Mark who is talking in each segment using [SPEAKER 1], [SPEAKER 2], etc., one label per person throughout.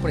[SPEAKER 1] por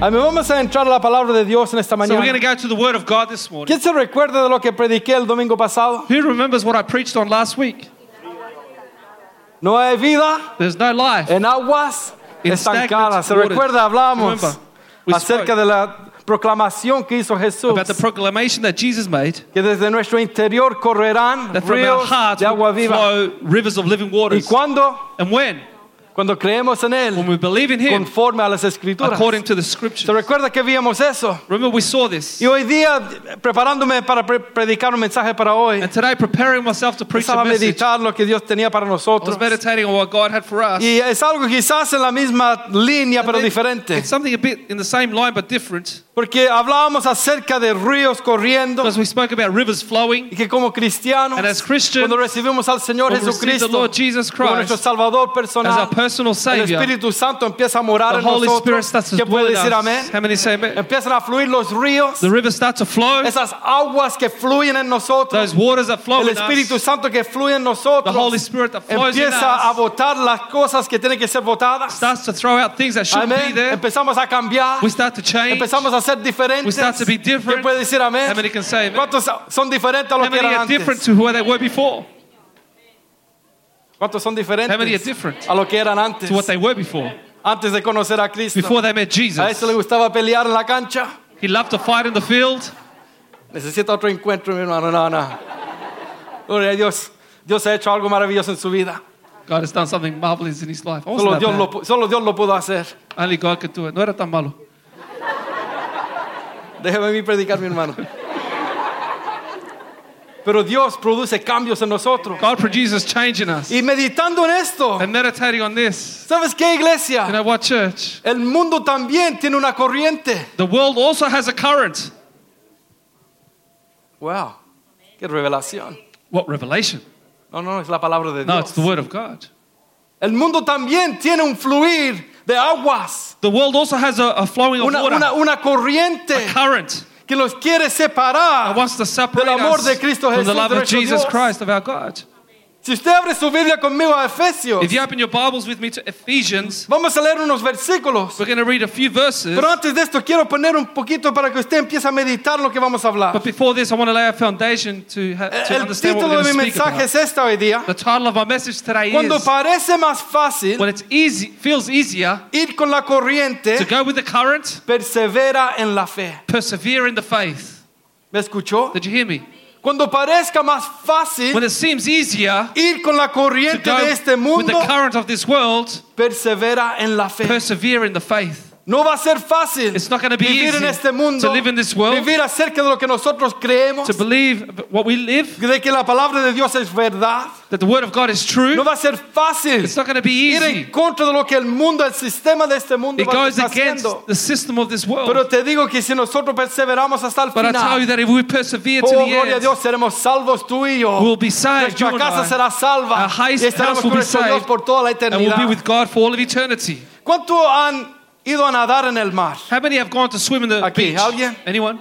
[SPEAKER 2] Ah, Vamos a entrar a la palabra de Dios en esta
[SPEAKER 3] So we're going to
[SPEAKER 2] mañana.
[SPEAKER 3] go to the Word of God this morning.
[SPEAKER 2] ¿Quién se recuerda de lo que prediqué el domingo pasado?
[SPEAKER 3] Who remembers what I preached on last week?
[SPEAKER 2] No hay vida
[SPEAKER 3] There's no life.
[SPEAKER 2] en aguas
[SPEAKER 3] In
[SPEAKER 2] estancadas.
[SPEAKER 3] stagnant
[SPEAKER 2] ¿Se
[SPEAKER 3] waters.
[SPEAKER 2] recuerda? Hablamos
[SPEAKER 3] Remember, we
[SPEAKER 2] acerca
[SPEAKER 3] spoke.
[SPEAKER 2] de la proclamación que hizo Jesús.
[SPEAKER 3] About the proclamation that Jesus made,
[SPEAKER 2] Que desde nuestro interior correrán
[SPEAKER 3] that from our
[SPEAKER 2] ríos
[SPEAKER 3] hearts
[SPEAKER 2] de agua
[SPEAKER 3] would
[SPEAKER 2] viva.
[SPEAKER 3] flow rivers of living
[SPEAKER 2] ¿Y
[SPEAKER 3] waters.
[SPEAKER 2] cuándo?
[SPEAKER 3] And when?
[SPEAKER 2] Cuando creemos en
[SPEAKER 3] When
[SPEAKER 2] Él,
[SPEAKER 3] we believe in Him,
[SPEAKER 2] conforme a las Escrituras.
[SPEAKER 3] according to the
[SPEAKER 2] ¿Se
[SPEAKER 3] Scriptures.
[SPEAKER 2] recuerda que vimos eso?
[SPEAKER 3] Remember, we saw this.
[SPEAKER 2] Y hoy día, preparándome para pre- predicar un mensaje para hoy,
[SPEAKER 3] And today, preparing myself to preach
[SPEAKER 2] Empezaba a
[SPEAKER 3] a message, I
[SPEAKER 2] meditar lo que Dios tenía para nosotros.
[SPEAKER 3] was meditating on what God had for us.
[SPEAKER 2] Y es algo quizás en la misma línea, pero
[SPEAKER 3] Then
[SPEAKER 2] diferente.
[SPEAKER 3] It's something a bit in the same line but different
[SPEAKER 2] Porque hablábamos acerca de ríos corriendo
[SPEAKER 3] because we spoke about rivers flowing.
[SPEAKER 2] y que como cristianos,
[SPEAKER 3] And as Christians,
[SPEAKER 2] cuando recibimos al Señor
[SPEAKER 3] when we receive the
[SPEAKER 2] Jesucristo
[SPEAKER 3] Lord Jesus
[SPEAKER 2] como
[SPEAKER 3] Christ
[SPEAKER 2] nuestro Salvador
[SPEAKER 3] As our
[SPEAKER 2] personal,
[SPEAKER 3] personal
[SPEAKER 2] el
[SPEAKER 3] Savior,
[SPEAKER 2] Espíritu Santo empieza a morar
[SPEAKER 3] the
[SPEAKER 2] en
[SPEAKER 3] Holy Spirit
[SPEAKER 2] nosotros.
[SPEAKER 3] starts to
[SPEAKER 2] ¿Qué
[SPEAKER 3] dwell
[SPEAKER 2] puede
[SPEAKER 3] in
[SPEAKER 2] decir
[SPEAKER 3] us.
[SPEAKER 2] amén?
[SPEAKER 3] How many say amen?
[SPEAKER 2] Empiezan a fluir los ríos,
[SPEAKER 3] The rivers start to flow.
[SPEAKER 2] esas aguas que fluyen en nosotros,
[SPEAKER 3] Those waters that flow
[SPEAKER 2] el
[SPEAKER 3] in
[SPEAKER 2] Espíritu
[SPEAKER 3] us.
[SPEAKER 2] Santo que fluye en
[SPEAKER 3] The Holy
[SPEAKER 2] nosotros,
[SPEAKER 3] Spirit that flows in
[SPEAKER 2] empieza a
[SPEAKER 3] us.
[SPEAKER 2] votar las cosas que tienen que ser votadas.
[SPEAKER 3] Starts to throw out things that shouldn't be
[SPEAKER 2] Amén.
[SPEAKER 3] there.
[SPEAKER 2] Empezamos a cambiar.
[SPEAKER 3] We start to change.
[SPEAKER 2] Empezamos a ser
[SPEAKER 3] We
[SPEAKER 2] diferentes.
[SPEAKER 3] start to be different.
[SPEAKER 2] ¿Quién puede decir amén?
[SPEAKER 3] How many can say amen?
[SPEAKER 2] ¿Cuántos son diferentes a
[SPEAKER 3] How
[SPEAKER 2] los que
[SPEAKER 3] many
[SPEAKER 2] eran
[SPEAKER 3] are different
[SPEAKER 2] antes?
[SPEAKER 3] to who they were before?
[SPEAKER 2] ¿Cuántos son diferentes
[SPEAKER 3] How many are different
[SPEAKER 2] a lo que eran antes?
[SPEAKER 3] to what they were before?
[SPEAKER 2] Antes de conocer a Cristo.
[SPEAKER 3] Before they met
[SPEAKER 2] A este le
[SPEAKER 3] Jesus.
[SPEAKER 2] gustaba pelear en la cancha.
[SPEAKER 3] He loved to fight in the field.
[SPEAKER 2] Necesita otro encuentro, mi hermano. No, no. Gloria a Dios. Dios ha hecho algo maravilloso en su vida.
[SPEAKER 3] God has done something marvelous in his life. I wasn't
[SPEAKER 2] Solo
[SPEAKER 3] that
[SPEAKER 2] Dios, lo,
[SPEAKER 3] bad.
[SPEAKER 2] pu- solo Dios lo pudo hacer.
[SPEAKER 3] Only God could do it. No era tan malo.
[SPEAKER 2] Déjeme a mí predicar, mi hermano. Pero Dios produce cambios en nosotros.
[SPEAKER 3] God produces change in us.
[SPEAKER 2] Y meditando en esto,
[SPEAKER 3] And meditating on this,
[SPEAKER 2] ¿sabes qué, iglesia?
[SPEAKER 3] you know what, church?
[SPEAKER 2] El mundo también tiene una corriente.
[SPEAKER 3] The world also has a current.
[SPEAKER 2] Wow, qué revelación.
[SPEAKER 3] What revelation?
[SPEAKER 2] No, no, es la palabra de
[SPEAKER 3] No, it's
[SPEAKER 2] Dios.
[SPEAKER 3] the word of God.
[SPEAKER 2] El mundo también tiene un fluir de aguas,
[SPEAKER 3] The world also has a, a flowing of
[SPEAKER 2] una,
[SPEAKER 3] water,
[SPEAKER 2] una, una
[SPEAKER 3] a
[SPEAKER 2] corriente
[SPEAKER 3] current
[SPEAKER 2] que los quiere
[SPEAKER 3] that
[SPEAKER 2] separar.
[SPEAKER 3] wants to separate
[SPEAKER 2] Del amor
[SPEAKER 3] us
[SPEAKER 2] de Cristo
[SPEAKER 3] from the
[SPEAKER 2] Jesús,
[SPEAKER 3] love
[SPEAKER 2] de
[SPEAKER 3] of
[SPEAKER 2] nuestro
[SPEAKER 3] Jesus
[SPEAKER 2] Dios.
[SPEAKER 3] Christ, of our God.
[SPEAKER 2] Si usted abre su Biblia conmigo a Efesios,
[SPEAKER 3] If you open your Bibles with me to Ephesians,
[SPEAKER 2] vamos a leer unos versículos.
[SPEAKER 3] we're going to read a few verses.
[SPEAKER 2] Pero antes de esto, quiero poner un poquito para que usted empiece a meditar lo que vamos a hablar. Eh,
[SPEAKER 3] But before this, I want to lay a foundation to, ha- to
[SPEAKER 2] El
[SPEAKER 3] understand what we're
[SPEAKER 2] título de
[SPEAKER 3] going
[SPEAKER 2] mi
[SPEAKER 3] to speak
[SPEAKER 2] mensaje
[SPEAKER 3] about.
[SPEAKER 2] es esta hoy día.
[SPEAKER 3] The title of our message today
[SPEAKER 2] Cuando
[SPEAKER 3] is
[SPEAKER 2] parece más fácil
[SPEAKER 3] When It's Easy Feels Easier
[SPEAKER 2] ir con la
[SPEAKER 3] to
[SPEAKER 2] corriente,
[SPEAKER 3] Go with the Current,
[SPEAKER 2] persevera en la fe.
[SPEAKER 3] Persevere in the Faith.
[SPEAKER 2] ¿Me escuchó?
[SPEAKER 3] Did you hear me?
[SPEAKER 2] Cuando parezca más
[SPEAKER 3] When
[SPEAKER 2] fácil
[SPEAKER 3] it seems easier
[SPEAKER 2] ir con la
[SPEAKER 3] to
[SPEAKER 2] corriente
[SPEAKER 3] go
[SPEAKER 2] de este
[SPEAKER 3] with
[SPEAKER 2] mundo,
[SPEAKER 3] the current of this world,
[SPEAKER 2] persevera en la fe.
[SPEAKER 3] persevere in the faith.
[SPEAKER 2] No va a ser fácil
[SPEAKER 3] It's not gonna be
[SPEAKER 2] vivir
[SPEAKER 3] easy
[SPEAKER 2] en este mundo,
[SPEAKER 3] to live in this world.
[SPEAKER 2] vivir acerca de lo que nosotros creemos,
[SPEAKER 3] To believe what we live,
[SPEAKER 2] de que la palabra de Dios es verdad.
[SPEAKER 3] that the Word of God is true,
[SPEAKER 2] No va a ser fácil
[SPEAKER 3] It's not going to be
[SPEAKER 2] ir en
[SPEAKER 3] easy.
[SPEAKER 2] contra de lo que el mundo, el sistema de este mundo
[SPEAKER 3] It
[SPEAKER 2] va
[SPEAKER 3] goes
[SPEAKER 2] está
[SPEAKER 3] against
[SPEAKER 2] haciendo.
[SPEAKER 3] the system of this
[SPEAKER 2] Pero
[SPEAKER 3] world.
[SPEAKER 2] te digo que si nosotros perseveramos hasta el
[SPEAKER 3] But I tell
[SPEAKER 2] final,
[SPEAKER 3] you that if we persevere to
[SPEAKER 2] oh
[SPEAKER 3] the
[SPEAKER 2] gloria a
[SPEAKER 3] end,
[SPEAKER 2] Dios, seremos salvos tú y yo.
[SPEAKER 3] we'll be saved.
[SPEAKER 2] Nuestra
[SPEAKER 3] You and
[SPEAKER 2] casa
[SPEAKER 3] I,
[SPEAKER 2] será salva
[SPEAKER 3] Our house-
[SPEAKER 2] y estaremos
[SPEAKER 3] house will
[SPEAKER 2] con
[SPEAKER 3] be
[SPEAKER 2] nuestro Dios
[SPEAKER 3] saved,
[SPEAKER 2] por toda la
[SPEAKER 3] and we'll be
[SPEAKER 2] eternidad.
[SPEAKER 3] with God for all of eternity.
[SPEAKER 2] ¿Cuánto han ido a nadar en el mar?
[SPEAKER 3] How many have gone to swim in the
[SPEAKER 2] Aquí,
[SPEAKER 3] beach?
[SPEAKER 2] alguien?
[SPEAKER 3] Anyone?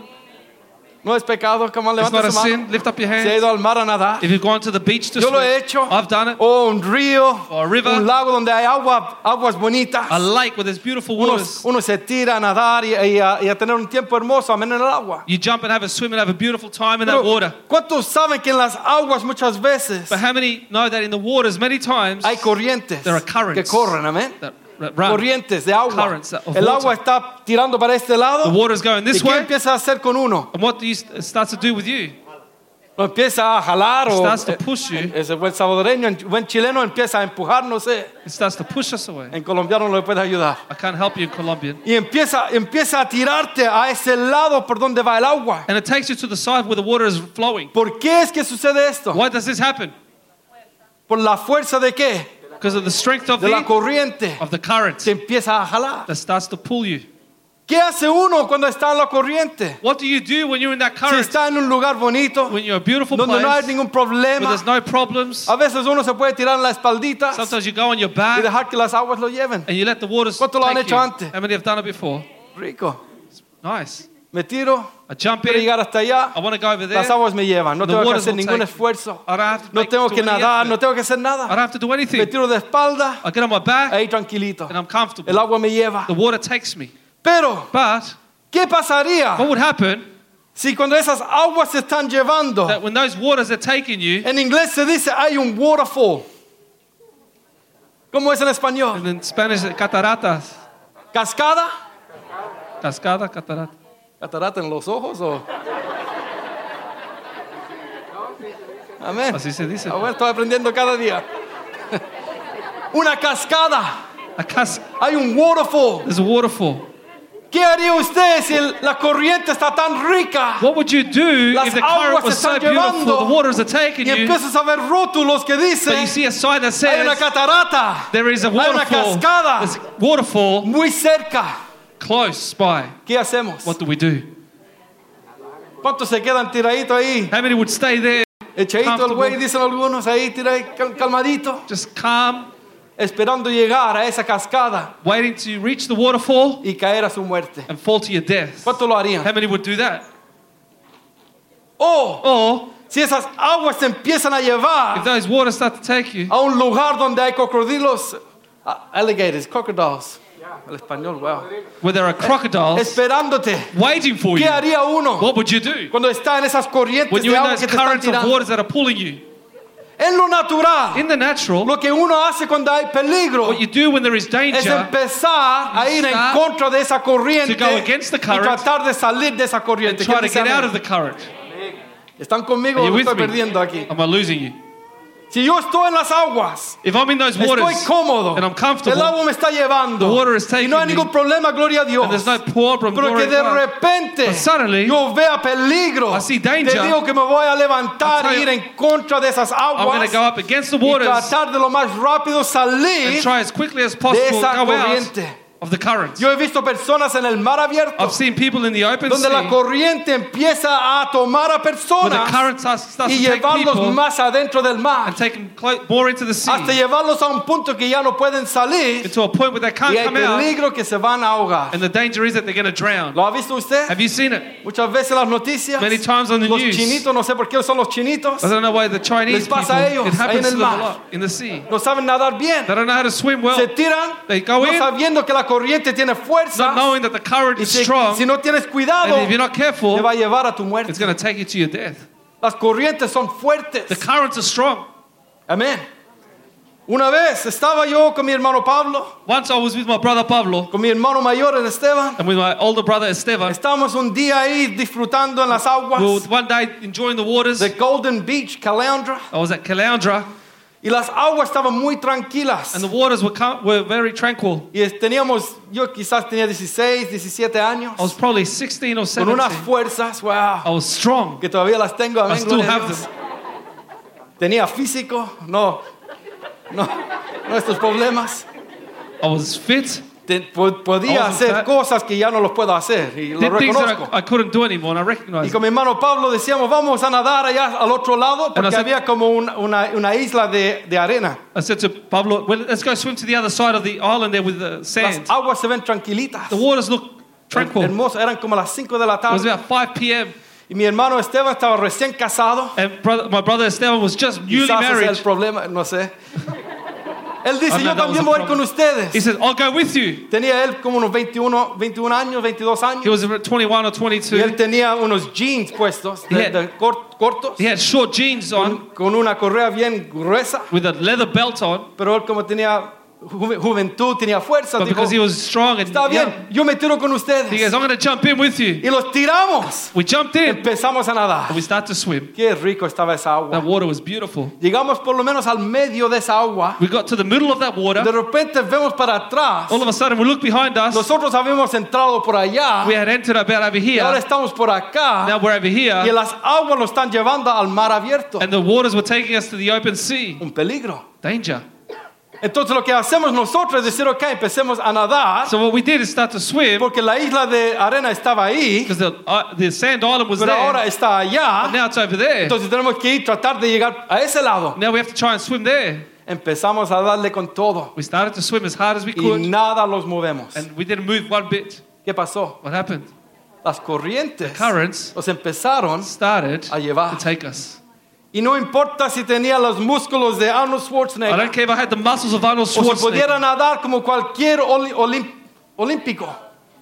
[SPEAKER 2] No es pecado, como
[SPEAKER 3] It's
[SPEAKER 2] levanta
[SPEAKER 3] not a
[SPEAKER 2] su mano.
[SPEAKER 3] sin. Lift up your
[SPEAKER 2] Se ha
[SPEAKER 3] hand.
[SPEAKER 2] ido al mar a nadar.
[SPEAKER 3] If you've gone to the beach to
[SPEAKER 2] Yo lo he
[SPEAKER 3] swim,
[SPEAKER 2] hecho.
[SPEAKER 3] I've done it.
[SPEAKER 2] O un río,
[SPEAKER 3] Or a river.
[SPEAKER 2] un lago donde hay agua, aguas bonitas.
[SPEAKER 3] A lake where there's beautiful
[SPEAKER 2] Uno,
[SPEAKER 3] waters.
[SPEAKER 2] uno se tira a nadar y, y a, y a tener un tiempo hermoso, amén, en el agua.
[SPEAKER 3] You jump and have a swim and have a beautiful time in
[SPEAKER 2] Pero,
[SPEAKER 3] that water.
[SPEAKER 2] ¿Cuántos saben que en las aguas muchas veces
[SPEAKER 3] But how many know that in the waters, many times,
[SPEAKER 2] hay corrientes
[SPEAKER 3] There are currents.
[SPEAKER 2] que corren, amén?
[SPEAKER 3] that r- run.
[SPEAKER 2] Corrientes de agua.
[SPEAKER 3] Currents of
[SPEAKER 2] El
[SPEAKER 3] water.
[SPEAKER 2] agua está tirando para este
[SPEAKER 3] the
[SPEAKER 2] lado.
[SPEAKER 3] water's going
[SPEAKER 2] ¿Y
[SPEAKER 3] this
[SPEAKER 2] qué
[SPEAKER 3] way.
[SPEAKER 2] empieza a hacer con uno?
[SPEAKER 3] And what do you it starts to do with you?
[SPEAKER 2] Lo empieza a jalar o
[SPEAKER 3] Starts to push you.
[SPEAKER 2] ese buen salvadoreño, el buen chileno empieza a empujar, no sé,
[SPEAKER 3] It starts to push us away.
[SPEAKER 2] en colombiano no le puede ayudar.
[SPEAKER 3] I can't help you in Colombian.
[SPEAKER 2] Y empieza, empieza a tirarte a ese lado por donde va el agua.
[SPEAKER 3] And it takes you to the side where the water is flowing.
[SPEAKER 2] ¿Por qué es que sucede esto?
[SPEAKER 3] Why does this happen?
[SPEAKER 2] Por la fuerza de qué?
[SPEAKER 3] Because of the strength of
[SPEAKER 2] De la
[SPEAKER 3] the,
[SPEAKER 2] corriente.
[SPEAKER 3] of the current
[SPEAKER 2] Se empieza a jalar.
[SPEAKER 3] that starts to pull you.
[SPEAKER 2] ¿Qué hace uno cuando está en la corriente?
[SPEAKER 3] What do you do when you're in that
[SPEAKER 2] Si
[SPEAKER 3] current?
[SPEAKER 2] está en un lugar bonito,
[SPEAKER 3] When you're a beautiful
[SPEAKER 2] donde
[SPEAKER 3] place,
[SPEAKER 2] no hay ningún
[SPEAKER 3] where
[SPEAKER 2] problema, Ah,
[SPEAKER 3] there's no problems.
[SPEAKER 2] a veces uno se puede tirar en la espaldita
[SPEAKER 3] Sometimes you go on your
[SPEAKER 2] y
[SPEAKER 3] back
[SPEAKER 2] dejar que las aguas lo lleven.
[SPEAKER 3] and you let the waters
[SPEAKER 2] ¿Cuánto lo han
[SPEAKER 3] take
[SPEAKER 2] hecho
[SPEAKER 3] you.
[SPEAKER 2] antes?
[SPEAKER 3] How many have done it before?
[SPEAKER 2] Rico.
[SPEAKER 3] Nice.
[SPEAKER 2] Me tiro,
[SPEAKER 3] I jump
[SPEAKER 2] quiero
[SPEAKER 3] in.
[SPEAKER 2] llegar hasta allá,
[SPEAKER 3] I want to go over there.
[SPEAKER 2] las aguas me llevan. No
[SPEAKER 3] The
[SPEAKER 2] tengo que
[SPEAKER 3] waters
[SPEAKER 2] hacer
[SPEAKER 3] will
[SPEAKER 2] ningún
[SPEAKER 3] take you.
[SPEAKER 2] esfuerzo.
[SPEAKER 3] I don't have to
[SPEAKER 2] No
[SPEAKER 3] make-
[SPEAKER 2] tengo
[SPEAKER 3] do
[SPEAKER 2] que
[SPEAKER 3] any
[SPEAKER 2] nadar,
[SPEAKER 3] effort.
[SPEAKER 2] no tengo que hacer
[SPEAKER 3] I don't
[SPEAKER 2] nada.
[SPEAKER 3] have to do anything.
[SPEAKER 2] Me tiro de espalda,
[SPEAKER 3] I get on my back
[SPEAKER 2] ahí tranquilito.
[SPEAKER 3] and I'm
[SPEAKER 2] El
[SPEAKER 3] comfortable.
[SPEAKER 2] agua me lleva.
[SPEAKER 3] The water takes me.
[SPEAKER 2] Pero,
[SPEAKER 3] But
[SPEAKER 2] ¿qué pasaría
[SPEAKER 3] what would happen
[SPEAKER 2] si cuando esas aguas se están llevando?
[SPEAKER 3] that when those waters are taking you,
[SPEAKER 2] En inglés se dice hay un waterfall. ¿Cómo es en español?
[SPEAKER 3] and in Spanish, cataratas,
[SPEAKER 2] ¿Cascada?
[SPEAKER 3] cascada, catarata.
[SPEAKER 2] ¿Catarata en los ojos o...? Amén.
[SPEAKER 3] Así se dice.
[SPEAKER 2] Ah, bueno, estoy aprendiendo cada día. Una cascada.
[SPEAKER 3] A cas-
[SPEAKER 2] Hay un waterfall.
[SPEAKER 3] there's a waterfall.
[SPEAKER 2] ¿Qué haría usted si el- la corriente está tan rica
[SPEAKER 3] What would you do
[SPEAKER 2] Las
[SPEAKER 3] if the
[SPEAKER 2] aguas
[SPEAKER 3] current was
[SPEAKER 2] se
[SPEAKER 3] so
[SPEAKER 2] están
[SPEAKER 3] beautiful,
[SPEAKER 2] llevando
[SPEAKER 3] the waters are
[SPEAKER 2] y
[SPEAKER 3] taking you,
[SPEAKER 2] empiezas a ver rótulos que
[SPEAKER 3] but you
[SPEAKER 2] dicen
[SPEAKER 3] see a sign that
[SPEAKER 2] hay una
[SPEAKER 3] says
[SPEAKER 2] catarata
[SPEAKER 3] there is a
[SPEAKER 2] una
[SPEAKER 3] waterfall,
[SPEAKER 2] cascada.
[SPEAKER 3] there's a waterfall
[SPEAKER 2] muy cerca?
[SPEAKER 3] close by?
[SPEAKER 2] ¿Qué hacemos?
[SPEAKER 3] What do we do?
[SPEAKER 2] ¿Cuántos se quedan tiraditos ahí?
[SPEAKER 3] How many would stay there,
[SPEAKER 2] Echadito el
[SPEAKER 3] Comfortable.
[SPEAKER 2] güey, dicen algunos ahí, tiradito, cal- calmadito,
[SPEAKER 3] just calm,
[SPEAKER 2] esperando llegar a esa cascada
[SPEAKER 3] waiting to reach the waterfall
[SPEAKER 2] y caer a su muerte.
[SPEAKER 3] and fall to your death?
[SPEAKER 2] ¿Cuántos lo harían?
[SPEAKER 3] How many would do that?
[SPEAKER 2] O
[SPEAKER 3] Or
[SPEAKER 2] si esas aguas se empiezan a llevar
[SPEAKER 3] if those waters start to take you,
[SPEAKER 2] a un lugar donde hay crocodilos, a- alligators, crocodiles, el español, wow,
[SPEAKER 3] where there are crocodiles
[SPEAKER 2] esperándote.
[SPEAKER 3] waiting for
[SPEAKER 2] ¿Qué
[SPEAKER 3] you,
[SPEAKER 2] haría uno
[SPEAKER 3] what would you do?
[SPEAKER 2] cuando está en esas corrientes
[SPEAKER 3] When
[SPEAKER 2] de
[SPEAKER 3] you're in
[SPEAKER 2] agua
[SPEAKER 3] those
[SPEAKER 2] que te están
[SPEAKER 3] currents of
[SPEAKER 2] tirando?
[SPEAKER 3] waters that are pulling you,
[SPEAKER 2] En lo natural,
[SPEAKER 3] in the natural,
[SPEAKER 2] lo que uno hace cuando hay peligro
[SPEAKER 3] what you do when there is
[SPEAKER 2] es
[SPEAKER 3] danger
[SPEAKER 2] empezar a ir en
[SPEAKER 3] Start
[SPEAKER 2] contra de esa corriente
[SPEAKER 3] to go against the
[SPEAKER 2] y
[SPEAKER 3] current
[SPEAKER 2] tratar de salir de esa
[SPEAKER 3] and
[SPEAKER 2] corriente. ¿Quién
[SPEAKER 3] try to
[SPEAKER 2] dice
[SPEAKER 3] get out of
[SPEAKER 2] amén?
[SPEAKER 3] the current.
[SPEAKER 2] ¿Están conmigo
[SPEAKER 3] Are
[SPEAKER 2] o
[SPEAKER 3] you
[SPEAKER 2] me
[SPEAKER 3] with
[SPEAKER 2] estoy
[SPEAKER 3] me?
[SPEAKER 2] perdiendo aquí?
[SPEAKER 3] Am I losing you?
[SPEAKER 2] Si yo estoy en las aguas,
[SPEAKER 3] If I'm in those
[SPEAKER 2] estoy
[SPEAKER 3] waters
[SPEAKER 2] cómodo,
[SPEAKER 3] and I'm
[SPEAKER 2] el
[SPEAKER 3] comfortable,
[SPEAKER 2] agua me está llevando
[SPEAKER 3] The water is
[SPEAKER 2] y no hay
[SPEAKER 3] taking me.
[SPEAKER 2] ningún problema, gloria a Dios.
[SPEAKER 3] and there's no problem,
[SPEAKER 2] Pero
[SPEAKER 3] glory
[SPEAKER 2] que
[SPEAKER 3] to
[SPEAKER 2] de
[SPEAKER 3] God,
[SPEAKER 2] repente
[SPEAKER 3] But suddenly,
[SPEAKER 2] yo vea peligro,
[SPEAKER 3] I see danger.
[SPEAKER 2] te digo que me voy a levantar e
[SPEAKER 3] I'll
[SPEAKER 2] ir
[SPEAKER 3] tell you,
[SPEAKER 2] en contra de esas
[SPEAKER 3] I'm going
[SPEAKER 2] aguas
[SPEAKER 3] to go up against the
[SPEAKER 2] y
[SPEAKER 3] waters
[SPEAKER 2] tratar de lo más rápido
[SPEAKER 3] and
[SPEAKER 2] salir.
[SPEAKER 3] try as quickly as possible
[SPEAKER 2] esa
[SPEAKER 3] to go out
[SPEAKER 2] corriente.
[SPEAKER 3] of the current.
[SPEAKER 2] Yo he visto personas en el mar abierto
[SPEAKER 3] I've seen people in the open sea
[SPEAKER 2] donde la
[SPEAKER 3] where
[SPEAKER 2] corriente empieza a tomar a
[SPEAKER 3] the
[SPEAKER 2] personas
[SPEAKER 3] current starts, starts
[SPEAKER 2] y
[SPEAKER 3] to take
[SPEAKER 2] llevarlos
[SPEAKER 3] people
[SPEAKER 2] más adentro del mar
[SPEAKER 3] and take them clo- more into the
[SPEAKER 2] hasta
[SPEAKER 3] sea
[SPEAKER 2] llevarlos a un punto que ya no pueden salir
[SPEAKER 3] into a point where they
[SPEAKER 2] y
[SPEAKER 3] can't
[SPEAKER 2] hay
[SPEAKER 3] come out
[SPEAKER 2] peligro que se van a ahogar.
[SPEAKER 3] and the danger is that they're going to drown.
[SPEAKER 2] ¿Lo ha visto usted?
[SPEAKER 3] Have you seen it?
[SPEAKER 2] Muchas veces las noticias,
[SPEAKER 3] Many times on the
[SPEAKER 2] los
[SPEAKER 3] news.
[SPEAKER 2] chinitos, no sé por qué son los chinitos,
[SPEAKER 3] I don't know why the
[SPEAKER 2] Les
[SPEAKER 3] Chinese
[SPEAKER 2] pasa a
[SPEAKER 3] people,
[SPEAKER 2] ellos,
[SPEAKER 3] it
[SPEAKER 2] ahí en
[SPEAKER 3] happens to
[SPEAKER 2] el
[SPEAKER 3] them
[SPEAKER 2] mar.
[SPEAKER 3] a lot in the sea.
[SPEAKER 2] no saben nadar bien,
[SPEAKER 3] They don't know how to swim
[SPEAKER 2] se
[SPEAKER 3] well,
[SPEAKER 2] tiran
[SPEAKER 3] They go
[SPEAKER 2] no
[SPEAKER 3] in.
[SPEAKER 2] sabiendo que la corriente tiene fuerza
[SPEAKER 3] not knowing that the current
[SPEAKER 2] y
[SPEAKER 3] is
[SPEAKER 2] si,
[SPEAKER 3] strong,
[SPEAKER 2] si no tienes cuidado
[SPEAKER 3] and if you're not
[SPEAKER 2] te va
[SPEAKER 3] careful,
[SPEAKER 2] a llevar a tu
[SPEAKER 3] it's
[SPEAKER 2] muerte.
[SPEAKER 3] going to take you to your death.
[SPEAKER 2] Las corrientes son
[SPEAKER 3] The
[SPEAKER 2] fuertes.
[SPEAKER 3] currents are strong.
[SPEAKER 2] Amén. Una vez estaba yo con mi hermano Pablo,
[SPEAKER 3] Once I was with my brother Pablo
[SPEAKER 2] con mi hermano mayor el Esteban.
[SPEAKER 3] and with my older brother Esteban.
[SPEAKER 2] Estábamos un día ahí disfrutando en las aguas
[SPEAKER 3] We were one day enjoying the waters.
[SPEAKER 2] de
[SPEAKER 3] I
[SPEAKER 2] Golden Beach, Caleandra,
[SPEAKER 3] was at Caloundra
[SPEAKER 2] y las aguas estaban muy tranquilas.
[SPEAKER 3] and the waters were, cal- were very tranquil.
[SPEAKER 2] Y teníamos, yo quizás tenía 16, 17 años,
[SPEAKER 3] I was probably 16 or
[SPEAKER 2] con
[SPEAKER 3] 17.
[SPEAKER 2] unas fuerzas, wow,
[SPEAKER 3] I was strong.
[SPEAKER 2] que todavía las tengo.
[SPEAKER 3] I
[SPEAKER 2] Amén,
[SPEAKER 3] still
[SPEAKER 2] gloria a
[SPEAKER 3] have
[SPEAKER 2] Dios.
[SPEAKER 3] them.
[SPEAKER 2] Tenía físico, no, no, no estos problemas.
[SPEAKER 3] I was fit.
[SPEAKER 2] Te- po- podía
[SPEAKER 3] Vamos a
[SPEAKER 2] hacer
[SPEAKER 3] estar-
[SPEAKER 2] cosas que ya no los puedo hacer y lo
[SPEAKER 3] Did things that
[SPEAKER 2] reconozco.
[SPEAKER 3] I, I couldn't do anymore and I
[SPEAKER 2] Y
[SPEAKER 3] recognized it.
[SPEAKER 2] con mi hermano Pablo decíamos, vamos a nadar allá al otro lado, porque
[SPEAKER 3] hacer-
[SPEAKER 2] había como una, una- una isla de, de arena.
[SPEAKER 3] I said to Pablo, well, let's go swim to the other side of the island there with the sand.
[SPEAKER 2] Las aguas se ven tranquilitas.
[SPEAKER 3] The waters look tranquil. It
[SPEAKER 2] Hermoso, eran como las 5 de la
[SPEAKER 3] was
[SPEAKER 2] tarde.
[SPEAKER 3] about 5 p.m.
[SPEAKER 2] Y mi hermano Esteban estaba recién casado.
[SPEAKER 3] and brother, my brother Esteban was just newly
[SPEAKER 2] Quizás ese es
[SPEAKER 3] married.
[SPEAKER 2] el problema, no sé. Él dice,
[SPEAKER 3] I know
[SPEAKER 2] yo
[SPEAKER 3] that
[SPEAKER 2] también
[SPEAKER 3] was
[SPEAKER 2] voy
[SPEAKER 3] a
[SPEAKER 2] a ir con
[SPEAKER 3] He
[SPEAKER 2] ustedes.
[SPEAKER 3] said, I'll go with you.
[SPEAKER 2] Tenía él como unos 21, 21 años, 22
[SPEAKER 3] He
[SPEAKER 2] años.
[SPEAKER 3] was about 21 or
[SPEAKER 2] Y él
[SPEAKER 3] 22.
[SPEAKER 2] tenía unos jeans puestos, de-
[SPEAKER 3] Yeah.
[SPEAKER 2] de cort- cortos,
[SPEAKER 3] He had short jeans on
[SPEAKER 2] con- con una correa bien gruesa.
[SPEAKER 3] with a leather belt on,
[SPEAKER 2] Pero él como tenía ju- juventud, tenía fuerza,
[SPEAKER 3] but
[SPEAKER 2] dijo,
[SPEAKER 3] because he was strong and
[SPEAKER 2] está
[SPEAKER 3] young,
[SPEAKER 2] bien, yo me tiro con
[SPEAKER 3] he goes,
[SPEAKER 2] ustedes.
[SPEAKER 3] I'm going to jump in with you.
[SPEAKER 2] Y los tiramos.
[SPEAKER 3] We jumped in
[SPEAKER 2] Empezamos a nadar.
[SPEAKER 3] and we start to swim.
[SPEAKER 2] Qué rico estaba esa
[SPEAKER 3] That
[SPEAKER 2] agua.
[SPEAKER 3] water was beautiful.
[SPEAKER 2] Llegamos por lo menos al medio de esa agua.
[SPEAKER 3] We got to the middle of that
[SPEAKER 2] De
[SPEAKER 3] water.
[SPEAKER 2] repente vemos para atrás.
[SPEAKER 3] All of a sudden, we look behind us.
[SPEAKER 2] Nosotros habíamos entrado por allá.
[SPEAKER 3] We had entered about over
[SPEAKER 2] Y ahora
[SPEAKER 3] here.
[SPEAKER 2] estamos por acá.
[SPEAKER 3] Now we're over
[SPEAKER 2] Y
[SPEAKER 3] here,
[SPEAKER 2] las aguas nos están llevando al mar abierto.
[SPEAKER 3] and the waters were taking us to the open sea.
[SPEAKER 2] Un peligro.
[SPEAKER 3] Danger.
[SPEAKER 2] Entonces lo que hacemos nosotros es decir, ok, empecemos a nadar,
[SPEAKER 3] So what we did is start to swim
[SPEAKER 2] porque la isla de arena estaba ahí,
[SPEAKER 3] because the, uh, the sand island was
[SPEAKER 2] pero
[SPEAKER 3] there.
[SPEAKER 2] ahora está allá.
[SPEAKER 3] Now it's over there.
[SPEAKER 2] Entonces tenemos que ir, tratar de llegar a ese lado.
[SPEAKER 3] Now we have to try and swim there.
[SPEAKER 2] Empezamos a darle con todo
[SPEAKER 3] We started to swim as hard as we
[SPEAKER 2] y
[SPEAKER 3] could,
[SPEAKER 2] nada los movemos.
[SPEAKER 3] and we didn't move one bit.
[SPEAKER 2] ¿Qué pasó?
[SPEAKER 3] What happened?
[SPEAKER 2] Las corrientes
[SPEAKER 3] Currents
[SPEAKER 2] los empezaron
[SPEAKER 3] started
[SPEAKER 2] A llevar.
[SPEAKER 3] to take us.
[SPEAKER 2] y no importa si tenía los músculos de Arnold
[SPEAKER 3] I
[SPEAKER 2] Schwarzenegger
[SPEAKER 3] don't care if I had the muscles of Arnold
[SPEAKER 2] o si pudiera
[SPEAKER 3] Schwarzenegger.
[SPEAKER 2] nadar como cualquier oli- olim- olímpico.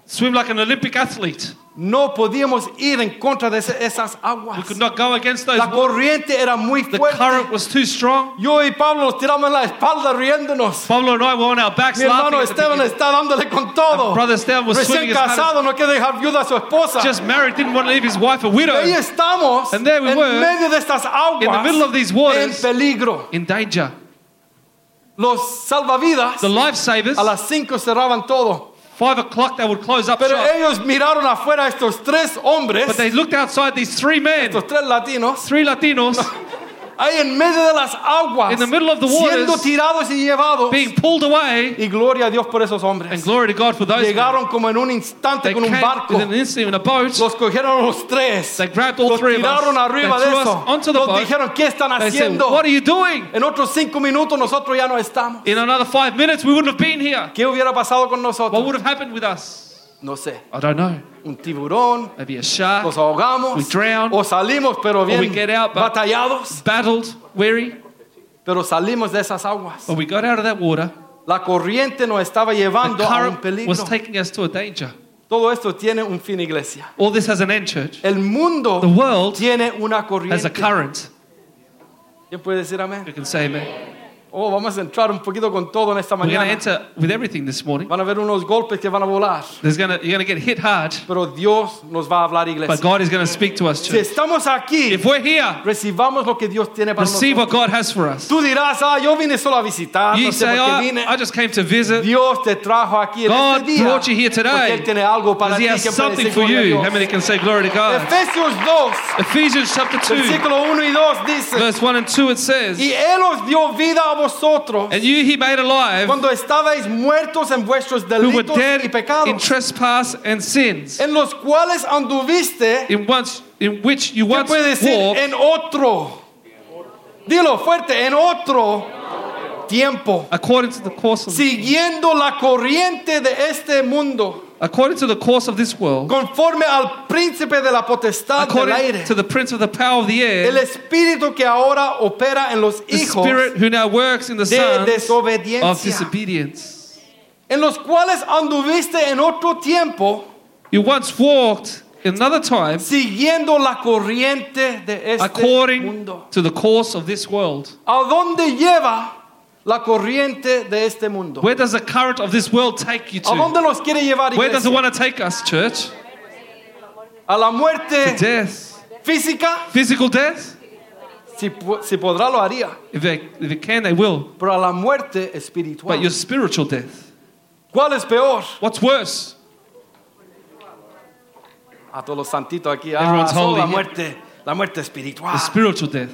[SPEAKER 3] Swim like an Olympic athlete.
[SPEAKER 2] No podíamos ir en contra de ese- esas aguas.
[SPEAKER 3] We could not go against those.
[SPEAKER 2] La
[SPEAKER 3] wa-
[SPEAKER 2] corriente era muy
[SPEAKER 3] The
[SPEAKER 2] fuerte.
[SPEAKER 3] current was too strong.
[SPEAKER 2] Yo y Pablo nos tiramos en la espalda riéndonos.
[SPEAKER 3] Pablo and I were on our backs
[SPEAKER 2] Mi hermano
[SPEAKER 3] laughing. at the
[SPEAKER 2] Esteban
[SPEAKER 3] beginning.
[SPEAKER 2] está dándole con todo.
[SPEAKER 3] Brother Esteban was
[SPEAKER 2] Recién
[SPEAKER 3] swinging his hand.
[SPEAKER 2] casado, no quiere dejar viuda a su esposa.
[SPEAKER 3] Just married, didn't want to leave his wife a
[SPEAKER 2] Ahí
[SPEAKER 3] widow.
[SPEAKER 2] estamos
[SPEAKER 3] And there we
[SPEAKER 2] en
[SPEAKER 3] were,
[SPEAKER 2] medio de estas aguas
[SPEAKER 3] in the middle of these
[SPEAKER 2] en
[SPEAKER 3] waters.
[SPEAKER 2] peligro.
[SPEAKER 3] In danger.
[SPEAKER 2] Los salvavidas
[SPEAKER 3] The lifesavers,
[SPEAKER 2] a las 5 cerraban todo.
[SPEAKER 3] five o'clock, they would close up
[SPEAKER 2] Pero
[SPEAKER 3] shop.
[SPEAKER 2] ellos miraron afuera a estos tres hombres,
[SPEAKER 3] But they looked outside these three men,
[SPEAKER 2] estos tres latinos,
[SPEAKER 3] three Latinos,
[SPEAKER 2] ahí en medio de las aguas,
[SPEAKER 3] In the middle of the
[SPEAKER 2] siendo
[SPEAKER 3] waters,
[SPEAKER 2] tirados y llevados.
[SPEAKER 3] being pulled away.
[SPEAKER 2] Y gloria a Dios por esos
[SPEAKER 3] And
[SPEAKER 2] hombres.
[SPEAKER 3] glory to God for those men.
[SPEAKER 2] Llegaron como en un
[SPEAKER 3] They
[SPEAKER 2] instante con
[SPEAKER 3] came
[SPEAKER 2] un barco.
[SPEAKER 3] in an instant in a boat.
[SPEAKER 2] Los cogieron los tres.
[SPEAKER 3] They grabbed all
[SPEAKER 2] Los
[SPEAKER 3] three of
[SPEAKER 2] tiraron
[SPEAKER 3] us. They
[SPEAKER 2] arriba de
[SPEAKER 3] threw us
[SPEAKER 2] eso.
[SPEAKER 3] onto the
[SPEAKER 2] Nos
[SPEAKER 3] boat.
[SPEAKER 2] dijeron, ¿qué están
[SPEAKER 3] They said,
[SPEAKER 2] haciendo?
[SPEAKER 3] "What are you doing?"
[SPEAKER 2] En otros cinco minutos nosotros ya no estamos.
[SPEAKER 3] In another five minutes, we wouldn't have been here.
[SPEAKER 2] ¿Qué hubiera pasado con
[SPEAKER 3] What
[SPEAKER 2] nosotros?
[SPEAKER 3] would have happened with us?
[SPEAKER 2] No sé.
[SPEAKER 3] I don't know.
[SPEAKER 2] Un tiburón.
[SPEAKER 3] Maybe a shark.
[SPEAKER 2] Nos ahogamos.
[SPEAKER 3] We drown.
[SPEAKER 2] o salimos, pero bien
[SPEAKER 3] we get out, but-
[SPEAKER 2] batallados.
[SPEAKER 3] Battled, weary,
[SPEAKER 2] Pero salimos de esas aguas.
[SPEAKER 3] but we got out of that water.
[SPEAKER 2] La corriente nos estaba
[SPEAKER 3] The
[SPEAKER 2] llevando a un
[SPEAKER 3] current was
[SPEAKER 2] peligro.
[SPEAKER 3] taking us to a danger.
[SPEAKER 2] Todo esto tiene un fin, iglesia.
[SPEAKER 3] All this has an end, church.
[SPEAKER 2] El mundo
[SPEAKER 3] The world
[SPEAKER 2] tiene una
[SPEAKER 3] As a
[SPEAKER 2] corriente.
[SPEAKER 3] current,
[SPEAKER 2] ¿Quién puede decir amén?
[SPEAKER 3] you can say, "Man,
[SPEAKER 2] Oh, vamos a entrar un poquito con todo en esta
[SPEAKER 3] we're going to
[SPEAKER 2] mañana.
[SPEAKER 3] enter with everything this morning.
[SPEAKER 2] Van a haber unos golpes que van a volar.
[SPEAKER 3] There's gonna, you're going to get hit hard,
[SPEAKER 2] Pero Dios nos va a hablar,
[SPEAKER 3] but
[SPEAKER 2] iglesia.
[SPEAKER 3] God is going to speak to us,
[SPEAKER 2] Si
[SPEAKER 3] church.
[SPEAKER 2] estamos aquí,
[SPEAKER 3] If we're here,
[SPEAKER 2] recibamos lo que Dios tiene para
[SPEAKER 3] receive
[SPEAKER 2] nosotros.
[SPEAKER 3] what God has for us.
[SPEAKER 2] Tú dirás, ah, yo vine solo a visitar.
[SPEAKER 3] You
[SPEAKER 2] No sé
[SPEAKER 3] say,
[SPEAKER 2] por qué
[SPEAKER 3] "Oh,
[SPEAKER 2] vine.
[SPEAKER 3] I just came to visit.
[SPEAKER 2] Dios te trajo aquí en
[SPEAKER 3] God
[SPEAKER 2] este día.
[SPEAKER 3] brought you here today.
[SPEAKER 2] Porque Él tiene algo para
[SPEAKER 3] Because he
[SPEAKER 2] ti.
[SPEAKER 3] has
[SPEAKER 2] que puede
[SPEAKER 3] something
[SPEAKER 2] decir
[SPEAKER 3] for
[SPEAKER 2] gloria a
[SPEAKER 3] you.
[SPEAKER 2] Dios.
[SPEAKER 3] How many can say glory to God?
[SPEAKER 2] Efesios 2,
[SPEAKER 3] Ephesians chapter 2,
[SPEAKER 2] versículo 1 y 2 dice,
[SPEAKER 3] verse 1 and 2, it
[SPEAKER 2] y
[SPEAKER 3] says,
[SPEAKER 2] Él os dio vida a vosotros
[SPEAKER 3] And you he made alive
[SPEAKER 2] cuando estabais muertos en vuestros
[SPEAKER 3] who were
[SPEAKER 2] delitos
[SPEAKER 3] dead
[SPEAKER 2] y
[SPEAKER 3] in
[SPEAKER 2] pecados, Eh,
[SPEAKER 3] trespass and sins,
[SPEAKER 2] en los cuales anduviste,
[SPEAKER 3] in, once, in which you
[SPEAKER 2] ¿qué
[SPEAKER 3] once
[SPEAKER 2] puede decir?
[SPEAKER 3] walked
[SPEAKER 2] En otro. Dilo fuerte, en otro tiempo.
[SPEAKER 3] according to the course of,
[SPEAKER 2] Siguiendo la corriente de este mundo,
[SPEAKER 3] according to the course of this world,
[SPEAKER 2] conforme al príncipe de la potestad del aire.
[SPEAKER 3] according to the prince of the power of the
[SPEAKER 2] El
[SPEAKER 3] air,
[SPEAKER 2] espíritu que ahora opera en los
[SPEAKER 3] the
[SPEAKER 2] hijos
[SPEAKER 3] spirit who now works in the
[SPEAKER 2] de
[SPEAKER 3] sons of
[SPEAKER 2] desobediencia,
[SPEAKER 3] disobedience.
[SPEAKER 2] en los cuales anduviste en otro tiempo
[SPEAKER 3] You once walked another time
[SPEAKER 2] siguiendo la corriente de este
[SPEAKER 3] according
[SPEAKER 2] mundo.
[SPEAKER 3] to the course of this world.
[SPEAKER 2] ¿A dónde lleva la corriente de este mundo?
[SPEAKER 3] Where does the current of this world take you
[SPEAKER 2] ¿A
[SPEAKER 3] to?
[SPEAKER 2] dónde los quiere llevar
[SPEAKER 3] Where does it
[SPEAKER 2] iglesia?
[SPEAKER 3] want to take us, church?
[SPEAKER 2] ¿A la muerte
[SPEAKER 3] Death.
[SPEAKER 2] física?
[SPEAKER 3] Physical death?
[SPEAKER 2] Si, pu- si podrá lo haría,
[SPEAKER 3] If they, if they can, they will.
[SPEAKER 2] pero a la muerte
[SPEAKER 3] But your
[SPEAKER 2] espiritual.
[SPEAKER 3] spiritual death.
[SPEAKER 2] ¿Cuál es peor?
[SPEAKER 3] What's worse?
[SPEAKER 2] A todos los santitos aquí, ah,
[SPEAKER 3] Everyone's
[SPEAKER 2] solo la
[SPEAKER 3] holy.
[SPEAKER 2] muerte, la muerte
[SPEAKER 3] The
[SPEAKER 2] espiritual.
[SPEAKER 3] spiritual death.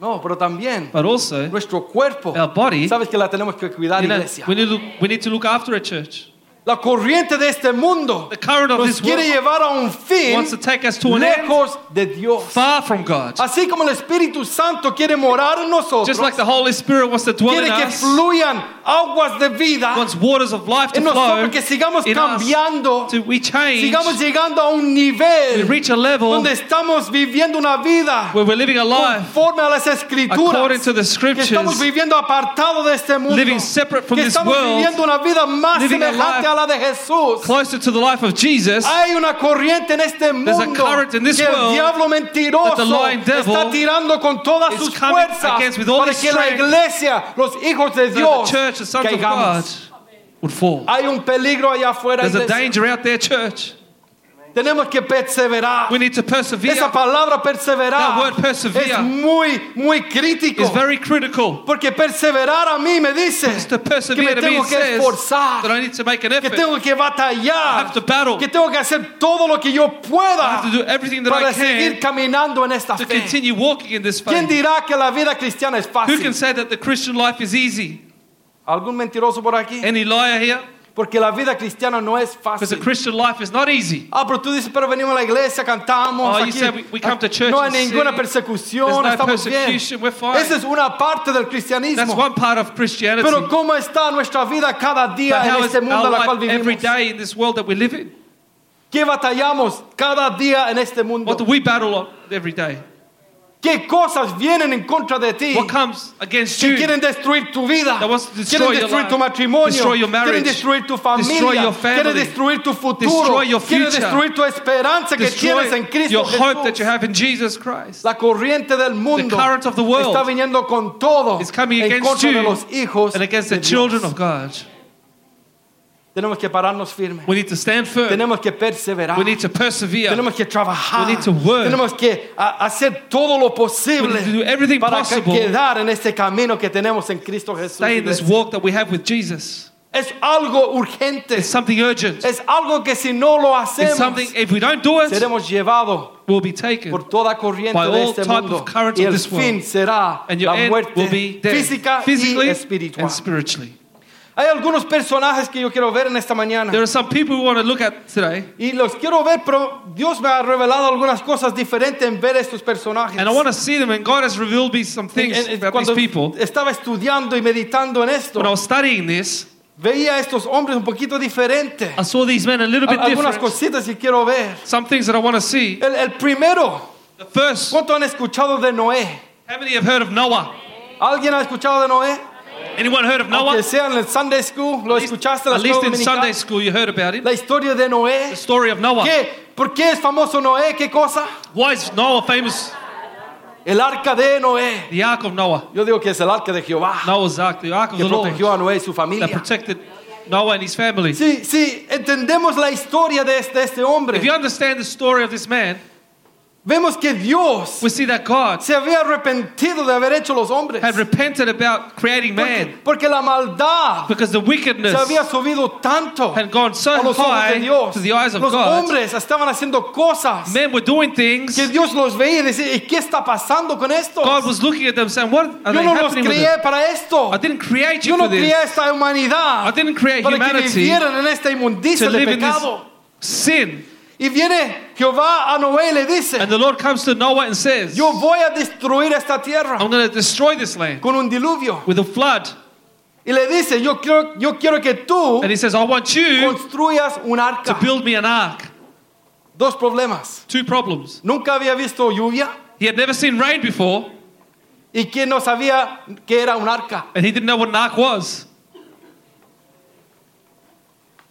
[SPEAKER 2] No, pero también
[SPEAKER 3] But also,
[SPEAKER 2] nuestro cuerpo.
[SPEAKER 3] Our body.
[SPEAKER 2] Sabes que la tenemos que cuidar,
[SPEAKER 3] you know,
[SPEAKER 2] iglesia.
[SPEAKER 3] we, need to look, we need to look after a church.
[SPEAKER 2] La corriente de este mundo
[SPEAKER 3] The current of
[SPEAKER 2] nos
[SPEAKER 3] this
[SPEAKER 2] quiere
[SPEAKER 3] world
[SPEAKER 2] llevar a un fin
[SPEAKER 3] wants to take us to an end
[SPEAKER 2] lejos de Dios.
[SPEAKER 3] far from God.
[SPEAKER 2] Así como el Espíritu Santo quiere morar en nosotros,
[SPEAKER 3] Just like the Holy Spirit wants to dwell in
[SPEAKER 2] quiere que
[SPEAKER 3] us,
[SPEAKER 2] fluyan aguas de vida
[SPEAKER 3] wants waters of life to
[SPEAKER 2] en
[SPEAKER 3] flow
[SPEAKER 2] nosotros, que sigamos
[SPEAKER 3] in us.
[SPEAKER 2] cambiando,
[SPEAKER 3] To, we change,
[SPEAKER 2] sigamos llegando a un
[SPEAKER 3] we
[SPEAKER 2] nivel
[SPEAKER 3] reach a level
[SPEAKER 2] donde estamos viviendo una vida
[SPEAKER 3] where we're living a life
[SPEAKER 2] conforme a las
[SPEAKER 3] according
[SPEAKER 2] escrituras.
[SPEAKER 3] to
[SPEAKER 2] que
[SPEAKER 3] the
[SPEAKER 2] estamos
[SPEAKER 3] scriptures,
[SPEAKER 2] viviendo apartado de este mundo,
[SPEAKER 3] Living separate from
[SPEAKER 2] que
[SPEAKER 3] this
[SPEAKER 2] estamos
[SPEAKER 3] world,
[SPEAKER 2] viviendo una vida más
[SPEAKER 3] living a
[SPEAKER 2] semejante
[SPEAKER 3] life
[SPEAKER 2] a la de Jesús.
[SPEAKER 3] closer to the life of Jesus.
[SPEAKER 2] Hay una corriente en este
[SPEAKER 3] There's a
[SPEAKER 2] mundo
[SPEAKER 3] current in this
[SPEAKER 2] que el
[SPEAKER 3] world
[SPEAKER 2] diablo
[SPEAKER 3] that the
[SPEAKER 2] mentiroso
[SPEAKER 3] lying devil
[SPEAKER 2] está tirando con todas
[SPEAKER 3] is
[SPEAKER 2] sus
[SPEAKER 3] coming
[SPEAKER 2] fuerzas
[SPEAKER 3] against with all
[SPEAKER 2] para
[SPEAKER 3] his
[SPEAKER 2] que la
[SPEAKER 3] strength
[SPEAKER 2] iglesia, los hijos de
[SPEAKER 3] So the
[SPEAKER 2] Dios,
[SPEAKER 3] church, the sons of God,
[SPEAKER 2] caigamos.
[SPEAKER 3] would fall.
[SPEAKER 2] Hay un peligro allá afuera.
[SPEAKER 3] There's a
[SPEAKER 2] iglesia.
[SPEAKER 3] danger out there, church.
[SPEAKER 2] Tenemos que perseverar.
[SPEAKER 3] We need to persevere.
[SPEAKER 2] Esa palabra perseverar
[SPEAKER 3] That word persevere
[SPEAKER 2] es muy, muy crítico.
[SPEAKER 3] It's very critical.
[SPEAKER 2] Porque perseverar a mí me dice
[SPEAKER 3] To
[SPEAKER 2] que me
[SPEAKER 3] persevere
[SPEAKER 2] tengo
[SPEAKER 3] means
[SPEAKER 2] que
[SPEAKER 3] says
[SPEAKER 2] esforzar.
[SPEAKER 3] that I need to make an
[SPEAKER 2] que
[SPEAKER 3] effort.
[SPEAKER 2] tengo que
[SPEAKER 3] I
[SPEAKER 2] batallar,
[SPEAKER 3] have to battle.
[SPEAKER 2] que tengo que hacer todo lo que yo
[SPEAKER 3] I
[SPEAKER 2] pueda
[SPEAKER 3] have to do everything that
[SPEAKER 2] para
[SPEAKER 3] I
[SPEAKER 2] seguir
[SPEAKER 3] can
[SPEAKER 2] caminando en esta
[SPEAKER 3] to
[SPEAKER 2] fe.
[SPEAKER 3] continue walking in this
[SPEAKER 2] ¿Quién
[SPEAKER 3] faith.
[SPEAKER 2] dirá que la vida cristiana es
[SPEAKER 3] Who can
[SPEAKER 2] fácil?
[SPEAKER 3] say that the Christian life is easy?
[SPEAKER 2] ¿Algún mentiroso por aquí?
[SPEAKER 3] Any liar here?
[SPEAKER 2] Porque la vida cristiana no es
[SPEAKER 3] Because the
[SPEAKER 2] fácil.
[SPEAKER 3] Christian life is not easy.
[SPEAKER 2] Ah, pero tú dices, pero venimos a la iglesia, cantamos.
[SPEAKER 3] Oh, you
[SPEAKER 2] aquí, Ah,
[SPEAKER 3] said we- we come to church
[SPEAKER 2] no hay
[SPEAKER 3] and sing.
[SPEAKER 2] ninguna persecución,
[SPEAKER 3] There's no
[SPEAKER 2] estamos bien.
[SPEAKER 3] persecution, we're fine.
[SPEAKER 2] Esa es una parte del cristianismo.
[SPEAKER 3] That's one part of Christianity.
[SPEAKER 2] Pero cómo está nuestra vida cada día
[SPEAKER 3] But
[SPEAKER 2] en
[SPEAKER 3] how is
[SPEAKER 2] este mundo
[SPEAKER 3] our
[SPEAKER 2] en el cual
[SPEAKER 3] life every
[SPEAKER 2] vivimos.
[SPEAKER 3] day in this world that we live in?
[SPEAKER 2] ¿Qué batallamos cada día en este mundo?
[SPEAKER 3] What do we battle on every day?
[SPEAKER 2] ¿Qué cosas vienen en contra de ti?
[SPEAKER 3] What comes against
[SPEAKER 2] Que
[SPEAKER 3] you?
[SPEAKER 2] quieren destruir tu vida,
[SPEAKER 3] That wants to
[SPEAKER 2] quieren
[SPEAKER 3] destroy your
[SPEAKER 2] destruir
[SPEAKER 3] life,
[SPEAKER 2] tu matrimonio,
[SPEAKER 3] destroy your marriage,
[SPEAKER 2] quieren destruir tu
[SPEAKER 3] destroy
[SPEAKER 2] familia,
[SPEAKER 3] your family,
[SPEAKER 2] quieren destruir tu futuro,
[SPEAKER 3] destroy your
[SPEAKER 2] quieren
[SPEAKER 3] future,
[SPEAKER 2] destruir tu esperanza que tienes en
[SPEAKER 3] Destroy
[SPEAKER 2] Cristo
[SPEAKER 3] your hope that you
[SPEAKER 2] Jesús.
[SPEAKER 3] have in Jesus Christ.
[SPEAKER 2] La corriente del mundo
[SPEAKER 3] current of the world
[SPEAKER 2] está viniendo con todo
[SPEAKER 3] is coming
[SPEAKER 2] en
[SPEAKER 3] against
[SPEAKER 2] contra de
[SPEAKER 3] you
[SPEAKER 2] los hijos
[SPEAKER 3] And against
[SPEAKER 2] de
[SPEAKER 3] the children
[SPEAKER 2] Dios.
[SPEAKER 3] of God,
[SPEAKER 2] Tenemos que pararnos firmes,
[SPEAKER 3] we need to stand firm.
[SPEAKER 2] tenemos que perseverar,
[SPEAKER 3] We need to persevere.
[SPEAKER 2] tenemos que trabajar,
[SPEAKER 3] We need to work.
[SPEAKER 2] tenemos que a- hacer todo lo
[SPEAKER 3] We
[SPEAKER 2] posible
[SPEAKER 3] need to do everything
[SPEAKER 2] para que-
[SPEAKER 3] possible.
[SPEAKER 2] quedar en este camino que tenemos en Cristo Jesús.
[SPEAKER 3] Stay in this
[SPEAKER 2] iglesia.
[SPEAKER 3] walk that we have with Jesus.
[SPEAKER 2] Es algo urgente.
[SPEAKER 3] It's something urgent.
[SPEAKER 2] Es algo que si no lo
[SPEAKER 3] It's
[SPEAKER 2] hacemos,
[SPEAKER 3] something, if we don't do it,
[SPEAKER 2] seremos llevados
[SPEAKER 3] we'll be taken.
[SPEAKER 2] por toda corriente
[SPEAKER 3] By
[SPEAKER 2] de
[SPEAKER 3] all
[SPEAKER 2] este
[SPEAKER 3] type
[SPEAKER 2] mundo.
[SPEAKER 3] of current
[SPEAKER 2] Y
[SPEAKER 3] of
[SPEAKER 2] el
[SPEAKER 3] this world.
[SPEAKER 2] fin será
[SPEAKER 3] And your
[SPEAKER 2] la
[SPEAKER 3] end will be
[SPEAKER 2] muerte
[SPEAKER 3] death,
[SPEAKER 2] física y
[SPEAKER 3] physically
[SPEAKER 2] espiritual.
[SPEAKER 3] and spiritually.
[SPEAKER 2] Hay algunos personajes que yo quiero ver en esta mañana.
[SPEAKER 3] There are some people we want to look at today,
[SPEAKER 2] Y los quiero ver, pero Dios me ha revelado algunas cosas diferentes en ver estos personajes.
[SPEAKER 3] and I want to see them. And God has revealed me some
[SPEAKER 2] En-
[SPEAKER 3] things
[SPEAKER 2] en- en-
[SPEAKER 3] about
[SPEAKER 2] cuando
[SPEAKER 3] these people.
[SPEAKER 2] estaba estudiando y meditando en esto,
[SPEAKER 3] When I was studying this,
[SPEAKER 2] veía a estos hombres un poquito diferentes.
[SPEAKER 3] I saw these men a little bit
[SPEAKER 2] Algunas
[SPEAKER 3] different.
[SPEAKER 2] cositas que quiero ver.
[SPEAKER 3] Some things that I want to see.
[SPEAKER 2] El, el primero,
[SPEAKER 3] The first,
[SPEAKER 2] ¿cuánto han escuchado de Noé?
[SPEAKER 3] how many have heard of Noah?
[SPEAKER 2] ¿Alguien ha escuchado de Noé?
[SPEAKER 3] Anyone heard of Noah?
[SPEAKER 2] Aunque sea en el Sunday School, lo escuchaste en la
[SPEAKER 3] At least
[SPEAKER 2] escuela
[SPEAKER 3] in Sunday
[SPEAKER 2] dominical.
[SPEAKER 3] school you heard about him.
[SPEAKER 2] La historia de
[SPEAKER 3] The
[SPEAKER 2] Noé.
[SPEAKER 3] story of Noah.
[SPEAKER 2] ¿Qué? ¿Por qué es famoso Noé? ¿Qué cosa?
[SPEAKER 3] Why is Noah famous?
[SPEAKER 2] El arca de Noé.
[SPEAKER 3] The Ark of Noah.
[SPEAKER 2] Yo digo que es el arca de Jehová
[SPEAKER 3] Noah's Ark, the Ark of
[SPEAKER 2] que
[SPEAKER 3] the Lord
[SPEAKER 2] protegió a Noé y su
[SPEAKER 3] that
[SPEAKER 2] familia.
[SPEAKER 3] protected Noah and his family.
[SPEAKER 2] Sí, sí, entendemos la historia de este, de este
[SPEAKER 3] If you
[SPEAKER 2] hombre.
[SPEAKER 3] understand the story of this man,
[SPEAKER 2] Vemos que Dios
[SPEAKER 3] we see that God
[SPEAKER 2] se había arrepentido de haber hecho los hombres.
[SPEAKER 3] had repented about creating man
[SPEAKER 2] Porque, porque la maldad
[SPEAKER 3] because the
[SPEAKER 2] se
[SPEAKER 3] wickedness
[SPEAKER 2] había subido tanto
[SPEAKER 3] had gone
[SPEAKER 2] a
[SPEAKER 3] so
[SPEAKER 2] los ojos
[SPEAKER 3] high
[SPEAKER 2] de Dios.
[SPEAKER 3] to the eyes of
[SPEAKER 2] Los
[SPEAKER 3] God.
[SPEAKER 2] hombres estaban haciendo cosas
[SPEAKER 3] Men were doing things.
[SPEAKER 2] que Dios los veía y decía, ¿y qué está pasando con esto?
[SPEAKER 3] God was looking at them saying, What are
[SPEAKER 2] Yo
[SPEAKER 3] they
[SPEAKER 2] no los
[SPEAKER 3] happening with this?
[SPEAKER 2] creé para esto.
[SPEAKER 3] I didn't create you
[SPEAKER 2] Yo
[SPEAKER 3] for
[SPEAKER 2] no
[SPEAKER 3] this.
[SPEAKER 2] creé a esta
[SPEAKER 3] I
[SPEAKER 2] humanidad
[SPEAKER 3] didn't create
[SPEAKER 2] para que
[SPEAKER 3] humanity
[SPEAKER 2] vivieran en esta
[SPEAKER 3] to
[SPEAKER 2] inmundicia de
[SPEAKER 3] live in this
[SPEAKER 2] pecado.
[SPEAKER 3] sin.
[SPEAKER 2] Y viene Jehová a Noé y le dice,
[SPEAKER 3] And the Lord comes to Noah and says,
[SPEAKER 2] yo voy a destruir esta tierra
[SPEAKER 3] I'm going to destroy this land
[SPEAKER 2] con un diluvio.
[SPEAKER 3] with a flood.
[SPEAKER 2] Y le dice, yo quiero, yo quiero que tú
[SPEAKER 3] And he says, I want you
[SPEAKER 2] construyas un
[SPEAKER 3] to
[SPEAKER 2] arca.
[SPEAKER 3] build me an ark.
[SPEAKER 2] Dos problemas.
[SPEAKER 3] Two problems.
[SPEAKER 2] Nunca había visto lluvia
[SPEAKER 3] He had never seen rain before,
[SPEAKER 2] y que no sabía que era un arca.
[SPEAKER 3] and he didn't know what an ark was.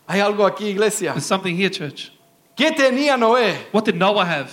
[SPEAKER 2] Hay algo aquí, iglesia.
[SPEAKER 3] There's something here, church.
[SPEAKER 2] ¿Qué tenía Noé
[SPEAKER 3] What did Noah have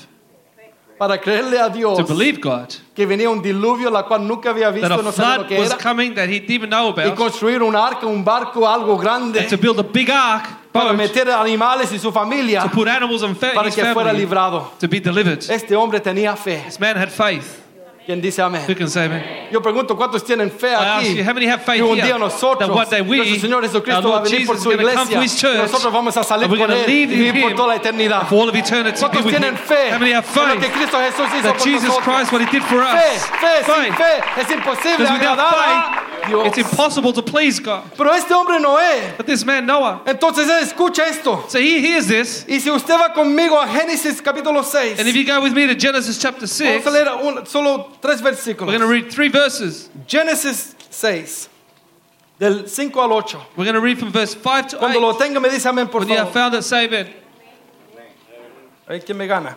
[SPEAKER 2] para creerle a Dios
[SPEAKER 3] to believe God?
[SPEAKER 2] que venía un diluvio la cual nunca había
[SPEAKER 3] That
[SPEAKER 2] visto,
[SPEAKER 3] a
[SPEAKER 2] no sabía lo
[SPEAKER 3] flood
[SPEAKER 2] que
[SPEAKER 3] was
[SPEAKER 2] era?
[SPEAKER 3] coming that he didn't even know
[SPEAKER 2] y
[SPEAKER 3] about,
[SPEAKER 2] construir un arca, un barco, algo
[SPEAKER 3] and to
[SPEAKER 2] grande
[SPEAKER 3] build a big ark
[SPEAKER 2] para
[SPEAKER 3] boat to
[SPEAKER 2] meter animales y su familia
[SPEAKER 3] put animals and fa-
[SPEAKER 2] para
[SPEAKER 3] his
[SPEAKER 2] que fuera
[SPEAKER 3] family
[SPEAKER 2] librado.
[SPEAKER 3] to be delivered.
[SPEAKER 2] Este hombre tenía fe.
[SPEAKER 3] This man had faith.
[SPEAKER 2] Quien dice
[SPEAKER 3] Who
[SPEAKER 2] amén.
[SPEAKER 3] can say amen?
[SPEAKER 2] Yo pregunto cuántos tienen fe
[SPEAKER 3] I ask
[SPEAKER 2] aquí.
[SPEAKER 3] you, how many have faith
[SPEAKER 2] Y un
[SPEAKER 3] here
[SPEAKER 2] día nosotros,
[SPEAKER 3] that one day we,
[SPEAKER 2] nuestro Señor
[SPEAKER 3] our
[SPEAKER 2] Jesucristo va a
[SPEAKER 3] Lord
[SPEAKER 2] venir por
[SPEAKER 3] Jesus, is
[SPEAKER 2] su
[SPEAKER 3] going to come
[SPEAKER 2] iglesia.
[SPEAKER 3] to his church,
[SPEAKER 2] Y nosotros vamos a salir
[SPEAKER 3] and we're
[SPEAKER 2] con
[SPEAKER 3] going to
[SPEAKER 2] él y
[SPEAKER 3] leave in
[SPEAKER 2] vivir por
[SPEAKER 3] him
[SPEAKER 2] toda la eternidad.
[SPEAKER 3] for all of eternity. Be
[SPEAKER 2] ¿Cuántos
[SPEAKER 3] with
[SPEAKER 2] tienen
[SPEAKER 3] him.
[SPEAKER 2] fe
[SPEAKER 3] How many have
[SPEAKER 2] en lo que
[SPEAKER 3] faith
[SPEAKER 2] Cristo Jesús hizo
[SPEAKER 3] that
[SPEAKER 2] por
[SPEAKER 3] Jesus
[SPEAKER 2] nosotros?
[SPEAKER 3] Christ, what he did for
[SPEAKER 2] Fe,
[SPEAKER 3] us?
[SPEAKER 2] fe, sin fe es imposible
[SPEAKER 3] Because without
[SPEAKER 2] agradar a
[SPEAKER 3] faith, it's
[SPEAKER 2] Dios.
[SPEAKER 3] impossible to please God.
[SPEAKER 2] Pero este hombre no es.
[SPEAKER 3] But this man, Noah,
[SPEAKER 2] Entonces él escucha esto.
[SPEAKER 3] so he hears this,
[SPEAKER 2] Y si usted va conmigo a Génesis capítulo 6,
[SPEAKER 3] and if you go with me to Genesis chapter
[SPEAKER 2] Vamos
[SPEAKER 3] 6,
[SPEAKER 2] a
[SPEAKER 3] we're
[SPEAKER 2] leer un- solo tres
[SPEAKER 3] going to
[SPEAKER 2] versículos.
[SPEAKER 3] read three verses.
[SPEAKER 2] Génesis 6, del 5 al 8.
[SPEAKER 3] We're going to read from verse 5 to
[SPEAKER 2] Cuando
[SPEAKER 3] 8.
[SPEAKER 2] lo tenga me dice amén, por
[SPEAKER 3] When you have
[SPEAKER 2] favor.
[SPEAKER 3] found it, say amen.
[SPEAKER 2] A ver quién me gana.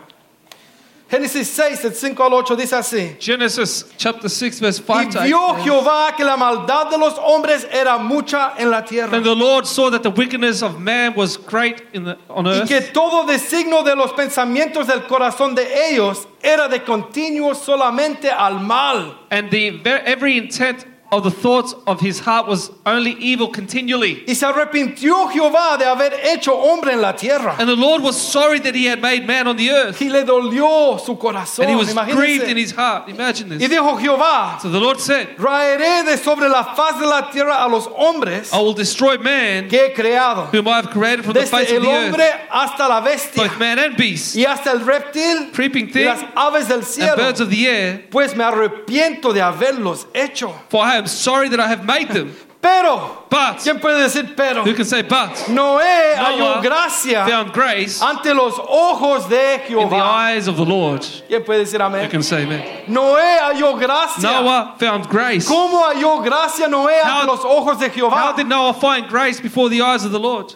[SPEAKER 2] Génesis 6, del 5 al 8 dice así.
[SPEAKER 3] Genesis chapter 6, verse 5
[SPEAKER 2] Y
[SPEAKER 3] to
[SPEAKER 2] vio
[SPEAKER 3] 8.
[SPEAKER 2] Jehová que la maldad de los hombres era mucha en la tierra
[SPEAKER 3] And the Lord saw that the wickedness of man was great in the, on
[SPEAKER 2] y
[SPEAKER 3] earth,
[SPEAKER 2] que todo designo de los pensamientos del corazón de ellos era de continuo solamente al mal.
[SPEAKER 3] and the ver- every intent of the thoughts of his heart was only evil continually.
[SPEAKER 2] Y se arrepintió Jehová de haber hecho hombre en la tierra.
[SPEAKER 3] And the Lord was sorry that he had made man on the earth,
[SPEAKER 2] Y le dolió su corazón.
[SPEAKER 3] and he was
[SPEAKER 2] imagínense.
[SPEAKER 3] grieved in his heart. Imagine
[SPEAKER 2] Y
[SPEAKER 3] this.
[SPEAKER 2] dijo Jehová,
[SPEAKER 3] So the Lord said,
[SPEAKER 2] traeré de sobre la faz de la tierra a los hombres
[SPEAKER 3] I will destroy man
[SPEAKER 2] que he creado,
[SPEAKER 3] whom I have created from Oh, the face
[SPEAKER 2] desde el
[SPEAKER 3] of the earth,
[SPEAKER 2] hombre hasta la bestia
[SPEAKER 3] both man and beast,
[SPEAKER 2] y hasta el reptil
[SPEAKER 3] creeping
[SPEAKER 2] y
[SPEAKER 3] thing,
[SPEAKER 2] las aves del cielo.
[SPEAKER 3] and birds of the air.
[SPEAKER 2] Pues me arrepiento de haberlos hecho,
[SPEAKER 3] For I am sorry that I have made them.
[SPEAKER 2] Pero,
[SPEAKER 3] But,
[SPEAKER 2] ¿quién puede decir pero?
[SPEAKER 3] who can say but?
[SPEAKER 2] Noé
[SPEAKER 3] Noah
[SPEAKER 2] halló gracia
[SPEAKER 3] found grace
[SPEAKER 2] ante los ojos de
[SPEAKER 3] in the
[SPEAKER 2] Jehová.
[SPEAKER 3] eyes of the Lord.
[SPEAKER 2] ¿Quién puede decir
[SPEAKER 3] Who
[SPEAKER 2] amén?
[SPEAKER 3] can say amen?
[SPEAKER 2] Noé halló gracia.
[SPEAKER 3] Noah found grace.
[SPEAKER 2] ¿Cómo halló gracia Noé ante
[SPEAKER 3] How-
[SPEAKER 2] los ojos de
[SPEAKER 3] How
[SPEAKER 2] Jehová?
[SPEAKER 3] did Noah find grace before the eyes of the Lord?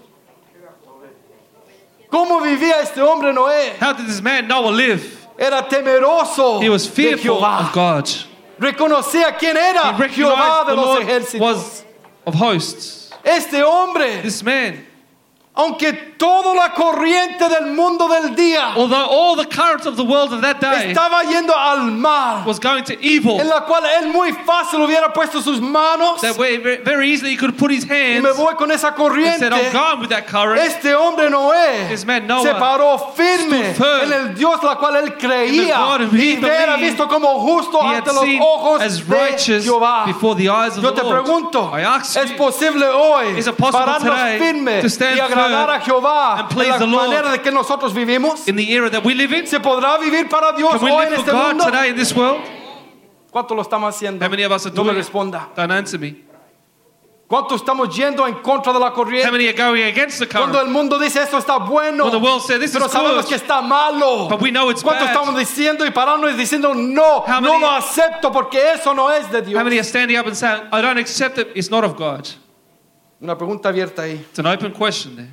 [SPEAKER 2] ¿Cómo vivía este hombre Noé?
[SPEAKER 3] How did this man Noah live?
[SPEAKER 2] Era temeroso
[SPEAKER 3] He was
[SPEAKER 2] de
[SPEAKER 3] fearful
[SPEAKER 2] Jehová.
[SPEAKER 3] of God.
[SPEAKER 2] Reconocía quién
[SPEAKER 3] He
[SPEAKER 2] era Jehová
[SPEAKER 3] recognized
[SPEAKER 2] de
[SPEAKER 3] the
[SPEAKER 2] los
[SPEAKER 3] Lord
[SPEAKER 2] ejércitos.
[SPEAKER 3] was of hosts.
[SPEAKER 2] Este hombre,
[SPEAKER 3] This man,
[SPEAKER 2] aunque toda la corriente del mundo del día
[SPEAKER 3] although all the currents of the world of that day
[SPEAKER 2] estaba yendo al mar,
[SPEAKER 3] was going to evil,
[SPEAKER 2] en la cual él muy fácil hubiera puesto sus manos
[SPEAKER 3] Oh. that way very very easily he could put his
[SPEAKER 2] y
[SPEAKER 3] hands
[SPEAKER 2] me voy con esa
[SPEAKER 3] and said, "Oh, I'm
[SPEAKER 2] corriente.
[SPEAKER 3] gone with that current.
[SPEAKER 2] Este hombre Noé
[SPEAKER 3] This man Noah
[SPEAKER 2] se paró firme
[SPEAKER 3] stood firm
[SPEAKER 2] en el Dios la cual él creía
[SPEAKER 3] God who he
[SPEAKER 2] y era
[SPEAKER 3] believed.
[SPEAKER 2] visto como justo
[SPEAKER 3] He had
[SPEAKER 2] ante los
[SPEAKER 3] seen as
[SPEAKER 2] ojos de
[SPEAKER 3] righteous
[SPEAKER 2] Jehová.
[SPEAKER 3] before the eyes of
[SPEAKER 2] Yo
[SPEAKER 3] the
[SPEAKER 2] te
[SPEAKER 3] Lord.
[SPEAKER 2] pregunto,
[SPEAKER 3] I ask
[SPEAKER 2] ¿es
[SPEAKER 3] you,
[SPEAKER 2] posible hoy
[SPEAKER 3] is it possible
[SPEAKER 2] pararnos
[SPEAKER 3] today
[SPEAKER 2] firme
[SPEAKER 3] to stand
[SPEAKER 2] y agradar
[SPEAKER 3] firm
[SPEAKER 2] a Jehová
[SPEAKER 3] and
[SPEAKER 2] de
[SPEAKER 3] please
[SPEAKER 2] la
[SPEAKER 3] the Lord?
[SPEAKER 2] manera de que nosotros vivimos?
[SPEAKER 3] in the era that we live in,
[SPEAKER 2] ¿Se podrá vivir para Dios
[SPEAKER 3] can we
[SPEAKER 2] hoy en
[SPEAKER 3] live for
[SPEAKER 2] este
[SPEAKER 3] God
[SPEAKER 2] mundo?
[SPEAKER 3] today in this world?
[SPEAKER 2] ¿Cuánto lo estamos haciendo?
[SPEAKER 3] How many of us are
[SPEAKER 2] No
[SPEAKER 3] doing
[SPEAKER 2] me
[SPEAKER 3] it?
[SPEAKER 2] responda.
[SPEAKER 3] Don't answer me.
[SPEAKER 2] ¿Cuánto estamos yendo en contra de la
[SPEAKER 3] How
[SPEAKER 2] corriente?
[SPEAKER 3] many are going against the
[SPEAKER 2] Cuando
[SPEAKER 3] current?
[SPEAKER 2] el mundo dice esto está bueno,
[SPEAKER 3] When the world said this
[SPEAKER 2] pero
[SPEAKER 3] is
[SPEAKER 2] sabemos
[SPEAKER 3] good,
[SPEAKER 2] que está malo.
[SPEAKER 3] but we know it's
[SPEAKER 2] ¿Cuánto
[SPEAKER 3] bad?
[SPEAKER 2] estamos diciendo y parándonos diciendo no,
[SPEAKER 3] How
[SPEAKER 2] no
[SPEAKER 3] many-
[SPEAKER 2] lo acepto porque eso no es de Dios?
[SPEAKER 3] How many are standing up and saying, I don't accept it, it's not of God?
[SPEAKER 2] Una pregunta abierta ahí.
[SPEAKER 3] It's an open question there.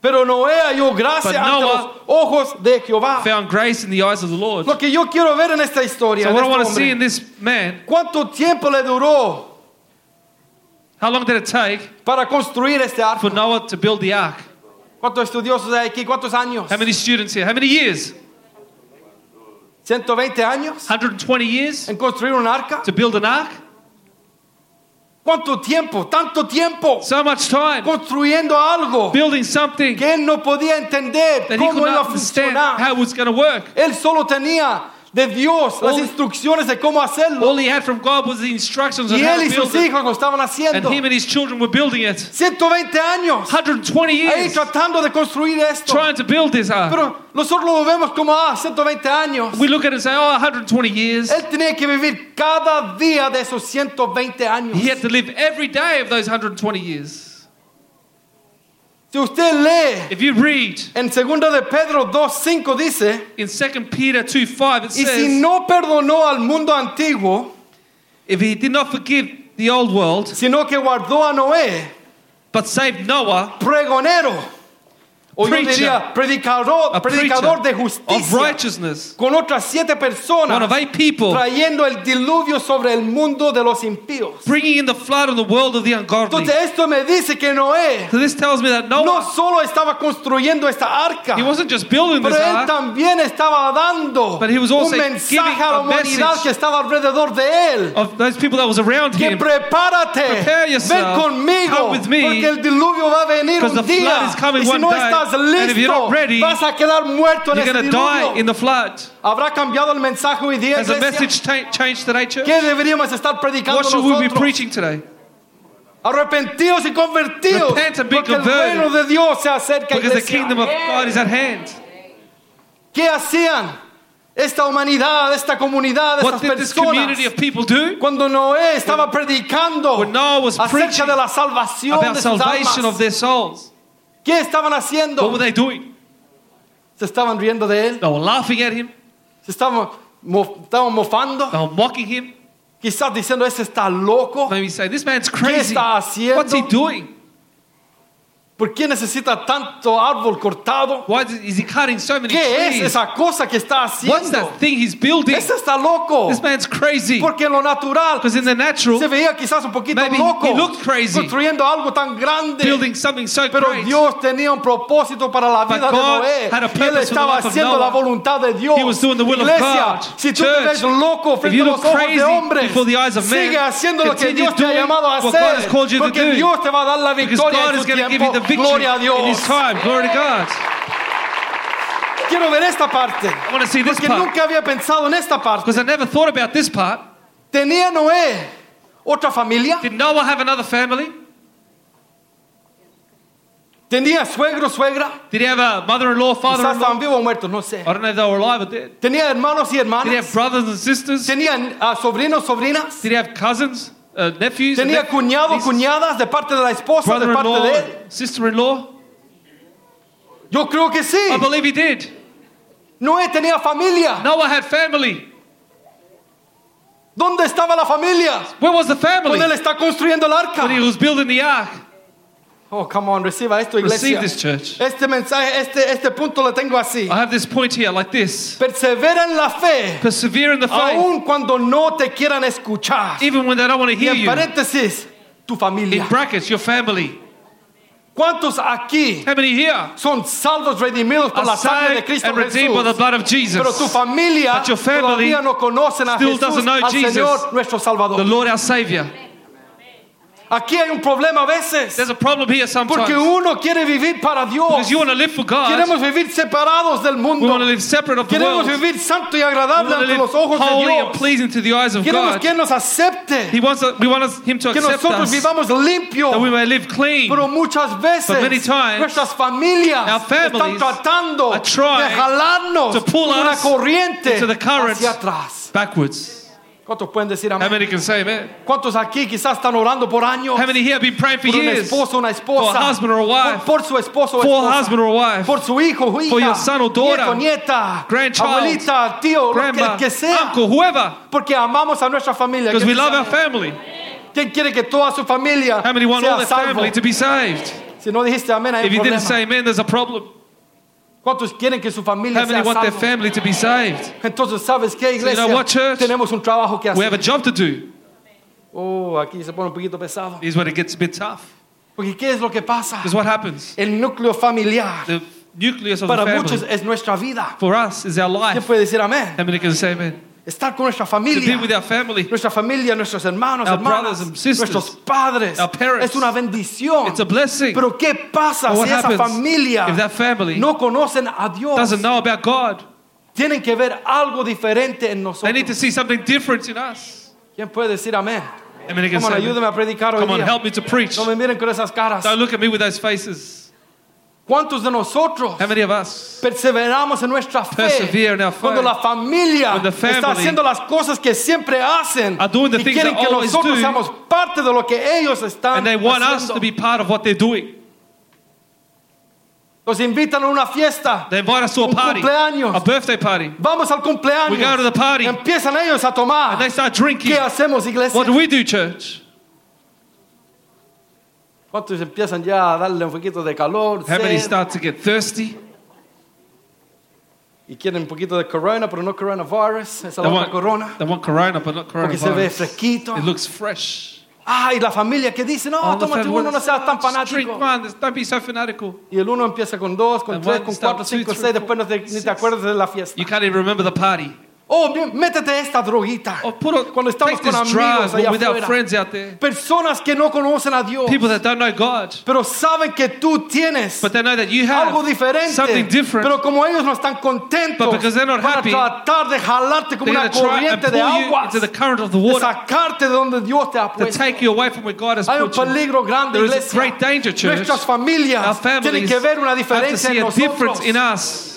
[SPEAKER 2] Pero Noé halló
[SPEAKER 3] But
[SPEAKER 2] gracia ante
[SPEAKER 3] Noah-
[SPEAKER 2] los ojos de Jehová.
[SPEAKER 3] Found grace in the eyes of the Lord.
[SPEAKER 2] Lo que yo quiero ver en esta historia,
[SPEAKER 3] so
[SPEAKER 2] en
[SPEAKER 3] what I
[SPEAKER 2] este
[SPEAKER 3] want to see
[SPEAKER 2] hombre,
[SPEAKER 3] in this man,
[SPEAKER 2] ¿cuánto tiempo le duró
[SPEAKER 3] how long did it take
[SPEAKER 2] para construir este
[SPEAKER 3] for
[SPEAKER 2] arco?
[SPEAKER 3] Noah to build the ark?
[SPEAKER 2] ¿Cuántos estudiosos hay aquí? ¿Cuántos años?
[SPEAKER 3] How many students here? How many years?
[SPEAKER 2] ¿120 años
[SPEAKER 3] 120 years
[SPEAKER 2] en construir un arca?
[SPEAKER 3] to build an ark?
[SPEAKER 2] ¿Cuánto tiempo? ¿Tanto tiempo?
[SPEAKER 3] So much time
[SPEAKER 2] Construyendo algo
[SPEAKER 3] building something
[SPEAKER 2] que él no podía entender
[SPEAKER 3] that he could
[SPEAKER 2] cómo iba a
[SPEAKER 3] not understand
[SPEAKER 2] funcionar.
[SPEAKER 3] how it was going to work.
[SPEAKER 2] Él solo tenía de Dios las
[SPEAKER 3] All-
[SPEAKER 2] instrucciones de cómo hacerlo.
[SPEAKER 3] All he had from God was the instructions on
[SPEAKER 2] Y
[SPEAKER 3] how
[SPEAKER 2] él
[SPEAKER 3] to
[SPEAKER 2] y
[SPEAKER 3] build
[SPEAKER 2] sus
[SPEAKER 3] it.
[SPEAKER 2] hijos lo estaban
[SPEAKER 3] And
[SPEAKER 2] haciendo.
[SPEAKER 3] him and his children were building it.
[SPEAKER 2] 120 años
[SPEAKER 3] 120
[SPEAKER 2] ahí
[SPEAKER 3] years
[SPEAKER 2] tratando de construir esto.
[SPEAKER 3] trying to build this ark.
[SPEAKER 2] Pero nosotros lo vemos como, ah, 120 años.
[SPEAKER 3] We look at it and say, oh, 120 years.
[SPEAKER 2] Él tenía que vivir cada día de esos 120 años.
[SPEAKER 3] He had to live every day of those 120 years.
[SPEAKER 2] Si usted lee
[SPEAKER 3] If you read
[SPEAKER 2] en 2 de Pedro 2.5 dice,
[SPEAKER 3] in 2 Peter 2 5,
[SPEAKER 2] y
[SPEAKER 3] it
[SPEAKER 2] si
[SPEAKER 3] says,
[SPEAKER 2] no perdonó al mundo antiguo,
[SPEAKER 3] If he did not forgive the old world,
[SPEAKER 2] sino que guardó a Noé,
[SPEAKER 3] but saved Noah,
[SPEAKER 2] pregonero, o yo
[SPEAKER 3] Preacher.
[SPEAKER 2] diría predicador,
[SPEAKER 3] a preacher
[SPEAKER 2] predicador de
[SPEAKER 3] of
[SPEAKER 2] justicia,
[SPEAKER 3] righteousness,
[SPEAKER 2] con otras siete
[SPEAKER 3] one of
[SPEAKER 2] personas,
[SPEAKER 3] eight people,
[SPEAKER 2] trayendo el diluvio sobre el mundo de los impíos.
[SPEAKER 3] bringing in the flood on the world of the ungodly.
[SPEAKER 2] Entonces esto me dice que Noé
[SPEAKER 3] So this tells me that
[SPEAKER 2] no
[SPEAKER 3] Noah,
[SPEAKER 2] solo estaba construyendo esta arca,
[SPEAKER 3] he wasn't just building
[SPEAKER 2] Pero
[SPEAKER 3] this
[SPEAKER 2] él
[SPEAKER 3] ark,
[SPEAKER 2] también estaba dando
[SPEAKER 3] But he was also
[SPEAKER 2] un mensaje
[SPEAKER 3] giving
[SPEAKER 2] a la
[SPEAKER 3] a
[SPEAKER 2] humanidad
[SPEAKER 3] message
[SPEAKER 2] que estaba alrededor de él.
[SPEAKER 3] of those people that was around
[SPEAKER 2] Que
[SPEAKER 3] him,
[SPEAKER 2] prepárate,
[SPEAKER 3] prepare yourself,
[SPEAKER 2] ven conmigo,
[SPEAKER 3] come with me,
[SPEAKER 2] porque el diluvio va a venir
[SPEAKER 3] because
[SPEAKER 2] un
[SPEAKER 3] the flood
[SPEAKER 2] día.
[SPEAKER 3] is coming
[SPEAKER 2] Y si
[SPEAKER 3] one
[SPEAKER 2] no
[SPEAKER 3] day,
[SPEAKER 2] estás
[SPEAKER 3] and if you're
[SPEAKER 2] listo,
[SPEAKER 3] not ready,
[SPEAKER 2] vas a quedar muerto en
[SPEAKER 3] you're
[SPEAKER 2] ese
[SPEAKER 3] going to die
[SPEAKER 2] diluvio.
[SPEAKER 3] in the flood.
[SPEAKER 2] ¿Habrá cambiado el mensaje hoy día,
[SPEAKER 3] Has the
[SPEAKER 2] iglesia?
[SPEAKER 3] message ta- changed today, church?
[SPEAKER 2] ¿Qué deberíamos estar predicando
[SPEAKER 3] What should we be
[SPEAKER 2] nosotros?
[SPEAKER 3] preaching today?
[SPEAKER 2] Arrepentidos y convertidos,
[SPEAKER 3] Repent and be
[SPEAKER 2] porque el
[SPEAKER 3] converted.
[SPEAKER 2] reino de Dios se acerca,
[SPEAKER 3] Because the
[SPEAKER 2] iglesia.
[SPEAKER 3] kingdom of God is at hand.
[SPEAKER 2] ¿Qué hacían esta humanidad, esta comunidad,
[SPEAKER 3] What
[SPEAKER 2] estas
[SPEAKER 3] did this
[SPEAKER 2] personas?
[SPEAKER 3] community of people do?
[SPEAKER 2] Cuando Noé estaba predicando
[SPEAKER 3] when Noah was
[SPEAKER 2] acerca
[SPEAKER 3] preaching
[SPEAKER 2] de la salvación
[SPEAKER 3] About
[SPEAKER 2] de sus
[SPEAKER 3] salvation of
[SPEAKER 2] almas,
[SPEAKER 3] their souls.
[SPEAKER 2] ¿qué estaban
[SPEAKER 3] What were
[SPEAKER 2] haciendo?
[SPEAKER 3] they doing?
[SPEAKER 2] Se estaban riendo de él,
[SPEAKER 3] They were laughing at him.
[SPEAKER 2] se estaban, mo- estaban mofando,
[SPEAKER 3] They were mocking him.
[SPEAKER 2] quizás diciendo, ese está loco,
[SPEAKER 3] Maybe saying, this man's crazy.
[SPEAKER 2] está haciendo?
[SPEAKER 3] What's he doing?
[SPEAKER 2] ¿por qué necesita tanto árbol cortado?
[SPEAKER 3] Why is is he cutting so many
[SPEAKER 2] ¿Qué es
[SPEAKER 3] trees?
[SPEAKER 2] esa cosa que está
[SPEAKER 3] What's
[SPEAKER 2] haciendo?
[SPEAKER 3] that thing he's building?
[SPEAKER 2] Ese Este está loco,
[SPEAKER 3] This man's crazy.
[SPEAKER 2] porque en lo natural
[SPEAKER 3] Because in the natural,
[SPEAKER 2] se veía quizás un poquito
[SPEAKER 3] Maybe he
[SPEAKER 2] loco,
[SPEAKER 3] looked crazy.
[SPEAKER 2] construyendo algo tan grande.
[SPEAKER 3] building something so
[SPEAKER 2] Pero
[SPEAKER 3] great.
[SPEAKER 2] Dios tenía un propósito para la vida
[SPEAKER 3] But
[SPEAKER 2] de
[SPEAKER 3] God
[SPEAKER 2] Noé.
[SPEAKER 3] had a
[SPEAKER 2] Y
[SPEAKER 3] purpose
[SPEAKER 2] Él
[SPEAKER 3] for the
[SPEAKER 2] estaba
[SPEAKER 3] life of
[SPEAKER 2] haciendo
[SPEAKER 3] Noah.
[SPEAKER 2] la voluntad de Dios.
[SPEAKER 3] He was doing the will of
[SPEAKER 2] Iglesia,
[SPEAKER 3] God.
[SPEAKER 2] si tú te
[SPEAKER 3] Church,
[SPEAKER 2] ves loco
[SPEAKER 3] if
[SPEAKER 2] frente a
[SPEAKER 3] you
[SPEAKER 2] los
[SPEAKER 3] look
[SPEAKER 2] ojos
[SPEAKER 3] crazy
[SPEAKER 2] de hombres,
[SPEAKER 3] before the eyes of man,
[SPEAKER 2] sigue haciendo lo que
[SPEAKER 3] continue
[SPEAKER 2] Dios te ha
[SPEAKER 3] doing
[SPEAKER 2] llamado a
[SPEAKER 3] what God has
[SPEAKER 2] hacer.
[SPEAKER 3] called you to
[SPEAKER 2] Porque
[SPEAKER 3] do.
[SPEAKER 2] Dios te va a dar la
[SPEAKER 3] because
[SPEAKER 2] victoria
[SPEAKER 3] God
[SPEAKER 2] en
[SPEAKER 3] is
[SPEAKER 2] su
[SPEAKER 3] going to give you
[SPEAKER 2] tiempo.
[SPEAKER 3] the victory
[SPEAKER 2] Gloria a Dios.
[SPEAKER 3] in His time. Glory to God.
[SPEAKER 2] Quiero ver esta parte.
[SPEAKER 3] I want to see this
[SPEAKER 2] Porque
[SPEAKER 3] part.
[SPEAKER 2] nunca había pensado en esta parte.
[SPEAKER 3] Because I never thought about this part.
[SPEAKER 2] ¿Tenía Noé otra familia?
[SPEAKER 3] Did Noah have another family?
[SPEAKER 2] ¿Tenía suegro, suegra?
[SPEAKER 3] Did he have a mother-in-law,
[SPEAKER 2] Quizás estaban
[SPEAKER 3] father-in-law?
[SPEAKER 2] vivos o muertos, no sé.
[SPEAKER 3] I don't know if they were alive or dead.
[SPEAKER 2] ¿Tenía hermanos y
[SPEAKER 3] Did he
[SPEAKER 2] hermanas?
[SPEAKER 3] have brothers and sisters?
[SPEAKER 2] ¿Tenía ah, sobrinos, sobrinas?
[SPEAKER 3] Did he have cousins? uh, nephews,
[SPEAKER 2] Tenía
[SPEAKER 3] nep-
[SPEAKER 2] cuñados,
[SPEAKER 3] nieces,
[SPEAKER 2] cuñadas de parte de la esposa, de parte
[SPEAKER 3] brother-in-law,
[SPEAKER 2] de él.
[SPEAKER 3] sister-in-law.
[SPEAKER 2] Yo creo que sí.
[SPEAKER 3] I believe he did.
[SPEAKER 2] Noé tenía familia.
[SPEAKER 3] Noah had family.
[SPEAKER 2] ¿Dónde estaba la familia?
[SPEAKER 3] Where was the family?
[SPEAKER 2] Cuando él está construyendo el arca.
[SPEAKER 3] When he was building the ark.
[SPEAKER 2] Oh, come on, reciba esto, iglesia.
[SPEAKER 3] Receive this, church. Ah.
[SPEAKER 2] Este mensaje, este, este punto lo tengo así.
[SPEAKER 3] I have this point here, like this.
[SPEAKER 2] Persevera en la fe,
[SPEAKER 3] Persevere in the
[SPEAKER 2] Oh.
[SPEAKER 3] faith,
[SPEAKER 2] aun cuando no te quieran escuchar.
[SPEAKER 3] even when they don't want to
[SPEAKER 2] Y
[SPEAKER 3] hear
[SPEAKER 2] en
[SPEAKER 3] you.
[SPEAKER 2] paréntesis, tu
[SPEAKER 3] In
[SPEAKER 2] familia.
[SPEAKER 3] brackets, your family.
[SPEAKER 2] ¿Cuántos aquí
[SPEAKER 3] How many here
[SPEAKER 2] son salvos, redimidos por la
[SPEAKER 3] are
[SPEAKER 2] sangre de
[SPEAKER 3] saved
[SPEAKER 2] Cristo
[SPEAKER 3] and redeemed by the
[SPEAKER 2] Jesús?
[SPEAKER 3] blood of Jesus?
[SPEAKER 2] Pero tu familia
[SPEAKER 3] But your family
[SPEAKER 2] todavía no conocen a
[SPEAKER 3] still
[SPEAKER 2] Jesús,
[SPEAKER 3] doesn't know
[SPEAKER 2] al
[SPEAKER 3] Jesus,
[SPEAKER 2] Señor, nuestro
[SPEAKER 3] The
[SPEAKER 2] Salvador.
[SPEAKER 3] Lord our Savior.
[SPEAKER 2] Aquí hay un problema a veces,
[SPEAKER 3] There's a problem here
[SPEAKER 2] porque
[SPEAKER 3] sometimes.
[SPEAKER 2] uno quiere vivir para Dios.
[SPEAKER 3] Because you want to live for God.
[SPEAKER 2] Queremos vivir separados del
[SPEAKER 3] We want to
[SPEAKER 2] mundo.
[SPEAKER 3] live separate of the
[SPEAKER 2] Queremos
[SPEAKER 3] world.
[SPEAKER 2] vivir santo y
[SPEAKER 3] We
[SPEAKER 2] agradable
[SPEAKER 3] want to
[SPEAKER 2] ante
[SPEAKER 3] live
[SPEAKER 2] los ojos de
[SPEAKER 3] holy and
[SPEAKER 2] Dios.
[SPEAKER 3] pleasing to the eyes of
[SPEAKER 2] Queremos que Él
[SPEAKER 3] God.
[SPEAKER 2] nos acepte.
[SPEAKER 3] He wants us- we want us- Him to
[SPEAKER 2] Que
[SPEAKER 3] accept
[SPEAKER 2] nosotros
[SPEAKER 3] us.
[SPEAKER 2] vivamos limpios.
[SPEAKER 3] That we may live clean.
[SPEAKER 2] Pero muchas veces
[SPEAKER 3] But many times,
[SPEAKER 2] nuestras familias
[SPEAKER 3] our
[SPEAKER 2] están
[SPEAKER 3] families
[SPEAKER 2] tratando
[SPEAKER 3] are trying
[SPEAKER 2] de jalarnos
[SPEAKER 3] to pull
[SPEAKER 2] en una
[SPEAKER 3] us
[SPEAKER 2] corriente
[SPEAKER 3] into the current.
[SPEAKER 2] hacia atrás.
[SPEAKER 3] Backwards.
[SPEAKER 2] ¿Cuántos pueden decir
[SPEAKER 3] How
[SPEAKER 2] amén?
[SPEAKER 3] many can say amen?
[SPEAKER 2] ¿Cuántos aquí quizás están orando por años?
[SPEAKER 3] How many here have been praying for
[SPEAKER 2] por un
[SPEAKER 3] years?
[SPEAKER 2] esposo, una esposa,
[SPEAKER 3] For a husband or a wife.
[SPEAKER 2] por, por su esposo o
[SPEAKER 3] For a
[SPEAKER 2] esposa,
[SPEAKER 3] husband or a wife.
[SPEAKER 2] por su hijo, o hija,
[SPEAKER 3] For your son or daughter.
[SPEAKER 2] nieto, nieta,
[SPEAKER 3] Grandchild.
[SPEAKER 2] abuelita, tío, lo que,
[SPEAKER 3] Grandma,
[SPEAKER 2] que sea,
[SPEAKER 3] uncle, whoever.
[SPEAKER 2] porque amamos a nuestra familia.
[SPEAKER 3] Because
[SPEAKER 2] ¿Quién
[SPEAKER 3] we love
[SPEAKER 2] sabe?
[SPEAKER 3] our family.
[SPEAKER 2] ¿Quién quiere que toda su familia
[SPEAKER 3] How many want all
[SPEAKER 2] sea
[SPEAKER 3] their
[SPEAKER 2] salvo?
[SPEAKER 3] family to be saved?
[SPEAKER 2] Si no dijiste amén, hay
[SPEAKER 3] If
[SPEAKER 2] un
[SPEAKER 3] you didn't
[SPEAKER 2] problema.
[SPEAKER 3] say amen, there's a problem.
[SPEAKER 2] ¿Cuántos quieren que su familia
[SPEAKER 3] How many
[SPEAKER 2] sea
[SPEAKER 3] want their
[SPEAKER 2] salvo?
[SPEAKER 3] family to be saved?
[SPEAKER 2] Entonces, ¿sabes qué,
[SPEAKER 3] you know
[SPEAKER 2] iglesia?
[SPEAKER 3] what, church?
[SPEAKER 2] Tenemos un trabajo que
[SPEAKER 3] We have
[SPEAKER 2] hacer.
[SPEAKER 3] a job to do.
[SPEAKER 2] Oh, aquí se pone un poquito pesado.
[SPEAKER 3] Here's when it gets a bit tough.
[SPEAKER 2] Porque ¿qué es lo que pasa?
[SPEAKER 3] Because what happens?
[SPEAKER 2] El núcleo familiar
[SPEAKER 3] The nucleus of the
[SPEAKER 2] para muchos
[SPEAKER 3] family
[SPEAKER 2] es nuestra vida.
[SPEAKER 3] for us is our
[SPEAKER 2] ¿Quién
[SPEAKER 3] life.
[SPEAKER 2] puede decir amén?
[SPEAKER 3] How many can say amen?
[SPEAKER 2] Estar con nuestra
[SPEAKER 3] To be
[SPEAKER 2] familia.
[SPEAKER 3] with our family,
[SPEAKER 2] Nuestra familia, nuestros hermanos,
[SPEAKER 3] Our
[SPEAKER 2] hermanas,
[SPEAKER 3] brothers and sisters.
[SPEAKER 2] nuestros padres.
[SPEAKER 3] Our parents.
[SPEAKER 2] Es una bendición.
[SPEAKER 3] it's a blessing.
[SPEAKER 2] Pero ¿qué pasa
[SPEAKER 3] But what
[SPEAKER 2] si esa
[SPEAKER 3] happens
[SPEAKER 2] familia
[SPEAKER 3] if that family
[SPEAKER 2] no conocen a Dios?
[SPEAKER 3] doesn't know about God?
[SPEAKER 2] Tienen que ver algo diferente en
[SPEAKER 3] They need to
[SPEAKER 2] nosotros.
[SPEAKER 3] see something different in us.
[SPEAKER 2] ¿Quién puede decir amén?
[SPEAKER 3] How many can
[SPEAKER 2] Come on,
[SPEAKER 3] say amen?
[SPEAKER 2] ayúdeme a predicar hoy
[SPEAKER 3] Come on,
[SPEAKER 2] día.
[SPEAKER 3] help me to preach.
[SPEAKER 2] No me miren con esas caras.
[SPEAKER 3] Don't look at me with those faces.
[SPEAKER 2] ¿Cuántos de nosotros
[SPEAKER 3] How many of us?
[SPEAKER 2] perseveramos en nuestra fe?
[SPEAKER 3] Persevere in our faith.
[SPEAKER 2] Cuando la familia
[SPEAKER 3] When the
[SPEAKER 2] está
[SPEAKER 3] family
[SPEAKER 2] haciendo las cosas que siempre hacen
[SPEAKER 3] are doing the
[SPEAKER 2] y
[SPEAKER 3] things
[SPEAKER 2] quieren
[SPEAKER 3] they
[SPEAKER 2] que
[SPEAKER 3] always
[SPEAKER 2] nosotros
[SPEAKER 3] do.
[SPEAKER 2] seamos parte de lo que ellos están
[SPEAKER 3] And they want us to
[SPEAKER 2] haciendo.
[SPEAKER 3] be part of what they're doing.
[SPEAKER 2] Nos invitan a una fiesta.
[SPEAKER 3] They invite us to a
[SPEAKER 2] Un
[SPEAKER 3] party,
[SPEAKER 2] cumpleaños.
[SPEAKER 3] a birthday party.
[SPEAKER 2] Vamos al cumpleaños.
[SPEAKER 3] We go to the party.
[SPEAKER 2] Empiezan ellos a
[SPEAKER 3] And they
[SPEAKER 2] tomar.
[SPEAKER 3] start drinking.
[SPEAKER 2] ¿Qué hacemos, iglesia?
[SPEAKER 3] What do we do, church?
[SPEAKER 2] ¿Cuántos empiezan ya a darle un poquito de calor?
[SPEAKER 3] How many
[SPEAKER 2] sed,
[SPEAKER 3] start to get thirsty?
[SPEAKER 2] y quieren un poquito de corona, pero no coronavirus. Esa
[SPEAKER 3] They
[SPEAKER 2] es la
[SPEAKER 3] want,
[SPEAKER 2] corona.
[SPEAKER 3] they want corona, but not
[SPEAKER 2] Porque se ve
[SPEAKER 3] coronavirus.
[SPEAKER 2] fresquito.
[SPEAKER 3] It looks fresh.
[SPEAKER 2] Ah, y la familia que dice, no,
[SPEAKER 3] All the
[SPEAKER 2] tómate
[SPEAKER 3] fun-
[SPEAKER 2] uno, no seas tan
[SPEAKER 3] Just drink
[SPEAKER 2] fanático.
[SPEAKER 3] one. Just Don't be so fanatical.
[SPEAKER 2] Y el uno empieza con dos, con
[SPEAKER 3] And
[SPEAKER 2] tres,
[SPEAKER 3] one
[SPEAKER 2] con
[SPEAKER 3] start,
[SPEAKER 2] cuatro,
[SPEAKER 3] two,
[SPEAKER 2] cinco,
[SPEAKER 3] three,
[SPEAKER 2] seis. Después
[SPEAKER 3] four,
[SPEAKER 2] no te, ni
[SPEAKER 3] six.
[SPEAKER 2] te acuerdas de la fiesta.
[SPEAKER 3] You can't even remember the party.
[SPEAKER 2] Oh, bien, métete esta droguita.
[SPEAKER 3] Or put a,
[SPEAKER 2] Cuando estamos
[SPEAKER 3] Oh, take
[SPEAKER 2] con amigos
[SPEAKER 3] this drive
[SPEAKER 2] allá
[SPEAKER 3] with our
[SPEAKER 2] afuera.
[SPEAKER 3] friends out there.
[SPEAKER 2] Personas que no conocen a Dios,
[SPEAKER 3] People that don't know God.
[SPEAKER 2] pero saben que tú tienes
[SPEAKER 3] But they know that you have
[SPEAKER 2] algo diferente.
[SPEAKER 3] something different.
[SPEAKER 2] Pero como ellos no están contentos,
[SPEAKER 3] But because they're not
[SPEAKER 2] van
[SPEAKER 3] happy,
[SPEAKER 2] a tratar de jalarte como
[SPEAKER 3] They're
[SPEAKER 2] una
[SPEAKER 3] going to try
[SPEAKER 2] corriente
[SPEAKER 3] and pull
[SPEAKER 2] de
[SPEAKER 3] you
[SPEAKER 2] agua,
[SPEAKER 3] into the current of the
[SPEAKER 2] de
[SPEAKER 3] water.
[SPEAKER 2] sacarte de donde Dios te ha
[SPEAKER 3] To
[SPEAKER 2] puesto.
[SPEAKER 3] take you away from where God has
[SPEAKER 2] Hay un
[SPEAKER 3] put you.
[SPEAKER 2] peligro grande,
[SPEAKER 3] There is a
[SPEAKER 2] iglesia.
[SPEAKER 3] great danger, church.
[SPEAKER 2] Nuestras familias
[SPEAKER 3] Our
[SPEAKER 2] tienen
[SPEAKER 3] families
[SPEAKER 2] que ver una
[SPEAKER 3] have to
[SPEAKER 2] diferencia
[SPEAKER 3] see
[SPEAKER 2] en
[SPEAKER 3] a difference
[SPEAKER 2] nosotros.
[SPEAKER 3] in us.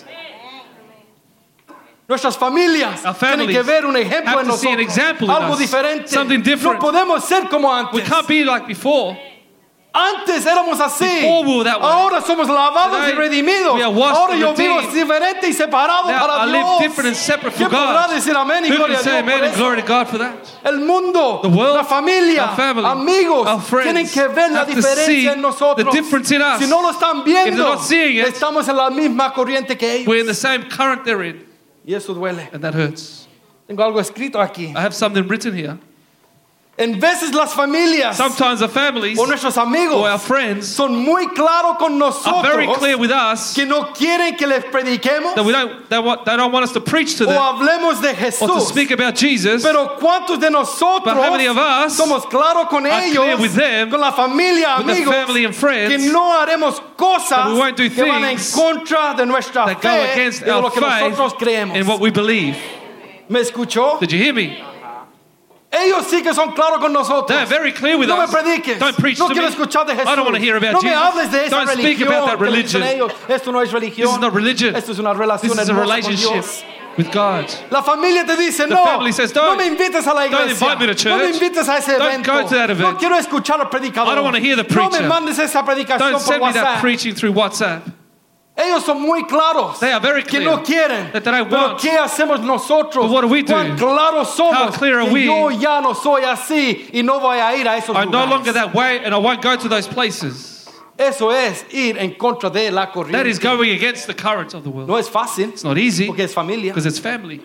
[SPEAKER 2] Nuestras familias
[SPEAKER 3] Our
[SPEAKER 2] tienen
[SPEAKER 3] families
[SPEAKER 2] que ver un ejemplo
[SPEAKER 3] have
[SPEAKER 2] en
[SPEAKER 3] to see an
[SPEAKER 2] nosotros.
[SPEAKER 3] example in
[SPEAKER 2] Algo
[SPEAKER 3] us.
[SPEAKER 2] diferente.
[SPEAKER 3] Something different.
[SPEAKER 2] No podemos ser como
[SPEAKER 3] We
[SPEAKER 2] antes.
[SPEAKER 3] can't be like before.
[SPEAKER 2] Antes éramos así.
[SPEAKER 3] Before we were that way.
[SPEAKER 2] Ahora somos lavados
[SPEAKER 3] Today,
[SPEAKER 2] y redimidos.
[SPEAKER 3] we are washed
[SPEAKER 2] Ahora
[SPEAKER 3] and
[SPEAKER 2] yo vivo
[SPEAKER 3] redeemed.
[SPEAKER 2] diferente y separado
[SPEAKER 3] Now
[SPEAKER 2] para Dios.
[SPEAKER 3] I live different and separate
[SPEAKER 2] ¿Quién
[SPEAKER 3] from
[SPEAKER 2] podrá
[SPEAKER 3] God.
[SPEAKER 2] decir amén y
[SPEAKER 3] Who
[SPEAKER 2] gloria
[SPEAKER 3] can
[SPEAKER 2] a Dios
[SPEAKER 3] say
[SPEAKER 2] por
[SPEAKER 3] amen and
[SPEAKER 2] eso?
[SPEAKER 3] glory to God for that?
[SPEAKER 2] El mundo,
[SPEAKER 3] The world,
[SPEAKER 2] la familia,
[SPEAKER 3] our family,
[SPEAKER 2] amigos,
[SPEAKER 3] our friends
[SPEAKER 2] tienen que ver la
[SPEAKER 3] have to see
[SPEAKER 2] diferencia en nosotros.
[SPEAKER 3] the difference in us.
[SPEAKER 2] Si no lo están
[SPEAKER 3] If they're
[SPEAKER 2] viendo,
[SPEAKER 3] not seeing it,
[SPEAKER 2] estamos en la misma corriente que ellos.
[SPEAKER 3] We're in the same current they're in,
[SPEAKER 2] Y eso duele.
[SPEAKER 3] and that hurts.
[SPEAKER 2] Tengo algo escrito aquí.
[SPEAKER 3] I have something written here.
[SPEAKER 2] En veces las familias
[SPEAKER 3] Sometimes our families
[SPEAKER 2] o
[SPEAKER 3] or
[SPEAKER 2] nuestros amigos
[SPEAKER 3] our friends
[SPEAKER 2] son muy claros con
[SPEAKER 3] are very
[SPEAKER 2] nosotros
[SPEAKER 3] clear with us
[SPEAKER 2] que no quieren que les prediquemos
[SPEAKER 3] that we don't, they, want, they don't want us to preach to
[SPEAKER 2] o
[SPEAKER 3] them
[SPEAKER 2] hablemos de
[SPEAKER 3] or to
[SPEAKER 2] Jesús.
[SPEAKER 3] speak about Jesus.
[SPEAKER 2] Pero cuántos de nosotros
[SPEAKER 3] But how many of us
[SPEAKER 2] somos claros con
[SPEAKER 3] are
[SPEAKER 2] ellos,
[SPEAKER 3] clear with them,
[SPEAKER 2] con la familia,
[SPEAKER 3] with the
[SPEAKER 2] amigos,
[SPEAKER 3] family and friends,
[SPEAKER 2] que no haremos cosas
[SPEAKER 3] that we won't do
[SPEAKER 2] que van en
[SPEAKER 3] things
[SPEAKER 2] contra de nuestra
[SPEAKER 3] That go
[SPEAKER 2] fe y
[SPEAKER 3] against
[SPEAKER 2] de
[SPEAKER 3] our
[SPEAKER 2] lo que nosotros
[SPEAKER 3] faith and what
[SPEAKER 2] creemos.
[SPEAKER 3] we believe.
[SPEAKER 2] ¿Me escuchó?
[SPEAKER 3] Did you hear me?
[SPEAKER 2] Ellos sí que son claros con nosotros.
[SPEAKER 3] They're very clear with
[SPEAKER 2] no
[SPEAKER 3] us.
[SPEAKER 2] me prediques.
[SPEAKER 3] Don't preach
[SPEAKER 2] no
[SPEAKER 3] to
[SPEAKER 2] quiero
[SPEAKER 3] me.
[SPEAKER 2] escuchar de
[SPEAKER 3] I
[SPEAKER 2] Jesús.
[SPEAKER 3] don't wanna hear about
[SPEAKER 2] no me
[SPEAKER 3] Jesus.
[SPEAKER 2] hables de esa
[SPEAKER 3] Don't speak
[SPEAKER 2] religión.
[SPEAKER 3] about that
[SPEAKER 2] que dicen
[SPEAKER 3] religion.
[SPEAKER 2] ellos. Esto no es religión.
[SPEAKER 3] This is not religion.
[SPEAKER 2] Esto es una relación
[SPEAKER 3] This is a
[SPEAKER 2] hermosa con
[SPEAKER 3] relationship.
[SPEAKER 2] Dios.
[SPEAKER 3] with God.
[SPEAKER 2] La familia te dice,
[SPEAKER 3] The
[SPEAKER 2] no,
[SPEAKER 3] family says,
[SPEAKER 2] no
[SPEAKER 3] "Don't-
[SPEAKER 2] me invites a la
[SPEAKER 3] don't
[SPEAKER 2] iglesia.
[SPEAKER 3] invite me to
[SPEAKER 2] No me
[SPEAKER 3] church.
[SPEAKER 2] invites a ese
[SPEAKER 3] Don't
[SPEAKER 2] evento.
[SPEAKER 3] go to that
[SPEAKER 2] No
[SPEAKER 3] event.
[SPEAKER 2] quiero escuchar al predicador.
[SPEAKER 3] I don't wanna hear the
[SPEAKER 2] No me
[SPEAKER 3] preacher.
[SPEAKER 2] mandes esa predicación
[SPEAKER 3] Don't
[SPEAKER 2] por
[SPEAKER 3] send me that
[SPEAKER 2] WhatsApp.
[SPEAKER 3] preaching through WhatsApp.
[SPEAKER 2] Ellos son muy claros
[SPEAKER 3] They are very
[SPEAKER 2] que
[SPEAKER 3] clear
[SPEAKER 2] no quieren.
[SPEAKER 3] that they
[SPEAKER 2] Pero
[SPEAKER 3] won't.
[SPEAKER 2] ¿qué hacemos nosotros?
[SPEAKER 3] But what do we do?
[SPEAKER 2] ¿Cuán claros somos
[SPEAKER 3] How clear are
[SPEAKER 2] que
[SPEAKER 3] we?
[SPEAKER 2] yo ya no soy así y no voy a ir a esos
[SPEAKER 3] I'm no
[SPEAKER 2] lugares?
[SPEAKER 3] longer that way and I won't go to those places.
[SPEAKER 2] Eso es ir en contra de la corriente.
[SPEAKER 3] That is going against the current of the world.
[SPEAKER 2] no es fácil
[SPEAKER 3] It's not easy
[SPEAKER 2] porque es familia.
[SPEAKER 3] because it's family.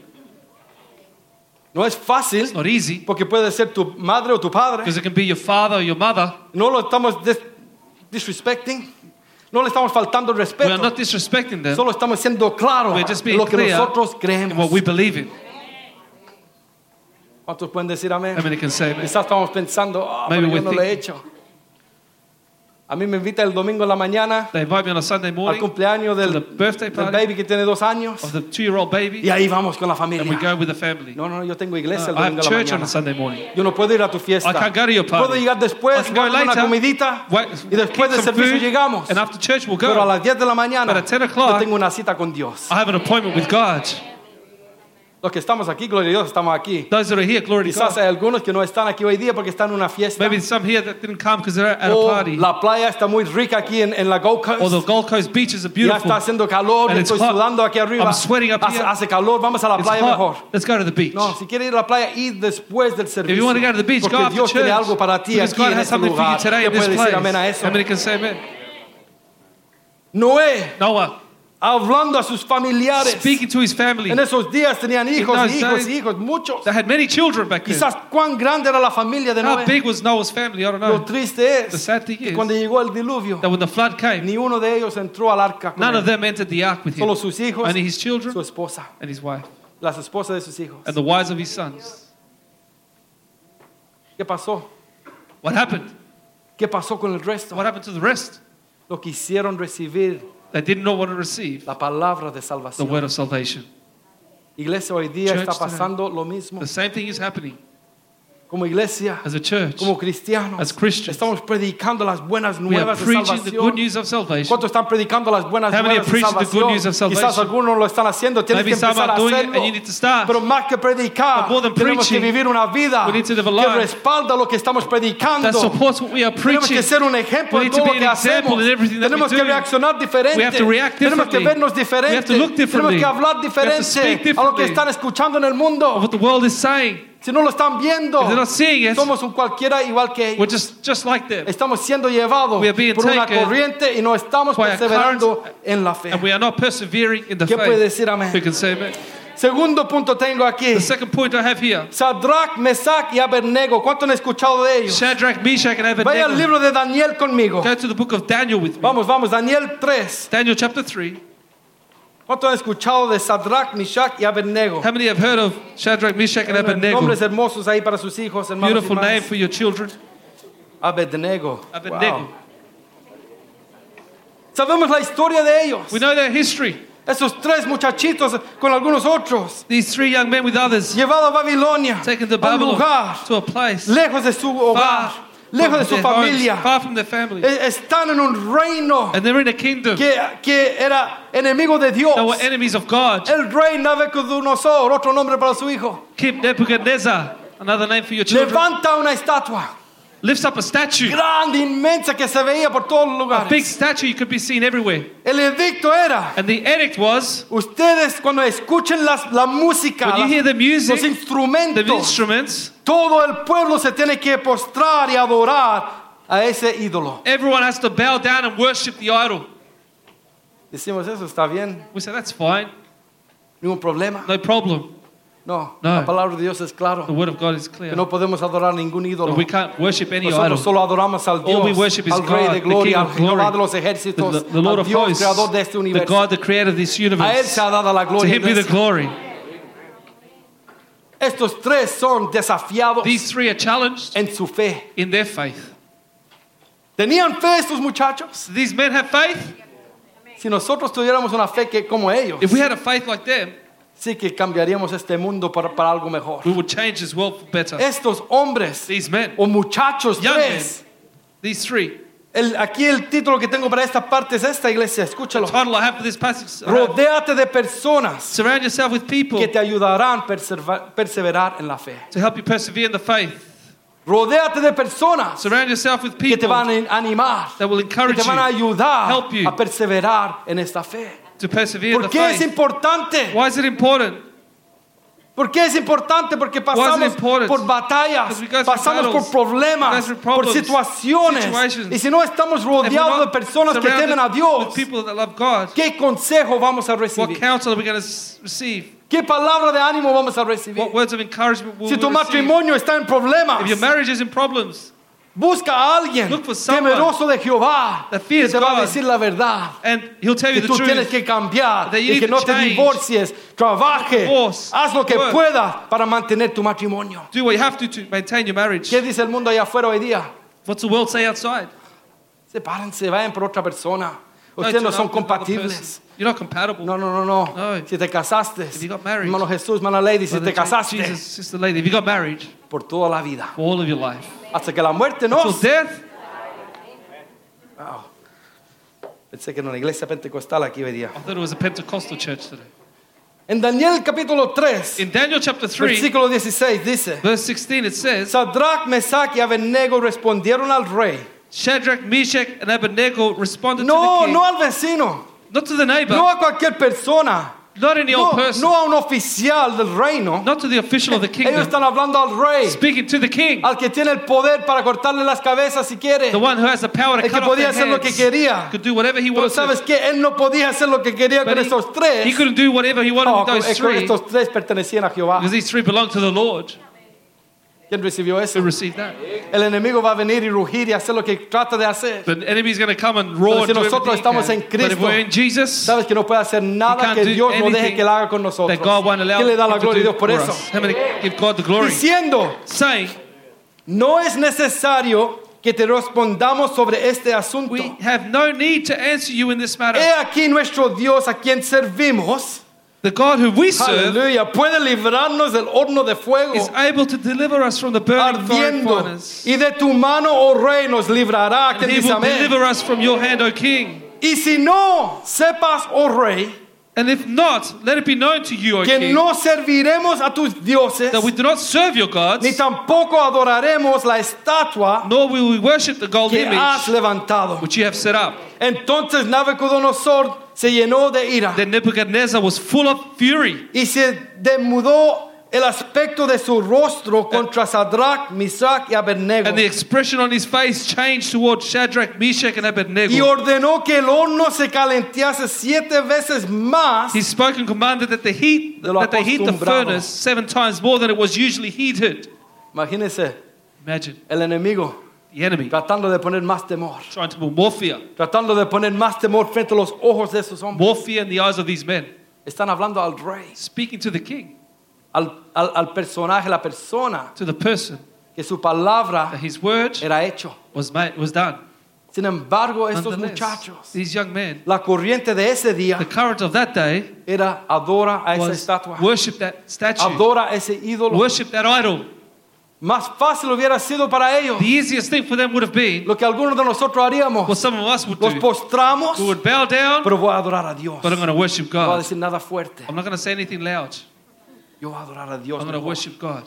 [SPEAKER 2] No es fácil
[SPEAKER 3] It's not easy
[SPEAKER 2] porque puede ser tu madre o tu padre.
[SPEAKER 3] because it can be your father or your mother.
[SPEAKER 2] No lo estamos dis- disrespecting. No le estamos faltando el
[SPEAKER 3] We are
[SPEAKER 2] respeto.
[SPEAKER 3] not disrespecting them
[SPEAKER 2] Solo estamos siendo claros
[SPEAKER 3] We're just
[SPEAKER 2] en
[SPEAKER 3] being
[SPEAKER 2] lo que
[SPEAKER 3] clear
[SPEAKER 2] nosotros
[SPEAKER 3] in what
[SPEAKER 2] creemos.
[SPEAKER 3] we believe in.
[SPEAKER 2] ¿Cuántos pueden decir amén?
[SPEAKER 3] How many can say amen?
[SPEAKER 2] Quizás estamos pensando, ah,
[SPEAKER 3] Maybe
[SPEAKER 2] pero yo
[SPEAKER 3] we
[SPEAKER 2] no
[SPEAKER 3] think-
[SPEAKER 2] lo he hecho. A mí me invita el domingo en la mañana
[SPEAKER 3] They invite me on a Sunday
[SPEAKER 2] al
[SPEAKER 3] morning
[SPEAKER 2] cumpleaños
[SPEAKER 3] to
[SPEAKER 2] del,
[SPEAKER 3] the birthday
[SPEAKER 2] del
[SPEAKER 3] party
[SPEAKER 2] baby que tiene dos años
[SPEAKER 3] of the two-year-old
[SPEAKER 2] y
[SPEAKER 3] baby
[SPEAKER 2] ahí vamos con la
[SPEAKER 3] and we
[SPEAKER 2] familia.
[SPEAKER 3] go with the family. Uh,
[SPEAKER 2] No, no, yo tengo iglesia el domingo
[SPEAKER 3] I have
[SPEAKER 2] en la
[SPEAKER 3] church on a
[SPEAKER 2] mañana.
[SPEAKER 3] Sunday morning.
[SPEAKER 2] Yo no puedo ir a tu fiesta.
[SPEAKER 3] I can't go to your party.
[SPEAKER 2] Puedo llegar
[SPEAKER 3] I
[SPEAKER 2] después,
[SPEAKER 3] can go
[SPEAKER 2] guardo una
[SPEAKER 3] later,
[SPEAKER 2] comidita
[SPEAKER 3] wait,
[SPEAKER 2] y después
[SPEAKER 3] get
[SPEAKER 2] del
[SPEAKER 3] some
[SPEAKER 2] servicio
[SPEAKER 3] food,
[SPEAKER 2] llegamos.
[SPEAKER 3] and after church we'll
[SPEAKER 2] Pero a
[SPEAKER 3] go.
[SPEAKER 2] las 10 de la
[SPEAKER 3] But
[SPEAKER 2] mañana
[SPEAKER 3] at 10 o'clock,
[SPEAKER 2] yo tengo una cita con Dios.
[SPEAKER 3] I have an appointment with God.
[SPEAKER 2] Los que estamos aquí, gloria a Dios, estamos aquí.
[SPEAKER 3] Those that are here, glory to
[SPEAKER 2] Quizás
[SPEAKER 3] God.
[SPEAKER 2] hay algunos que no están aquí hoy día porque están en una fiesta.
[SPEAKER 3] Maybe some here that didn't come because they're at a
[SPEAKER 2] O
[SPEAKER 3] party.
[SPEAKER 2] Oh, la playa está muy rica aquí en, en la Gold Coast.
[SPEAKER 3] Or the Gold Coast beaches are
[SPEAKER 2] Ya está
[SPEAKER 3] beautiful.
[SPEAKER 2] haciendo calor,
[SPEAKER 3] And
[SPEAKER 2] yo
[SPEAKER 3] it's
[SPEAKER 2] estoy
[SPEAKER 3] hot.
[SPEAKER 2] sudando aquí arriba.
[SPEAKER 3] I'm sweating up
[SPEAKER 2] hace,
[SPEAKER 3] here.
[SPEAKER 2] hace calor, vamos a la
[SPEAKER 3] It's
[SPEAKER 2] playa mejor.
[SPEAKER 3] hot. Let's go to the beach.
[SPEAKER 2] No, si quieres ir a la playa, ir después del servicio.
[SPEAKER 3] If you want to go to the beach,
[SPEAKER 2] porque
[SPEAKER 3] go after
[SPEAKER 2] Dios
[SPEAKER 3] church.
[SPEAKER 2] tiene algo para ti
[SPEAKER 3] because
[SPEAKER 2] aquí
[SPEAKER 3] God
[SPEAKER 2] en
[SPEAKER 3] has
[SPEAKER 2] este
[SPEAKER 3] something for you
[SPEAKER 2] lugar.
[SPEAKER 3] today
[SPEAKER 2] ¿Qué
[SPEAKER 3] in this
[SPEAKER 2] puedes
[SPEAKER 3] place.
[SPEAKER 2] decir amén a eso?
[SPEAKER 3] How many can say amen?
[SPEAKER 2] Noé,
[SPEAKER 3] Noah,
[SPEAKER 2] hablando a sus familiares.
[SPEAKER 3] speaking to his family,
[SPEAKER 2] En esos días tenían hijos,
[SPEAKER 3] those
[SPEAKER 2] y hijos,
[SPEAKER 3] days-
[SPEAKER 2] y hijos, muchos.
[SPEAKER 3] they had many children back then.
[SPEAKER 2] Quizás cuán grande era la familia de
[SPEAKER 3] How
[SPEAKER 2] Noé.
[SPEAKER 3] big was Noah's family? I don't
[SPEAKER 2] Lo
[SPEAKER 3] know.
[SPEAKER 2] triste
[SPEAKER 3] The
[SPEAKER 2] es
[SPEAKER 3] sad thing
[SPEAKER 2] que
[SPEAKER 3] is
[SPEAKER 2] cuando llegó el diluvio,
[SPEAKER 3] that when the flood came,
[SPEAKER 2] ni uno de ellos entró al arca. con
[SPEAKER 3] none
[SPEAKER 2] él.
[SPEAKER 3] of them entered the ark with him.
[SPEAKER 2] Solo sus hijos,
[SPEAKER 3] Only his children
[SPEAKER 2] su esposa,
[SPEAKER 3] and his wife
[SPEAKER 2] las esposas de sus hijos.
[SPEAKER 3] and the wives of his sons.
[SPEAKER 2] ¿Qué pasó?
[SPEAKER 3] What happened?
[SPEAKER 2] ¿Qué pasó con el resto?
[SPEAKER 3] What happened to the rest?
[SPEAKER 2] Lo quisieron recibir
[SPEAKER 3] They did not want to receive
[SPEAKER 2] la palabra de
[SPEAKER 3] the
[SPEAKER 2] salvación.
[SPEAKER 3] word of salvation.
[SPEAKER 2] Iglesia hoy día
[SPEAKER 3] Church
[SPEAKER 2] está pasando lo mismo.
[SPEAKER 3] The same thing is happening
[SPEAKER 2] Como iglesia,
[SPEAKER 3] as a church.
[SPEAKER 2] como cristianos,
[SPEAKER 3] As Christians,
[SPEAKER 2] estamos predicando las buenas
[SPEAKER 3] We are
[SPEAKER 2] nuevas de
[SPEAKER 3] preaching the good
[SPEAKER 2] salvación.
[SPEAKER 3] news of salvation.
[SPEAKER 2] ¿Cuántos están predicando las buenas
[SPEAKER 3] How many
[SPEAKER 2] nuevas
[SPEAKER 3] are
[SPEAKER 2] de
[SPEAKER 3] preaching the
[SPEAKER 2] salvación?
[SPEAKER 3] good news of salvation?
[SPEAKER 2] Quizás algunos lo están haciendo, tienes
[SPEAKER 3] Maybe
[SPEAKER 2] que empezar
[SPEAKER 3] some
[SPEAKER 2] a
[SPEAKER 3] are doing it
[SPEAKER 2] hacerlo.
[SPEAKER 3] and you need to start.
[SPEAKER 2] Pero más que predicar,
[SPEAKER 3] But more than
[SPEAKER 2] tenemos que
[SPEAKER 3] preaching,
[SPEAKER 2] vivir una vida
[SPEAKER 3] we need to live a
[SPEAKER 2] que
[SPEAKER 3] life
[SPEAKER 2] respalda lo que estamos predicando.
[SPEAKER 3] That supports what we are
[SPEAKER 2] Tenemos
[SPEAKER 3] preaching.
[SPEAKER 2] que ser un ejemplo
[SPEAKER 3] We
[SPEAKER 2] en
[SPEAKER 3] need to
[SPEAKER 2] todo lo
[SPEAKER 3] be
[SPEAKER 2] que
[SPEAKER 3] an example
[SPEAKER 2] hacemos.
[SPEAKER 3] in everything that we
[SPEAKER 2] Tenemos que
[SPEAKER 3] do.
[SPEAKER 2] reaccionar diferente.
[SPEAKER 3] We have to react
[SPEAKER 2] Tenemos que
[SPEAKER 3] differently.
[SPEAKER 2] vernos
[SPEAKER 3] We have to
[SPEAKER 2] diferente.
[SPEAKER 3] look
[SPEAKER 2] Tenemos
[SPEAKER 3] differently.
[SPEAKER 2] que hablar
[SPEAKER 3] We have to speak
[SPEAKER 2] diferente a lo que
[SPEAKER 3] differently.
[SPEAKER 2] están escuchando en el mundo.
[SPEAKER 3] What the world is saying,
[SPEAKER 2] Si no lo están viendo,
[SPEAKER 3] If they're not seeing it,
[SPEAKER 2] somos un cualquiera igual que
[SPEAKER 3] we're
[SPEAKER 2] ellos.
[SPEAKER 3] just, just like them.
[SPEAKER 2] Estamos siendo llevados
[SPEAKER 3] We are being
[SPEAKER 2] por una
[SPEAKER 3] taken
[SPEAKER 2] corriente y no estamos
[SPEAKER 3] by a current-
[SPEAKER 2] perseverando en la fe.
[SPEAKER 3] And we are not persevering in the
[SPEAKER 2] ¿Qué puede
[SPEAKER 3] faith.
[SPEAKER 2] decir
[SPEAKER 3] Who
[SPEAKER 2] amén?
[SPEAKER 3] can say amen?
[SPEAKER 2] Segundo punto tengo aquí.
[SPEAKER 3] The second point I have here
[SPEAKER 2] Sadrach, Mesach y Abednego. ¿Cuánto han escuchado de ellos?
[SPEAKER 3] Shadrach, Meshach, and
[SPEAKER 2] Vaya al
[SPEAKER 3] Abednego.
[SPEAKER 2] libro de Daniel conmigo.
[SPEAKER 3] Go to the book of Daniel with me.
[SPEAKER 2] Vamos, vamos, Daniel 3.
[SPEAKER 3] Daniel chapter 3.
[SPEAKER 2] ¿Cuánto han escuchado de Sadrach, Meshach y Abednego?
[SPEAKER 3] How many have heard of Shadrach, Meshach, and
[SPEAKER 2] Nombres
[SPEAKER 3] Abednego?
[SPEAKER 2] hermosos ahí para sus hijos, hermanos.
[SPEAKER 3] Beautiful
[SPEAKER 2] y hermanas.
[SPEAKER 3] name for your children.
[SPEAKER 2] Abednego.
[SPEAKER 3] Abednego.
[SPEAKER 2] Wow. Sabemos la historia de ellos.
[SPEAKER 3] We know their history.
[SPEAKER 2] Esos tres muchachitos con algunos otros.
[SPEAKER 3] These three young men with others
[SPEAKER 2] Llevados a Babilonia.
[SPEAKER 3] taken to
[SPEAKER 2] a un lugar
[SPEAKER 3] Babylon to a place
[SPEAKER 2] lejos de su hogar.
[SPEAKER 3] far
[SPEAKER 2] lejos de
[SPEAKER 3] from
[SPEAKER 2] su
[SPEAKER 3] their homes,
[SPEAKER 2] familia.
[SPEAKER 3] far from their family.
[SPEAKER 2] E- Están en un reino
[SPEAKER 3] And they're in a kingdom
[SPEAKER 2] que, que era enemigo de Dios.
[SPEAKER 3] that were enemies of God.
[SPEAKER 2] El rey Nabucodonosor, otro nombre para su hijo,
[SPEAKER 3] Keep Nebuchadnezzar, another name for your children,
[SPEAKER 2] levanta una estatua
[SPEAKER 3] lifts up a statue.
[SPEAKER 2] grande, inmensa, que se veía por todos los
[SPEAKER 3] A big
[SPEAKER 2] lugares.
[SPEAKER 3] statue you could be seen everywhere.
[SPEAKER 2] El edicto era,
[SPEAKER 3] And the edict was
[SPEAKER 2] ustedes cuando escuchen las, la música,
[SPEAKER 3] when you
[SPEAKER 2] las-
[SPEAKER 3] hear the music,
[SPEAKER 2] los
[SPEAKER 3] the
[SPEAKER 2] instrumentos,
[SPEAKER 3] instruments,
[SPEAKER 2] todo el pueblo se tiene que postrar y adorar a ese ídolo.
[SPEAKER 3] everyone has to bow down and worship the idol.
[SPEAKER 2] Decimos eso, está bien,
[SPEAKER 3] We say, that's fine,
[SPEAKER 2] ningún problema.
[SPEAKER 3] no problem.
[SPEAKER 2] No,
[SPEAKER 3] No.
[SPEAKER 2] la palabra de Dios es claro,
[SPEAKER 3] The word of God is clear.
[SPEAKER 2] que no podemos adorar ningún ídolo.
[SPEAKER 3] But we can't worship any
[SPEAKER 2] Nosotros
[SPEAKER 3] idol.
[SPEAKER 2] solo adoramos al Dios,
[SPEAKER 3] All we worship is
[SPEAKER 2] al Rey
[SPEAKER 3] God,
[SPEAKER 2] de
[SPEAKER 3] the
[SPEAKER 2] Gloria,
[SPEAKER 3] King
[SPEAKER 2] al
[SPEAKER 3] of Glory,
[SPEAKER 2] Jehová de los
[SPEAKER 3] The,
[SPEAKER 2] ejércitos,
[SPEAKER 3] the
[SPEAKER 2] al
[SPEAKER 3] Lord of
[SPEAKER 2] Dios
[SPEAKER 3] hosts,
[SPEAKER 2] creador de este
[SPEAKER 3] the
[SPEAKER 2] universo.
[SPEAKER 3] God, the creator of this universe.
[SPEAKER 2] a él se ha dado la
[SPEAKER 3] To
[SPEAKER 2] gloria.
[SPEAKER 3] him be the
[SPEAKER 2] iglesia.
[SPEAKER 3] glory.
[SPEAKER 2] Estos tres son desafiados
[SPEAKER 3] These three are challenged
[SPEAKER 2] en su fe.
[SPEAKER 3] in their faith.
[SPEAKER 2] ¿Tenían fe estos muchachos?
[SPEAKER 3] So these men have faith.
[SPEAKER 2] Si nosotros tuviéramos una fe que como ellos,
[SPEAKER 3] If we had a faith like them,
[SPEAKER 2] sí que cambiaríamos este mundo para, para algo mejor.
[SPEAKER 3] we would change this world for better.
[SPEAKER 2] Estos hombres
[SPEAKER 3] These men,
[SPEAKER 2] o muchachos
[SPEAKER 3] young men,
[SPEAKER 2] tres
[SPEAKER 3] these three,
[SPEAKER 2] El- aquí el título que tengo para esta parte es esta iglesia, escúchalo.
[SPEAKER 3] Title I have for this passage: uh,
[SPEAKER 2] Rodéate de personas
[SPEAKER 3] Surround yourself with people
[SPEAKER 2] que te ayudarán a perserva- perseverar en la fe.
[SPEAKER 3] to help you persevere in the faith.
[SPEAKER 2] Rodéate de personas
[SPEAKER 3] Surround yourself with
[SPEAKER 2] que te
[SPEAKER 3] people
[SPEAKER 2] van a animar,
[SPEAKER 3] that will
[SPEAKER 2] que
[SPEAKER 3] encourage
[SPEAKER 2] te van a
[SPEAKER 3] you
[SPEAKER 2] ayudar
[SPEAKER 3] help you.
[SPEAKER 2] a perseverar en esta fe.
[SPEAKER 3] to persevere in
[SPEAKER 2] ¿Por
[SPEAKER 3] the
[SPEAKER 2] qué es
[SPEAKER 3] faith.
[SPEAKER 2] importante?
[SPEAKER 3] Why is it important?
[SPEAKER 2] ¿Por qué es importante? Porque pasamos
[SPEAKER 3] important?
[SPEAKER 2] por batallas,
[SPEAKER 3] Because we go through
[SPEAKER 2] pasamos por
[SPEAKER 3] battles, we go
[SPEAKER 2] problemas,
[SPEAKER 3] through
[SPEAKER 2] por
[SPEAKER 3] problems,
[SPEAKER 2] situaciones.
[SPEAKER 3] situations.
[SPEAKER 2] Y si no estamos
[SPEAKER 3] If we're
[SPEAKER 2] rodeados de
[SPEAKER 3] not
[SPEAKER 2] personas que
[SPEAKER 3] surrounded
[SPEAKER 2] temen a Dios,
[SPEAKER 3] with people that love God,
[SPEAKER 2] ¿qué consejo vamos a
[SPEAKER 3] what
[SPEAKER 2] recibir?
[SPEAKER 3] counsel are we going to receive?
[SPEAKER 2] ¿Qué palabra de ánimo vamos a recibir?
[SPEAKER 3] What words of encouragement will
[SPEAKER 2] Si tu
[SPEAKER 3] we receive?
[SPEAKER 2] matrimonio está en
[SPEAKER 3] If your
[SPEAKER 2] problemas,
[SPEAKER 3] marriage is in problems
[SPEAKER 2] busca a alguien
[SPEAKER 3] Look for someone
[SPEAKER 2] temeroso de Jehová que
[SPEAKER 3] that fears
[SPEAKER 2] te va a
[SPEAKER 3] God.
[SPEAKER 2] decir la verdad.
[SPEAKER 3] and he'll tell you
[SPEAKER 2] Que
[SPEAKER 3] the
[SPEAKER 2] tú tienes
[SPEAKER 3] truth,
[SPEAKER 2] que cambiar
[SPEAKER 3] that
[SPEAKER 2] y
[SPEAKER 3] you need
[SPEAKER 2] que
[SPEAKER 3] to
[SPEAKER 2] no te
[SPEAKER 3] change,
[SPEAKER 2] divorcies, trabaje,
[SPEAKER 3] divorce,
[SPEAKER 2] haz lo que
[SPEAKER 3] work.
[SPEAKER 2] puedas para mantener tu matrimonio.
[SPEAKER 3] do what you have to to maintain your marriage.
[SPEAKER 2] ¿Qué dice el mundo allá afuera hoy día?
[SPEAKER 3] What's the world say outside?
[SPEAKER 2] Sepárense, vayan por otra persona.
[SPEAKER 3] No,
[SPEAKER 2] Ustedes no
[SPEAKER 3] turn
[SPEAKER 2] son
[SPEAKER 3] up with another
[SPEAKER 2] compatibles.
[SPEAKER 3] person. You're not compatible.
[SPEAKER 2] No, no, no, no.
[SPEAKER 3] No.
[SPEAKER 2] Si te casaste,
[SPEAKER 3] you got married.
[SPEAKER 2] hermano Jesús, hermana Lady, si
[SPEAKER 3] Brother
[SPEAKER 2] te casaste
[SPEAKER 3] Jesus, sister lady, if you got married
[SPEAKER 2] por toda la vida,
[SPEAKER 3] for all of your life,
[SPEAKER 2] hasta que la muerte
[SPEAKER 3] till
[SPEAKER 2] nos.
[SPEAKER 3] death,
[SPEAKER 2] Pensé que en una iglesia pentecostal aquí hoy día.
[SPEAKER 3] I thought it was a Pentecostal church today.
[SPEAKER 2] En Daniel capítulo 3,
[SPEAKER 3] In Daniel chapter 3,
[SPEAKER 2] versículo 16 dice,
[SPEAKER 3] verse 16, it says,
[SPEAKER 2] Sadrach, Mesach y Abednego respondieron al rey.
[SPEAKER 3] Shadrach, Meshach, and Abednego responded to the
[SPEAKER 2] No,
[SPEAKER 3] king,
[SPEAKER 2] no al vecino,
[SPEAKER 3] not to the neighbor,
[SPEAKER 2] no a cualquier persona,
[SPEAKER 3] not any old
[SPEAKER 2] no,
[SPEAKER 3] person,
[SPEAKER 2] no a un oficial del reino.
[SPEAKER 3] not to the official of the
[SPEAKER 2] Ellos
[SPEAKER 3] kingdom,
[SPEAKER 2] están hablando al rey,
[SPEAKER 3] speaking to the king,
[SPEAKER 2] al que tiene el poder para cortarle las cabezas si quiere.
[SPEAKER 3] the one who has the power to
[SPEAKER 2] El que
[SPEAKER 3] cut off
[SPEAKER 2] podía
[SPEAKER 3] their
[SPEAKER 2] hacer lo que
[SPEAKER 3] hands,
[SPEAKER 2] quería.
[SPEAKER 3] could do whatever he
[SPEAKER 2] Pero
[SPEAKER 3] wanted.
[SPEAKER 2] sabes que él no podía hacer lo que quería
[SPEAKER 3] but
[SPEAKER 2] con
[SPEAKER 3] he,
[SPEAKER 2] esos
[SPEAKER 3] he
[SPEAKER 2] tres.
[SPEAKER 3] couldn't do whatever he wanted
[SPEAKER 2] No,
[SPEAKER 3] with
[SPEAKER 2] es
[SPEAKER 3] those
[SPEAKER 2] que
[SPEAKER 3] three
[SPEAKER 2] estos tres pertenecían a Jehová.
[SPEAKER 3] because these three belong to the Lord
[SPEAKER 2] ¿Quién recibió eso?
[SPEAKER 3] who received that.
[SPEAKER 2] El enemigo va a venir y rugir y hacer lo que trata de hacer.
[SPEAKER 3] The enemy's going to come and roar.
[SPEAKER 2] Pero si
[SPEAKER 3] and do everything
[SPEAKER 2] nosotros
[SPEAKER 3] he
[SPEAKER 2] estamos
[SPEAKER 3] can.
[SPEAKER 2] en
[SPEAKER 3] but if
[SPEAKER 2] Cristo,
[SPEAKER 3] we're in Jesus,
[SPEAKER 2] Sabes que no puede hacer nada
[SPEAKER 3] can't
[SPEAKER 2] que
[SPEAKER 3] do
[SPEAKER 2] Dios no deje
[SPEAKER 3] anything
[SPEAKER 2] que él haga con nosotros.
[SPEAKER 3] that God won't allow
[SPEAKER 2] ¿Quién le da la
[SPEAKER 3] him to
[SPEAKER 2] gloria a
[SPEAKER 3] do
[SPEAKER 2] Dios por
[SPEAKER 3] for
[SPEAKER 2] eso?
[SPEAKER 3] us. How many give God the glory?
[SPEAKER 2] Diciendo,
[SPEAKER 3] Saying,
[SPEAKER 2] no es necesario que te respondamos sobre este asunto.
[SPEAKER 3] we have no need to answer you in this matter.
[SPEAKER 2] He aquí nuestro Dios a quien servimos.
[SPEAKER 3] The God who we serve
[SPEAKER 2] Aleluya. Puede librarnos del horno de fuego.
[SPEAKER 3] is able to deliver us from the burning fiery
[SPEAKER 2] ardiendo
[SPEAKER 3] furnace.
[SPEAKER 2] y de tu mano oh rey nos librará que
[SPEAKER 3] And he
[SPEAKER 2] dice
[SPEAKER 3] will
[SPEAKER 2] amén
[SPEAKER 3] deliver us from your hand, O King.
[SPEAKER 2] y si no sepas oh rey
[SPEAKER 3] And if not, let it be known to you, O
[SPEAKER 2] que
[SPEAKER 3] King,
[SPEAKER 2] no serviremos a tus dioses
[SPEAKER 3] that we do not serve your gods,
[SPEAKER 2] ni tampoco adoraremos la estatua
[SPEAKER 3] nor will we worship the gold
[SPEAKER 2] que has
[SPEAKER 3] image
[SPEAKER 2] levantado
[SPEAKER 3] which you have set up.
[SPEAKER 2] entonces Nabucodonosor se llenó de ira
[SPEAKER 3] Then Nebuchadnezzar was full of fury,
[SPEAKER 2] y se demudó el aspecto de su rostro contra Sadrach, Misach y Abednego
[SPEAKER 3] and the expression on his face changed toward Shadrach, Meshach, and
[SPEAKER 2] y
[SPEAKER 3] Abednego.
[SPEAKER 2] ordenó que el horno se calentase siete veces más
[SPEAKER 3] He spoke and commanded that the heat
[SPEAKER 2] De lo
[SPEAKER 3] that they heat the
[SPEAKER 2] acostumbrado.
[SPEAKER 3] furnace seven times more than it was usually heated.
[SPEAKER 2] imagínense
[SPEAKER 3] Imagine
[SPEAKER 2] el enemigo
[SPEAKER 3] the enemy
[SPEAKER 2] tratando de poner más temor,
[SPEAKER 3] trying to put more fear,
[SPEAKER 2] tratando de poner más temor frente a los ojos de esos hombres.
[SPEAKER 3] more fear in the eyes of these men.
[SPEAKER 2] Están hablando al rey,
[SPEAKER 3] Speaking to the king,
[SPEAKER 2] al, al- al personaje, la persona
[SPEAKER 3] to the person,
[SPEAKER 2] que su palabra
[SPEAKER 3] that his word
[SPEAKER 2] era hecho.
[SPEAKER 3] was made, was done.
[SPEAKER 2] Sin embargo, estos
[SPEAKER 3] Nonetheless,
[SPEAKER 2] muchachos,
[SPEAKER 3] these young men,
[SPEAKER 2] la corriente de ese día
[SPEAKER 3] the current of that day
[SPEAKER 2] era adora a esa
[SPEAKER 3] was
[SPEAKER 2] estatua,
[SPEAKER 3] worship that statue,
[SPEAKER 2] adora a ese ídolo.
[SPEAKER 3] worship that idol.
[SPEAKER 2] Más fácil hubiera sido para ellos
[SPEAKER 3] The easiest thing for them would have been
[SPEAKER 2] lo que algunos de nosotros
[SPEAKER 3] what
[SPEAKER 2] haríamos.
[SPEAKER 3] some of us would
[SPEAKER 2] Los
[SPEAKER 3] do.
[SPEAKER 2] postramos,
[SPEAKER 3] We would bow down,
[SPEAKER 2] pero voy a adorar a Dios.
[SPEAKER 3] but I'm
[SPEAKER 2] No
[SPEAKER 3] going to worship
[SPEAKER 2] voy a
[SPEAKER 3] God.
[SPEAKER 2] decir nada fuerte.
[SPEAKER 3] I'm not going to say anything loud.
[SPEAKER 2] Yo voy a adorar a
[SPEAKER 3] I'm
[SPEAKER 2] Dios.
[SPEAKER 3] going to
[SPEAKER 2] mejor.
[SPEAKER 3] worship God.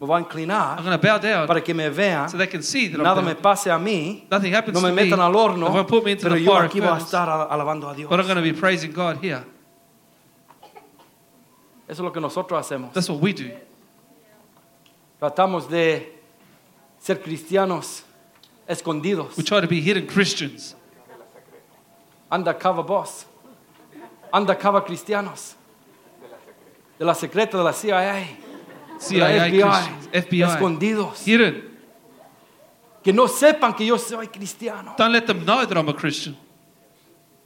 [SPEAKER 2] Me voy a inclinar
[SPEAKER 3] I'm going to bow down
[SPEAKER 2] para que me vean,
[SPEAKER 3] so they can see that
[SPEAKER 2] nada
[SPEAKER 3] I'm
[SPEAKER 2] me
[SPEAKER 3] there.
[SPEAKER 2] pase a mí,
[SPEAKER 3] nothing happens
[SPEAKER 2] no me
[SPEAKER 3] to me.
[SPEAKER 2] metan al
[SPEAKER 3] They
[SPEAKER 2] horno,
[SPEAKER 3] won't put me into
[SPEAKER 2] pero
[SPEAKER 3] the
[SPEAKER 2] yo
[SPEAKER 3] fire
[SPEAKER 2] aquí voy a
[SPEAKER 3] furnace.
[SPEAKER 2] estar al- alabando a Dios.
[SPEAKER 3] But I'm
[SPEAKER 2] Eso
[SPEAKER 3] going to be praising God here.
[SPEAKER 2] es lo que nosotros hacemos.
[SPEAKER 3] That's what we do.
[SPEAKER 2] Tratamos de ser cristianos escondidos,
[SPEAKER 3] We try to be hidden Christians,
[SPEAKER 2] undercover boss, undercover cristianos, de la secreta de la CIA, de la
[SPEAKER 3] CIA Christians, FBI,
[SPEAKER 2] escondidos,
[SPEAKER 3] hidden.
[SPEAKER 2] que no sepan que yo soy cristiano.
[SPEAKER 3] Don't let them know that I'm a Christian.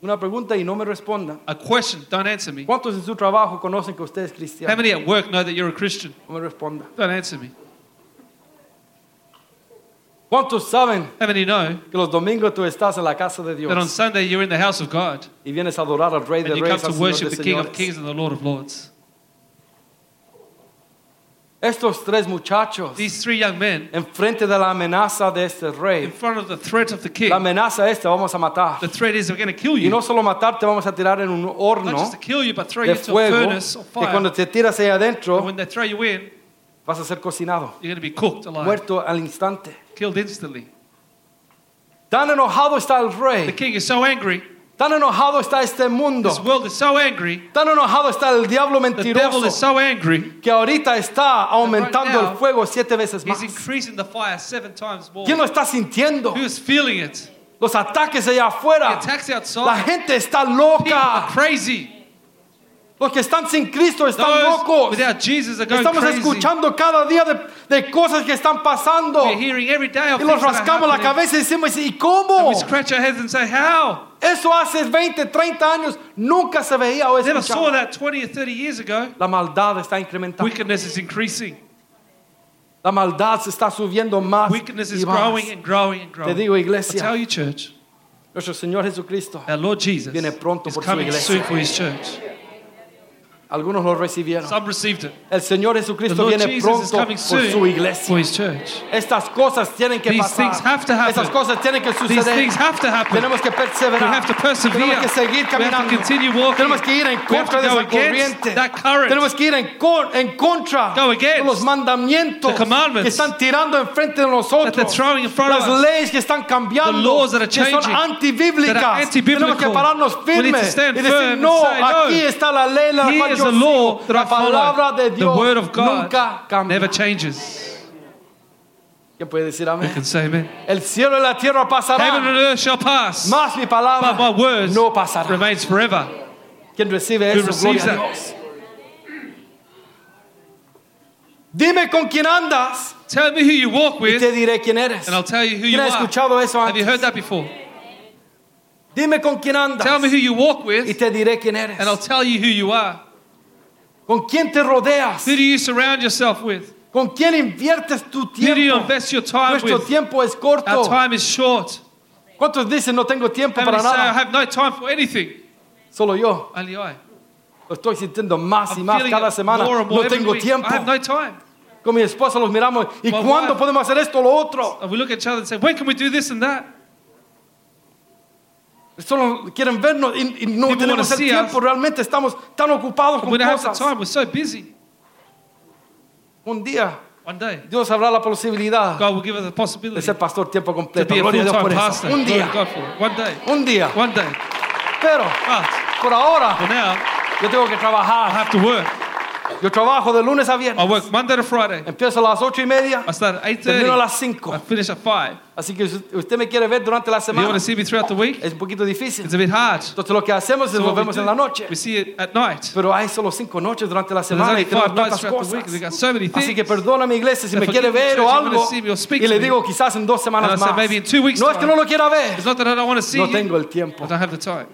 [SPEAKER 2] Una pregunta y no me respondan.
[SPEAKER 3] A question, don't answer me.
[SPEAKER 2] ¿Cuántos en su trabajo conocen que usted es
[SPEAKER 3] How
[SPEAKER 2] cristiano?
[SPEAKER 3] many at work know that you're a Christian?
[SPEAKER 2] No me respondan.
[SPEAKER 3] Don't answer me.
[SPEAKER 2] ¿Cuántos saben
[SPEAKER 3] How many know
[SPEAKER 2] que los domingos tú estás en la casa de
[SPEAKER 3] that on
[SPEAKER 2] Dios
[SPEAKER 3] Sunday you're in the house of God
[SPEAKER 2] y vienes a adorar al Rey de
[SPEAKER 3] and you
[SPEAKER 2] Reyes,
[SPEAKER 3] come
[SPEAKER 2] al
[SPEAKER 3] to
[SPEAKER 2] Señor
[SPEAKER 3] worship
[SPEAKER 2] de
[SPEAKER 3] the King of
[SPEAKER 2] Señores.
[SPEAKER 3] Kings and the Lord of Lords?
[SPEAKER 2] Estos tres muchachos,
[SPEAKER 3] These three young men,
[SPEAKER 2] enfrente de la amenaza de este
[SPEAKER 3] in
[SPEAKER 2] rey,
[SPEAKER 3] front of the threat of the
[SPEAKER 2] la
[SPEAKER 3] king,
[SPEAKER 2] amenaza esta, vamos a matar.
[SPEAKER 3] the threat is we're going to kill
[SPEAKER 2] Y
[SPEAKER 3] you.
[SPEAKER 2] no solo matar, te vamos a tirar en un
[SPEAKER 3] Not
[SPEAKER 2] horno
[SPEAKER 3] just to kill you, but throw you
[SPEAKER 2] de
[SPEAKER 3] into a
[SPEAKER 2] fuego,
[SPEAKER 3] furnace or
[SPEAKER 2] que
[SPEAKER 3] fire.
[SPEAKER 2] cuando te tiras ahí
[SPEAKER 3] and
[SPEAKER 2] adentro,
[SPEAKER 3] when they throw you in,
[SPEAKER 2] vas a ser cocinado,
[SPEAKER 3] you're going to be cooked alive,
[SPEAKER 2] muerto al instante.
[SPEAKER 3] killed instantly.
[SPEAKER 2] Tan enojado está el
[SPEAKER 3] The
[SPEAKER 2] rey,
[SPEAKER 3] king is so angry.
[SPEAKER 2] tan enojado está este mundo,
[SPEAKER 3] This world is so angry.
[SPEAKER 2] tan enojado está el diablo
[SPEAKER 3] The devil is
[SPEAKER 2] mentiroso,
[SPEAKER 3] so angry.
[SPEAKER 2] que ahorita está aumentando
[SPEAKER 3] now,
[SPEAKER 2] el fuego siete veces más.
[SPEAKER 3] He's increasing the fire seven times more.
[SPEAKER 2] ¿Quién lo está sintiendo?
[SPEAKER 3] Who is feeling it?
[SPEAKER 2] Los ataques allá
[SPEAKER 3] The
[SPEAKER 2] afuera.
[SPEAKER 3] attacks
[SPEAKER 2] La
[SPEAKER 3] outside.
[SPEAKER 2] gente está
[SPEAKER 3] People are
[SPEAKER 2] loca.
[SPEAKER 3] crazy.
[SPEAKER 2] Los que están sin Cristo están
[SPEAKER 3] Those
[SPEAKER 2] locos.
[SPEAKER 3] without Jesus are going
[SPEAKER 2] Estamos
[SPEAKER 3] crazy.
[SPEAKER 2] escuchando cada día de, de cosas que están pasando.
[SPEAKER 3] We're hearing every day of
[SPEAKER 2] Y los
[SPEAKER 3] things that are
[SPEAKER 2] rascamos la
[SPEAKER 3] happening.
[SPEAKER 2] cabeza y decimos, ¿y
[SPEAKER 3] And
[SPEAKER 2] cómo?
[SPEAKER 3] we scratch our heads and say, how?
[SPEAKER 2] Eso hace 20, 30 años nunca se veía o
[SPEAKER 3] I never saw
[SPEAKER 2] escuchaba.
[SPEAKER 3] that 20 or 30 years ago.
[SPEAKER 2] La maldad está incrementando.
[SPEAKER 3] Wickedness is increasing.
[SPEAKER 2] La maldad se está subiendo más
[SPEAKER 3] Wickedness is
[SPEAKER 2] y más.
[SPEAKER 3] growing and growing and
[SPEAKER 2] Te
[SPEAKER 3] growing.
[SPEAKER 2] digo,
[SPEAKER 3] I tell
[SPEAKER 2] iglesia,
[SPEAKER 3] you, church,
[SPEAKER 2] nuestro Señor Jesucristo,
[SPEAKER 3] our Lord Jesus
[SPEAKER 2] Viene pronto
[SPEAKER 3] is
[SPEAKER 2] por su
[SPEAKER 3] coming
[SPEAKER 2] iglesia.
[SPEAKER 3] soon for his church.
[SPEAKER 2] algunos lo recibieron.
[SPEAKER 3] Some received it.
[SPEAKER 2] El Señor
[SPEAKER 3] The
[SPEAKER 2] Jesucristo
[SPEAKER 3] Lord
[SPEAKER 2] viene
[SPEAKER 3] Jesus is
[SPEAKER 2] pronto por
[SPEAKER 3] coming soon
[SPEAKER 2] su iglesia.
[SPEAKER 3] for his church.
[SPEAKER 2] Estas cosas tienen que
[SPEAKER 3] These things have to
[SPEAKER 2] pasar.
[SPEAKER 3] happen.
[SPEAKER 2] Estas cosas tienen que
[SPEAKER 3] These
[SPEAKER 2] suceder.
[SPEAKER 3] things have to happen.
[SPEAKER 2] Tenemos que
[SPEAKER 3] We
[SPEAKER 2] perseverar.
[SPEAKER 3] have to persevere.
[SPEAKER 2] Tenemos que seguir
[SPEAKER 3] We have
[SPEAKER 2] caminando.
[SPEAKER 3] to continue walking.
[SPEAKER 2] Tenemos que ir en
[SPEAKER 3] We have to
[SPEAKER 2] contra de
[SPEAKER 3] go
[SPEAKER 2] esa
[SPEAKER 3] against
[SPEAKER 2] corriente.
[SPEAKER 3] that current.
[SPEAKER 2] Tenemos que ir en, con- en contra
[SPEAKER 3] Go against
[SPEAKER 2] de los mandamientos
[SPEAKER 3] the commandments
[SPEAKER 2] que están tirando enfrente de
[SPEAKER 3] that they're
[SPEAKER 2] nosotros.
[SPEAKER 3] throwing in front of
[SPEAKER 2] Las
[SPEAKER 3] us.
[SPEAKER 2] leyes que están
[SPEAKER 3] The
[SPEAKER 2] cambiando,
[SPEAKER 3] laws that are
[SPEAKER 2] que son
[SPEAKER 3] changing, that are
[SPEAKER 2] antibíblicas. Tenemos
[SPEAKER 3] anti-biblical.
[SPEAKER 2] que pararnos
[SPEAKER 3] We need to
[SPEAKER 2] firmes
[SPEAKER 3] stand
[SPEAKER 2] y
[SPEAKER 3] firm
[SPEAKER 2] decir,
[SPEAKER 3] and
[SPEAKER 2] no,
[SPEAKER 3] say, no.
[SPEAKER 2] aquí está la ley, la
[SPEAKER 3] Here
[SPEAKER 2] cual yo
[SPEAKER 3] is the law
[SPEAKER 2] sigo.
[SPEAKER 3] that I
[SPEAKER 2] La palabra
[SPEAKER 3] follow.
[SPEAKER 2] de
[SPEAKER 3] The
[SPEAKER 2] Dios
[SPEAKER 3] word of God
[SPEAKER 2] nunca cambia.
[SPEAKER 3] never changes.
[SPEAKER 2] ¿Quién puede decir
[SPEAKER 3] You
[SPEAKER 2] amén?
[SPEAKER 3] can say amen.
[SPEAKER 2] El cielo y la tierra
[SPEAKER 3] Heaven and
[SPEAKER 2] pasarán,
[SPEAKER 3] earth shall pass,
[SPEAKER 2] mas mi palabra
[SPEAKER 3] but my words
[SPEAKER 2] no pasará.
[SPEAKER 3] remains forever.
[SPEAKER 2] Quien recibe
[SPEAKER 3] Who
[SPEAKER 2] eso, gloria
[SPEAKER 3] receives
[SPEAKER 2] a
[SPEAKER 3] that?
[SPEAKER 2] Dios. Dime con quién andas
[SPEAKER 3] Tell me who you walk
[SPEAKER 2] y
[SPEAKER 3] with,
[SPEAKER 2] te diré quién eres.
[SPEAKER 3] and I'll tell you who you
[SPEAKER 2] ¿Quién ha
[SPEAKER 3] are.
[SPEAKER 2] escuchado eso
[SPEAKER 3] Have you
[SPEAKER 2] antes?
[SPEAKER 3] heard that before?
[SPEAKER 2] Dime con quién
[SPEAKER 3] Tell
[SPEAKER 2] andas
[SPEAKER 3] me who you walk
[SPEAKER 2] y
[SPEAKER 3] with,
[SPEAKER 2] te diré quién eres.
[SPEAKER 3] and I'll tell you who you are.
[SPEAKER 2] ¿Con quién te rodeas?
[SPEAKER 3] Who do you surround yourself with?
[SPEAKER 2] ¿Con quién inviertes tu
[SPEAKER 3] Who do you
[SPEAKER 2] tiempo?
[SPEAKER 3] invest your time
[SPEAKER 2] Nuestro
[SPEAKER 3] with?
[SPEAKER 2] tiempo es
[SPEAKER 3] Our
[SPEAKER 2] corto.
[SPEAKER 3] time is short.
[SPEAKER 2] ¿Cuántos dicen no tengo tiempo
[SPEAKER 3] How
[SPEAKER 2] para
[SPEAKER 3] many say I
[SPEAKER 2] nada?
[SPEAKER 3] have no time for anything?
[SPEAKER 2] Solo yo.
[SPEAKER 3] Only I.
[SPEAKER 2] Lo estoy sintiendo más y
[SPEAKER 3] I'm
[SPEAKER 2] más
[SPEAKER 3] feeling
[SPEAKER 2] cada
[SPEAKER 3] it
[SPEAKER 2] semana.
[SPEAKER 3] more and more
[SPEAKER 2] No
[SPEAKER 3] every
[SPEAKER 2] tengo
[SPEAKER 3] week.
[SPEAKER 2] tiempo.
[SPEAKER 3] I have no time.
[SPEAKER 2] Con mi esposa los miramos. ¿Y
[SPEAKER 3] My
[SPEAKER 2] cuándo
[SPEAKER 3] wife-
[SPEAKER 2] podemos hacer esto o lo otro?
[SPEAKER 3] And we look at each other and say, when can we do this and that?
[SPEAKER 2] Solo quieren vernos y, y no
[SPEAKER 3] People
[SPEAKER 2] tenemos
[SPEAKER 3] wanna
[SPEAKER 2] el
[SPEAKER 3] see
[SPEAKER 2] tiempo.
[SPEAKER 3] us.
[SPEAKER 2] Realmente estamos tan ocupados
[SPEAKER 3] And
[SPEAKER 2] con
[SPEAKER 3] we don't have the
[SPEAKER 2] cosas.
[SPEAKER 3] time. We're so busy.
[SPEAKER 2] Un día
[SPEAKER 3] One day,
[SPEAKER 2] Dios habrá la posibilidad
[SPEAKER 3] God will give us the
[SPEAKER 2] de
[SPEAKER 3] possibility
[SPEAKER 2] ser
[SPEAKER 3] to
[SPEAKER 2] pastor tiempo completo.
[SPEAKER 3] be a
[SPEAKER 2] Gloria a Dios
[SPEAKER 3] full-time
[SPEAKER 2] por
[SPEAKER 3] pastor.
[SPEAKER 2] eso. Un
[SPEAKER 3] Glory to
[SPEAKER 2] día,
[SPEAKER 3] God for it. One day.
[SPEAKER 2] un día.
[SPEAKER 3] One day.
[SPEAKER 2] Pero
[SPEAKER 3] But
[SPEAKER 2] por ahora
[SPEAKER 3] for now,
[SPEAKER 2] yo tengo que
[SPEAKER 3] I
[SPEAKER 2] trabajar.
[SPEAKER 3] have to work.
[SPEAKER 2] Yo trabajo de lunes a viernes.
[SPEAKER 3] I work Monday to Friday.
[SPEAKER 2] Empiezo a las ocho y media.
[SPEAKER 3] I start at
[SPEAKER 2] Termino a
[SPEAKER 3] 8.30.
[SPEAKER 2] las cinco.
[SPEAKER 3] I finish at 5.
[SPEAKER 2] Así que si usted me quiere ver durante la
[SPEAKER 3] If you want
[SPEAKER 2] semana,
[SPEAKER 3] to see me throughout the week,
[SPEAKER 2] es un poquito difícil.
[SPEAKER 3] it's a bit hard.
[SPEAKER 2] Entonces lo que hacemos es
[SPEAKER 3] So
[SPEAKER 2] nos
[SPEAKER 3] what we
[SPEAKER 2] vemos
[SPEAKER 3] do,
[SPEAKER 2] en la noche.
[SPEAKER 3] We see it at night.
[SPEAKER 2] Pero hay solo cinco noches durante la
[SPEAKER 3] There's
[SPEAKER 2] semana
[SPEAKER 3] only
[SPEAKER 2] y tenemos
[SPEAKER 3] five nights
[SPEAKER 2] tantas
[SPEAKER 3] throughout the week.
[SPEAKER 2] cosas.
[SPEAKER 3] We've got so many
[SPEAKER 2] Así que
[SPEAKER 3] things.
[SPEAKER 2] perdona mi iglesia si
[SPEAKER 3] So
[SPEAKER 2] me quiere
[SPEAKER 3] forgive me,
[SPEAKER 2] ver
[SPEAKER 3] church,
[SPEAKER 2] o
[SPEAKER 3] if you wanna
[SPEAKER 2] algo
[SPEAKER 3] see me or speak
[SPEAKER 2] y
[SPEAKER 3] to
[SPEAKER 2] le
[SPEAKER 3] me.
[SPEAKER 2] digo quizás en dos
[SPEAKER 3] And I
[SPEAKER 2] semanas
[SPEAKER 3] said,
[SPEAKER 2] más.
[SPEAKER 3] maybe in two weeks
[SPEAKER 2] No es que
[SPEAKER 3] time.
[SPEAKER 2] no lo quiera ver.
[SPEAKER 3] It's not that I don't want to see
[SPEAKER 2] No
[SPEAKER 3] you.
[SPEAKER 2] tengo el tiempo.
[SPEAKER 3] I don't have the time.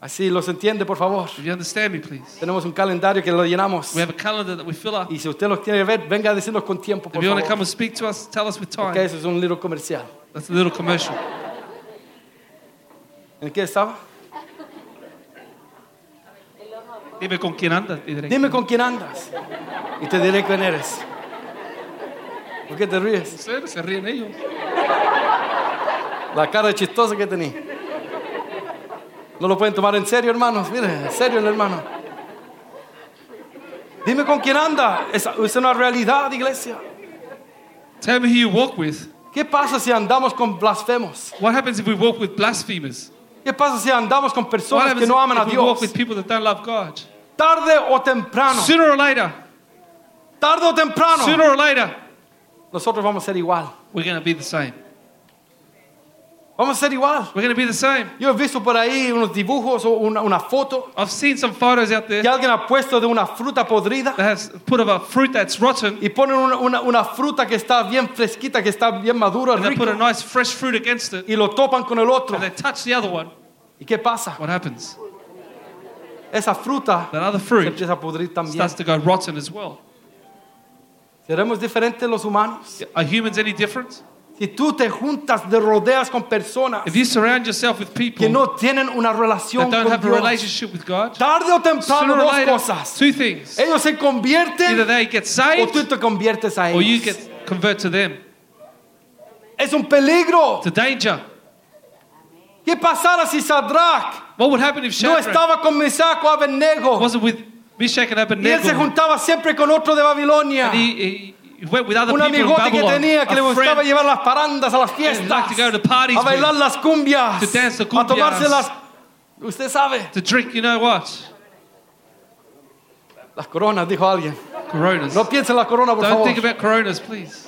[SPEAKER 2] Así los entiende, por favor.
[SPEAKER 3] If you understand me, please.
[SPEAKER 2] Tenemos un calendario que lo llenamos.
[SPEAKER 3] We have a calendar that we fill up.
[SPEAKER 2] Y si usted los quiere ver, venga a decirnos con tiempo,
[SPEAKER 3] If
[SPEAKER 2] por
[SPEAKER 3] you want to come
[SPEAKER 2] favor.
[SPEAKER 3] and speak to us, tell us with
[SPEAKER 2] Ok,
[SPEAKER 3] time.
[SPEAKER 2] eso es un libro comercial.
[SPEAKER 3] That's a little commercial.
[SPEAKER 2] ¿En qué estaba?
[SPEAKER 3] Dime con quién andas, Idrek.
[SPEAKER 2] Dime con quién andas y te diré quién eres. ¿Por qué te ríes?
[SPEAKER 3] Se se ríen ellos.
[SPEAKER 2] La cara chistosa que tenía. No lo pueden tomar en serio, hermanos. Mire, en serio, el hermano. Dime con quién anda. Es, es una realidad, iglesia.
[SPEAKER 3] Tell me who you walk with.
[SPEAKER 2] ¿Qué pasa si andamos con blasfemos?
[SPEAKER 3] What happens if we walk with blasphemers?
[SPEAKER 2] ¿Qué pasa si andamos con
[SPEAKER 3] What
[SPEAKER 2] personas
[SPEAKER 3] happens
[SPEAKER 2] que no aman a
[SPEAKER 3] if we walk
[SPEAKER 2] Dios?
[SPEAKER 3] with people that don't love God?
[SPEAKER 2] Tarde o temprano,
[SPEAKER 3] Sooner or later,
[SPEAKER 2] tarde o temprano,
[SPEAKER 3] sooner or later,
[SPEAKER 2] nosotros vamos a ser igual.
[SPEAKER 3] we're going to be the same.
[SPEAKER 2] Vamos a ser igual.
[SPEAKER 3] We're going to be the same.
[SPEAKER 2] Yo he visto por ahí unos dibujos o una, una foto
[SPEAKER 3] I've seen some photos out there
[SPEAKER 2] que
[SPEAKER 3] that
[SPEAKER 2] alguien ha puesto de una fruta podrida
[SPEAKER 3] has put of a fruit that's rotten,
[SPEAKER 2] y ponen una, una- una fruta que está bien fresquita, que está bien madura,
[SPEAKER 3] and they put a
[SPEAKER 2] rica,
[SPEAKER 3] nice fresh fruit against it,
[SPEAKER 2] y lo topan con el otro.
[SPEAKER 3] and they touch the other one.
[SPEAKER 2] ¿Y qué pasa?
[SPEAKER 3] What happens?
[SPEAKER 2] Esa fruta
[SPEAKER 3] That other
[SPEAKER 2] se
[SPEAKER 3] fruit
[SPEAKER 2] empieza a pudrir también.
[SPEAKER 3] starts to go rotten as well.
[SPEAKER 2] ¿Seremos diferentes los humanos?
[SPEAKER 3] Are humans any different?
[SPEAKER 2] Si tú te juntas, te rodeas con personas
[SPEAKER 3] If you surround yourself with
[SPEAKER 2] que
[SPEAKER 3] people
[SPEAKER 2] no tienen una relación
[SPEAKER 3] that don't
[SPEAKER 2] con
[SPEAKER 3] have a
[SPEAKER 2] Dios,
[SPEAKER 3] relationship with God,
[SPEAKER 2] tarde o temprano
[SPEAKER 3] sooner or
[SPEAKER 2] dos
[SPEAKER 3] later,
[SPEAKER 2] cosas.
[SPEAKER 3] two things.
[SPEAKER 2] Ellos se
[SPEAKER 3] Either
[SPEAKER 2] convierten
[SPEAKER 3] they get
[SPEAKER 2] o tú
[SPEAKER 3] saved
[SPEAKER 2] te conviertes a
[SPEAKER 3] or you
[SPEAKER 2] ellos.
[SPEAKER 3] get convert to them.
[SPEAKER 2] Es un peligro.
[SPEAKER 3] It's a danger.
[SPEAKER 2] ¿Qué pasara si Sadrach
[SPEAKER 3] What would happen if
[SPEAKER 2] no
[SPEAKER 3] Shadrach
[SPEAKER 2] estaba con Mesac o Abednego?
[SPEAKER 3] wasn't with Meshach and
[SPEAKER 2] Y él se
[SPEAKER 3] Abednego?
[SPEAKER 2] juntaba siempre con otro de Babilonia.
[SPEAKER 3] And he, he went with other
[SPEAKER 2] Un
[SPEAKER 3] people in
[SPEAKER 2] amigote que
[SPEAKER 3] Babylon.
[SPEAKER 2] tenía que le
[SPEAKER 3] A
[SPEAKER 2] gustaba
[SPEAKER 3] friend
[SPEAKER 2] llevar las parandas a las fiestas,
[SPEAKER 3] to go to parties
[SPEAKER 2] a bailar las cumbias,
[SPEAKER 3] to dance the
[SPEAKER 2] a tomarse
[SPEAKER 3] cumbias.
[SPEAKER 2] las. Usted sabe,
[SPEAKER 3] to drink, you know what?
[SPEAKER 2] las coronas, dijo alguien.
[SPEAKER 3] Coronas.
[SPEAKER 2] No piense en la corona, por
[SPEAKER 3] Don't
[SPEAKER 2] favor.
[SPEAKER 3] think about coronas, please.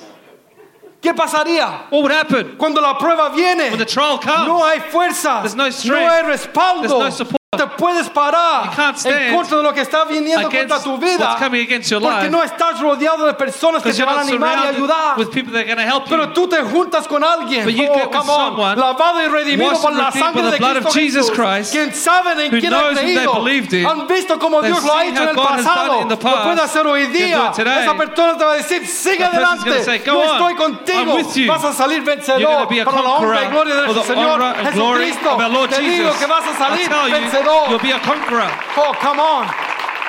[SPEAKER 2] ¿Qué pasaría
[SPEAKER 3] What would happen
[SPEAKER 2] cuando la prueba viene?
[SPEAKER 3] when the trial comes?
[SPEAKER 2] No hay fuerza,
[SPEAKER 3] There's no strength.
[SPEAKER 2] no hay respaldo.
[SPEAKER 3] There's no support.
[SPEAKER 2] No te puedes parar
[SPEAKER 3] You can't
[SPEAKER 2] en
[SPEAKER 3] stand
[SPEAKER 2] contra de lo que está viniendo contra
[SPEAKER 3] against
[SPEAKER 2] tu vida.
[SPEAKER 3] what's coming against your
[SPEAKER 2] Porque
[SPEAKER 3] life.
[SPEAKER 2] no estás rodeado de personas que
[SPEAKER 3] Because
[SPEAKER 2] te
[SPEAKER 3] you're
[SPEAKER 2] van a
[SPEAKER 3] not
[SPEAKER 2] animar y ayudar.
[SPEAKER 3] surrounded with people that are going to help
[SPEAKER 2] Pero
[SPEAKER 3] you.
[SPEAKER 2] tú te juntas con alguien,
[SPEAKER 3] But you
[SPEAKER 2] oh,
[SPEAKER 3] get with
[SPEAKER 2] come on,
[SPEAKER 3] someone
[SPEAKER 2] lavado y redimido
[SPEAKER 3] washed
[SPEAKER 2] por
[SPEAKER 3] and
[SPEAKER 2] la
[SPEAKER 3] redeemed
[SPEAKER 2] sangre
[SPEAKER 3] by
[SPEAKER 2] de
[SPEAKER 3] the blood of
[SPEAKER 2] Cristo
[SPEAKER 3] Jesus
[SPEAKER 2] Jesús,
[SPEAKER 3] Christ,
[SPEAKER 2] quien saben en
[SPEAKER 3] who
[SPEAKER 2] quién han
[SPEAKER 3] knows who they
[SPEAKER 2] creído,
[SPEAKER 3] believed in,
[SPEAKER 2] han visto como
[SPEAKER 3] they've
[SPEAKER 2] Dios lo ha
[SPEAKER 3] seen
[SPEAKER 2] hecho en
[SPEAKER 3] how
[SPEAKER 2] el
[SPEAKER 3] God has done
[SPEAKER 2] pasado,
[SPEAKER 3] it in the
[SPEAKER 2] lo puede
[SPEAKER 3] past,
[SPEAKER 2] hacer hoy
[SPEAKER 3] can do
[SPEAKER 2] día,
[SPEAKER 3] it today.
[SPEAKER 2] esa persona te va a decir, sigue
[SPEAKER 3] That person's
[SPEAKER 2] adelante,
[SPEAKER 3] gonna say, "Go
[SPEAKER 2] yo
[SPEAKER 3] on,
[SPEAKER 2] estoy
[SPEAKER 3] I'm
[SPEAKER 2] contigo,
[SPEAKER 3] with you.
[SPEAKER 2] vas a salir vencedor,
[SPEAKER 3] gonna be a
[SPEAKER 2] para la honra y
[SPEAKER 3] conqueror
[SPEAKER 2] gloria de
[SPEAKER 3] for the
[SPEAKER 2] nuestro Señor
[SPEAKER 3] honor and glory
[SPEAKER 2] Jesucristo,
[SPEAKER 3] of our Lord
[SPEAKER 2] te digo
[SPEAKER 3] Jesus.
[SPEAKER 2] que vas a
[SPEAKER 3] I
[SPEAKER 2] salir
[SPEAKER 3] tell you,
[SPEAKER 2] vencedor,
[SPEAKER 3] you'll be a conqueror.
[SPEAKER 2] oh, come on.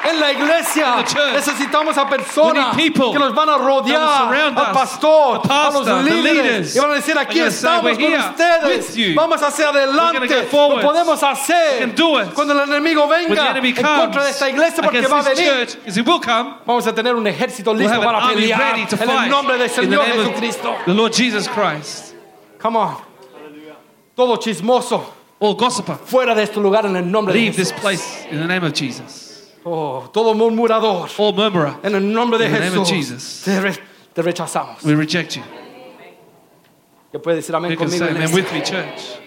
[SPEAKER 2] En la iglesia
[SPEAKER 3] In the church,
[SPEAKER 2] necesitamos a personas
[SPEAKER 3] we need people
[SPEAKER 2] que nos van a rodear,
[SPEAKER 3] surround
[SPEAKER 2] al
[SPEAKER 3] us,
[SPEAKER 2] pastor,
[SPEAKER 3] the
[SPEAKER 2] a los
[SPEAKER 3] pastor, the
[SPEAKER 2] líderes,
[SPEAKER 3] leaders.
[SPEAKER 2] y van a decir
[SPEAKER 3] They're
[SPEAKER 2] aquí
[SPEAKER 3] gonna say,
[SPEAKER 2] estamos
[SPEAKER 3] "We're
[SPEAKER 2] con
[SPEAKER 3] here
[SPEAKER 2] ustedes,
[SPEAKER 3] with you.
[SPEAKER 2] vamos hacia
[SPEAKER 3] We're
[SPEAKER 2] adelante,
[SPEAKER 3] gonna go
[SPEAKER 2] lo podemos hacer
[SPEAKER 3] We can do it.
[SPEAKER 2] cuando el enemigo
[SPEAKER 3] When the
[SPEAKER 2] venga
[SPEAKER 3] enemy
[SPEAKER 2] en
[SPEAKER 3] comes
[SPEAKER 2] contra de esta iglesia porque
[SPEAKER 3] against
[SPEAKER 2] va a
[SPEAKER 3] this
[SPEAKER 2] venir.
[SPEAKER 3] church, because he will come,
[SPEAKER 2] Vamos a tener un ejército
[SPEAKER 3] we'll
[SPEAKER 2] listo
[SPEAKER 3] have an
[SPEAKER 2] para
[SPEAKER 3] army
[SPEAKER 2] pelear
[SPEAKER 3] ready to
[SPEAKER 2] en el
[SPEAKER 3] fight
[SPEAKER 2] nombre del
[SPEAKER 3] in
[SPEAKER 2] Señor
[SPEAKER 3] the name
[SPEAKER 2] Jesucristo.
[SPEAKER 3] of the Lord Jesus Christ.
[SPEAKER 2] Come on. Todo chismoso,
[SPEAKER 3] All gossiper,
[SPEAKER 2] fuera de este lugar en el nombre de
[SPEAKER 3] leave this
[SPEAKER 2] Jesús.
[SPEAKER 3] place in the name of Jesus.
[SPEAKER 2] Oh, todo murmurador,
[SPEAKER 3] All murmurer,
[SPEAKER 2] en el nombre de
[SPEAKER 3] In the name of
[SPEAKER 2] Jesús.
[SPEAKER 3] Jesus.
[SPEAKER 2] Te, re- te rechazamos.
[SPEAKER 3] we reject you.
[SPEAKER 2] Que puede decir amén
[SPEAKER 3] You can
[SPEAKER 2] conmigo,
[SPEAKER 3] say, "Man,
[SPEAKER 2] iglesia?
[SPEAKER 3] with me, church,"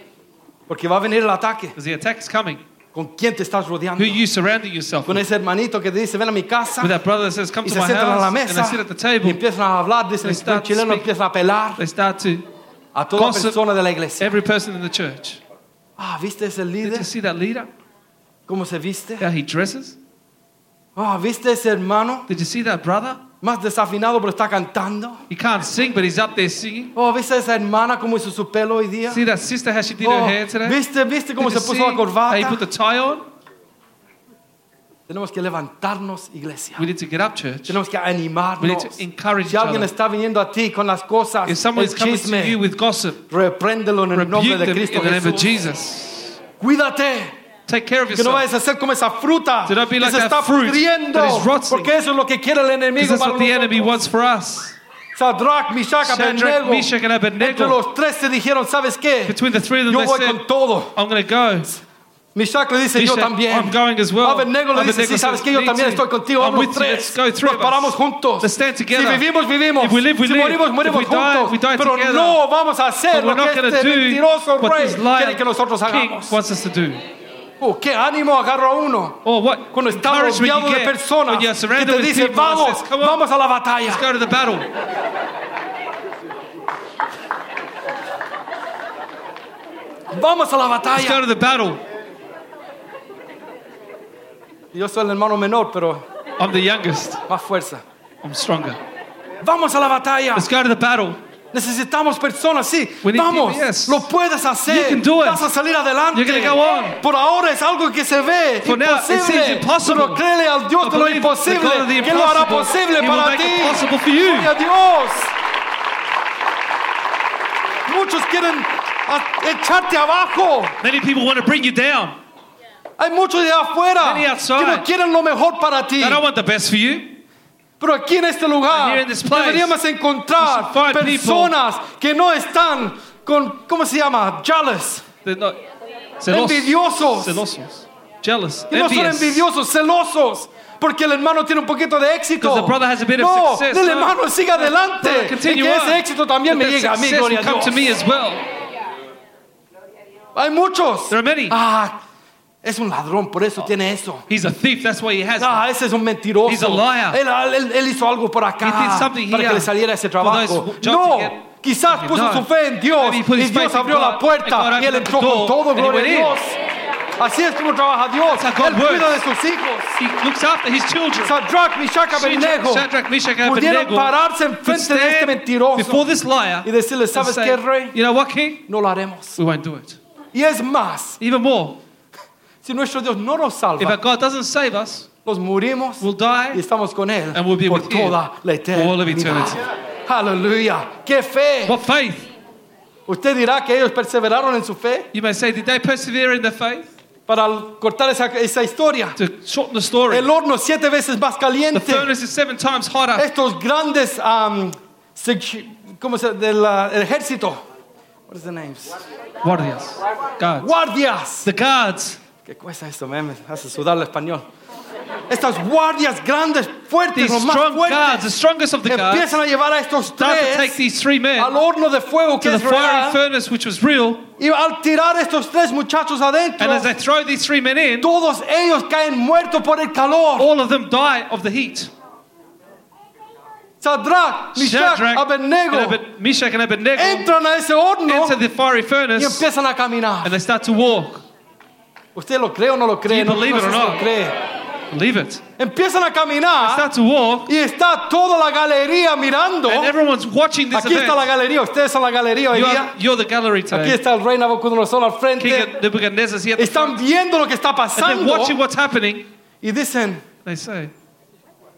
[SPEAKER 2] Porque va a venir el ataque.
[SPEAKER 3] because the attack's coming.
[SPEAKER 2] ¿Con quién te estás
[SPEAKER 3] Who
[SPEAKER 2] rodeando?
[SPEAKER 3] are you surrounding yourself
[SPEAKER 2] Con
[SPEAKER 3] with?
[SPEAKER 2] ese hermanito que te dice, ven a mi casa.
[SPEAKER 3] With that brother that says, "Come
[SPEAKER 2] Y
[SPEAKER 3] to
[SPEAKER 2] se
[SPEAKER 3] my
[SPEAKER 2] sientan a la
[SPEAKER 3] house," and I
[SPEAKER 2] mesa.
[SPEAKER 3] sit at the
[SPEAKER 2] Y
[SPEAKER 3] table.
[SPEAKER 2] empiezan a hablar, dicen
[SPEAKER 3] They
[SPEAKER 2] en
[SPEAKER 3] start
[SPEAKER 2] chileno,
[SPEAKER 3] speaking.
[SPEAKER 2] empiezan a pelar
[SPEAKER 3] They start to
[SPEAKER 2] a toda
[SPEAKER 3] gossip.
[SPEAKER 2] persona de la iglesia.
[SPEAKER 3] every person in the church.
[SPEAKER 2] Ah, ¿viste ese
[SPEAKER 3] Did you
[SPEAKER 2] líder?
[SPEAKER 3] see that leader?
[SPEAKER 2] ¿Cómo se viste?
[SPEAKER 3] How he dresses?
[SPEAKER 2] Ah, ¿viste ese hermano?
[SPEAKER 3] Did you see that brother?
[SPEAKER 2] Más desafinado, pero está cantando.
[SPEAKER 3] He can't sing, but he's up there singing.
[SPEAKER 2] Oh, ¿viste esa hermana cómo hizo su pelo hoy día?
[SPEAKER 3] See that sister how she did
[SPEAKER 2] Oh,
[SPEAKER 3] her hair today?
[SPEAKER 2] ¿Viste, viste cómo
[SPEAKER 3] Did you
[SPEAKER 2] se puso la
[SPEAKER 3] see how he
[SPEAKER 2] corbata?
[SPEAKER 3] put the tie on?
[SPEAKER 2] Tenemos que levantarnos, iglesia.
[SPEAKER 3] We need to get up, church.
[SPEAKER 2] Tenemos que
[SPEAKER 3] We need
[SPEAKER 2] animarnos.
[SPEAKER 3] to encourage
[SPEAKER 2] Si
[SPEAKER 3] each
[SPEAKER 2] alguien
[SPEAKER 3] other.
[SPEAKER 2] está viniendo a ti con las cosas,
[SPEAKER 3] If someone
[SPEAKER 2] el
[SPEAKER 3] is coming to you
[SPEAKER 2] chisme,
[SPEAKER 3] with gossip,
[SPEAKER 2] repréndelo en el nombre de
[SPEAKER 3] rebuke them in
[SPEAKER 2] Cristo
[SPEAKER 3] the name of
[SPEAKER 2] Jesús.
[SPEAKER 3] Jesus.
[SPEAKER 2] Cuídate,
[SPEAKER 3] Take care of
[SPEAKER 2] que no
[SPEAKER 3] yourself.
[SPEAKER 2] vayas a ser como esa fruta
[SPEAKER 3] Do not be
[SPEAKER 2] que
[SPEAKER 3] like
[SPEAKER 2] se
[SPEAKER 3] that
[SPEAKER 2] está
[SPEAKER 3] fruit
[SPEAKER 2] pudriendo,
[SPEAKER 3] that is rotting.
[SPEAKER 2] porque eso es lo que quiere el
[SPEAKER 3] Because
[SPEAKER 2] enemigo
[SPEAKER 3] that's
[SPEAKER 2] para
[SPEAKER 3] what the enemy
[SPEAKER 2] nosotros.
[SPEAKER 3] wants for us.
[SPEAKER 2] Sadrach, Mishak,
[SPEAKER 3] Shadrach,
[SPEAKER 2] Abednego.
[SPEAKER 3] Meshach, and
[SPEAKER 2] Entre
[SPEAKER 3] Abednego.
[SPEAKER 2] los tres se dijeron, ¿sabes qué?
[SPEAKER 3] Between the three of them,
[SPEAKER 2] Yo
[SPEAKER 3] they
[SPEAKER 2] voy
[SPEAKER 3] said,
[SPEAKER 2] con todo.
[SPEAKER 3] I'm going to go.
[SPEAKER 2] Mishak le dice, yo
[SPEAKER 3] Meshach,
[SPEAKER 2] también.
[SPEAKER 3] I'm going as well.
[SPEAKER 2] Abednego le dice,
[SPEAKER 3] Abednego
[SPEAKER 2] sí, ¿sabes
[SPEAKER 3] says,
[SPEAKER 2] qué? Yo
[SPEAKER 3] me
[SPEAKER 2] también
[SPEAKER 3] too.
[SPEAKER 2] estoy contigo.
[SPEAKER 3] I'm
[SPEAKER 2] Vamos
[SPEAKER 3] with you.
[SPEAKER 2] tres.
[SPEAKER 3] Let's go, three
[SPEAKER 2] Nos
[SPEAKER 3] of us.
[SPEAKER 2] paramos juntos.
[SPEAKER 3] Let's stand together.
[SPEAKER 2] Si vivimos, vivimos.
[SPEAKER 3] If we live, we
[SPEAKER 2] si
[SPEAKER 3] live.
[SPEAKER 2] morimos, morimos
[SPEAKER 3] If we die,
[SPEAKER 2] juntos.
[SPEAKER 3] we die
[SPEAKER 2] Pero
[SPEAKER 3] together.
[SPEAKER 2] no vamos a hacer
[SPEAKER 3] But we're
[SPEAKER 2] lo
[SPEAKER 3] not
[SPEAKER 2] que
[SPEAKER 3] going to
[SPEAKER 2] este
[SPEAKER 3] do
[SPEAKER 2] mentiroso
[SPEAKER 3] what
[SPEAKER 2] rey
[SPEAKER 3] this
[SPEAKER 2] quiere
[SPEAKER 3] lying
[SPEAKER 2] que nosotros
[SPEAKER 3] king
[SPEAKER 2] hagamos.
[SPEAKER 3] wants us to do.
[SPEAKER 2] Oh, qué ánimo agarro a uno.
[SPEAKER 3] Or what
[SPEAKER 2] Cuando está
[SPEAKER 3] encouragement
[SPEAKER 2] rodeado
[SPEAKER 3] you
[SPEAKER 2] de
[SPEAKER 3] get
[SPEAKER 2] personas
[SPEAKER 3] when you're
[SPEAKER 2] que
[SPEAKER 3] surrounded
[SPEAKER 2] te
[SPEAKER 3] with
[SPEAKER 2] dicen,
[SPEAKER 3] people that
[SPEAKER 2] vamos,
[SPEAKER 3] says, come on,
[SPEAKER 2] vamos a la batalla.
[SPEAKER 3] let's go to the battle.
[SPEAKER 2] Vamos a la
[SPEAKER 3] Let's go
[SPEAKER 2] batalla.
[SPEAKER 3] to the battle.
[SPEAKER 2] Yo soy el hermano menor, pero
[SPEAKER 3] I'm the youngest.
[SPEAKER 2] más fuerza.
[SPEAKER 3] I'm stronger.
[SPEAKER 2] Vamos a la batalla.
[SPEAKER 3] Let's go to the battle.
[SPEAKER 2] Necesitamos personas, sí.
[SPEAKER 3] We need
[SPEAKER 2] Vamos,
[SPEAKER 3] people, yes.
[SPEAKER 2] lo puedes hacer.
[SPEAKER 3] You can do it.
[SPEAKER 2] Vas a salir adelante.
[SPEAKER 3] You're gonna go on.
[SPEAKER 2] Por ahora es algo que se ve
[SPEAKER 3] For now, it
[SPEAKER 2] imposible.
[SPEAKER 3] seems impossible.
[SPEAKER 2] Pero créele al
[SPEAKER 3] I
[SPEAKER 2] Dios de lo
[SPEAKER 3] believe the
[SPEAKER 2] imposible,
[SPEAKER 3] God of the
[SPEAKER 2] que lo hará
[SPEAKER 3] impossible.
[SPEAKER 2] posible
[SPEAKER 3] He will
[SPEAKER 2] para
[SPEAKER 3] make
[SPEAKER 2] ti.
[SPEAKER 3] it possible for you.
[SPEAKER 2] Gloria a Dios. Muchos quieren a- echarte abajo.
[SPEAKER 3] Many people want to bring you down.
[SPEAKER 2] Hay muchos de afuera
[SPEAKER 3] Many outside.
[SPEAKER 2] que no quieren lo mejor para ti.
[SPEAKER 3] They don't want the best for you.
[SPEAKER 2] Pero aquí en este lugar
[SPEAKER 3] And here in this place,
[SPEAKER 2] deberíamos
[SPEAKER 3] we
[SPEAKER 2] encontrar
[SPEAKER 3] should find people-
[SPEAKER 2] personas que no están con, ¿cómo se llama? Jealous.
[SPEAKER 3] They're not celos,
[SPEAKER 2] Envidiosos.
[SPEAKER 3] Celosos. Jealous.
[SPEAKER 2] Que no son
[SPEAKER 3] envious.
[SPEAKER 2] envidiosos, celosos. Porque el hermano tiene un poquito de éxito.
[SPEAKER 3] Because the brother has a bit of
[SPEAKER 2] no,
[SPEAKER 3] success,
[SPEAKER 2] el
[SPEAKER 3] no.
[SPEAKER 2] hermano siga adelante.
[SPEAKER 3] Brother,
[SPEAKER 2] y
[SPEAKER 3] continue
[SPEAKER 2] que
[SPEAKER 3] on.
[SPEAKER 2] ese éxito también
[SPEAKER 3] But
[SPEAKER 2] me
[SPEAKER 3] that
[SPEAKER 2] llegue a mí,
[SPEAKER 3] success will
[SPEAKER 2] gloria a
[SPEAKER 3] come
[SPEAKER 2] Dios.
[SPEAKER 3] to me as well.
[SPEAKER 2] Hay muchos.
[SPEAKER 3] There are many.
[SPEAKER 2] Ah, es un ladrón, por eso tiene eso.
[SPEAKER 3] He's a thief. That's why he has.
[SPEAKER 2] Ah, ese es un
[SPEAKER 3] He's a
[SPEAKER 2] mentiroso.
[SPEAKER 3] liar.
[SPEAKER 2] Él, ah, él- él hizo algo por acá
[SPEAKER 3] He did something
[SPEAKER 2] para que
[SPEAKER 3] here
[SPEAKER 2] le saliera ese
[SPEAKER 3] for those
[SPEAKER 2] trabajo.
[SPEAKER 3] jobs
[SPEAKER 2] No,
[SPEAKER 3] to get-
[SPEAKER 2] quizás
[SPEAKER 3] No.
[SPEAKER 2] puso su fe en Dios
[SPEAKER 3] Maybe he
[SPEAKER 2] y
[SPEAKER 3] put his
[SPEAKER 2] Dios
[SPEAKER 3] faith in
[SPEAKER 2] abrió
[SPEAKER 3] God
[SPEAKER 2] la puerta
[SPEAKER 3] and
[SPEAKER 2] y
[SPEAKER 3] God
[SPEAKER 2] él entró
[SPEAKER 3] opened the
[SPEAKER 2] con
[SPEAKER 3] door
[SPEAKER 2] todo,
[SPEAKER 3] and he
[SPEAKER 2] gloria a
[SPEAKER 3] went in.
[SPEAKER 2] Dios. Así es como trabaja Dios.
[SPEAKER 3] That's how God
[SPEAKER 2] Él cuida de
[SPEAKER 3] works.
[SPEAKER 2] sus hijos.
[SPEAKER 3] He looks after his children.
[SPEAKER 2] Sadrach, Meshach, Abednego
[SPEAKER 3] Shadrach, Meshach, and
[SPEAKER 2] pudieron
[SPEAKER 3] Abednego
[SPEAKER 2] pararse
[SPEAKER 3] could
[SPEAKER 2] enfrente de este
[SPEAKER 3] stand before
[SPEAKER 2] mentiroso
[SPEAKER 3] this liar
[SPEAKER 2] y decirle,
[SPEAKER 3] and
[SPEAKER 2] ¿sabes
[SPEAKER 3] say,
[SPEAKER 2] qué, rey?
[SPEAKER 3] you know what, king?
[SPEAKER 2] No lo haremos.
[SPEAKER 3] We won't do it.
[SPEAKER 2] Y es más,
[SPEAKER 3] Even more,
[SPEAKER 2] si nuestro Dios no nos
[SPEAKER 3] if our
[SPEAKER 2] salva,
[SPEAKER 3] God doesn't save us,
[SPEAKER 2] nos morimos
[SPEAKER 3] we'll die
[SPEAKER 2] y estamos con Él
[SPEAKER 3] and we'll be
[SPEAKER 2] por
[SPEAKER 3] with Him
[SPEAKER 2] toda la
[SPEAKER 3] for all of
[SPEAKER 2] eternidad.
[SPEAKER 3] eternity.
[SPEAKER 2] Aleluya. ¡Qué fe!
[SPEAKER 3] What faith?
[SPEAKER 2] Usted dirá que ellos perseveraron en su fe
[SPEAKER 3] You may say, did they persevere in their faith?
[SPEAKER 2] para cortar esa, esa historia.
[SPEAKER 3] To shorten the story,
[SPEAKER 2] El horno siete veces más
[SPEAKER 3] the
[SPEAKER 2] caliente.
[SPEAKER 3] furnace is seven times hotter.
[SPEAKER 2] Estos grandes um, sig- ¿cómo se- del ah, ejército. What is the names?
[SPEAKER 3] Warriors, guards.
[SPEAKER 2] Guardias.
[SPEAKER 3] The guards,
[SPEAKER 2] ¿Qué cuesta esto? Me me hace sudar el español. Estas guardias grandes, fuertes,
[SPEAKER 3] these
[SPEAKER 2] los más
[SPEAKER 3] strong guards, the
[SPEAKER 2] fuertes,
[SPEAKER 3] strongest of the guards,
[SPEAKER 2] empiezan a llevar a estos
[SPEAKER 3] start to take
[SPEAKER 2] tres
[SPEAKER 3] these three
[SPEAKER 2] al
[SPEAKER 3] men
[SPEAKER 2] horno de fuego que
[SPEAKER 3] to the
[SPEAKER 2] es
[SPEAKER 3] fiery
[SPEAKER 2] real.
[SPEAKER 3] furnace, which was real,
[SPEAKER 2] Y al tirar estos tres muchachos adentro,
[SPEAKER 3] and as they throw these three men in,
[SPEAKER 2] todos ellos caen muertos por el calor.
[SPEAKER 3] all of them die of the heat.
[SPEAKER 2] Sadrach, Meshach,
[SPEAKER 3] Oh, Shadrach, and
[SPEAKER 2] Abednego
[SPEAKER 3] Abed- Meshach and Abednego
[SPEAKER 2] entran a ese horno
[SPEAKER 3] enter the fiery
[SPEAKER 2] y
[SPEAKER 3] furnace
[SPEAKER 2] empiezan a caminar.
[SPEAKER 3] and they start to walk.
[SPEAKER 2] ¿Usted lo cree o no lo cree?
[SPEAKER 3] Do
[SPEAKER 2] No,
[SPEAKER 3] you believe
[SPEAKER 2] no
[SPEAKER 3] it
[SPEAKER 2] sé
[SPEAKER 3] or
[SPEAKER 2] si lo
[SPEAKER 3] not?
[SPEAKER 2] cree.
[SPEAKER 3] Believe it.
[SPEAKER 2] Empiezan a caminar
[SPEAKER 3] Start to walk,
[SPEAKER 2] y está toda la galería mirando.
[SPEAKER 3] and everyone's watching this
[SPEAKER 2] Aquí está la
[SPEAKER 3] event.
[SPEAKER 2] galería, ustedes son la galería hoy
[SPEAKER 3] You
[SPEAKER 2] día.
[SPEAKER 3] are, you're the gallery
[SPEAKER 2] Aquí
[SPEAKER 3] today.
[SPEAKER 2] está el rey Nabucodonosor al
[SPEAKER 3] King
[SPEAKER 2] frente.
[SPEAKER 3] Nebuchadnezzar's here. at the
[SPEAKER 2] Están viendo lo que está
[SPEAKER 3] front, And they're
[SPEAKER 2] pasando
[SPEAKER 3] watching what's happening.
[SPEAKER 2] y dicen
[SPEAKER 3] They say,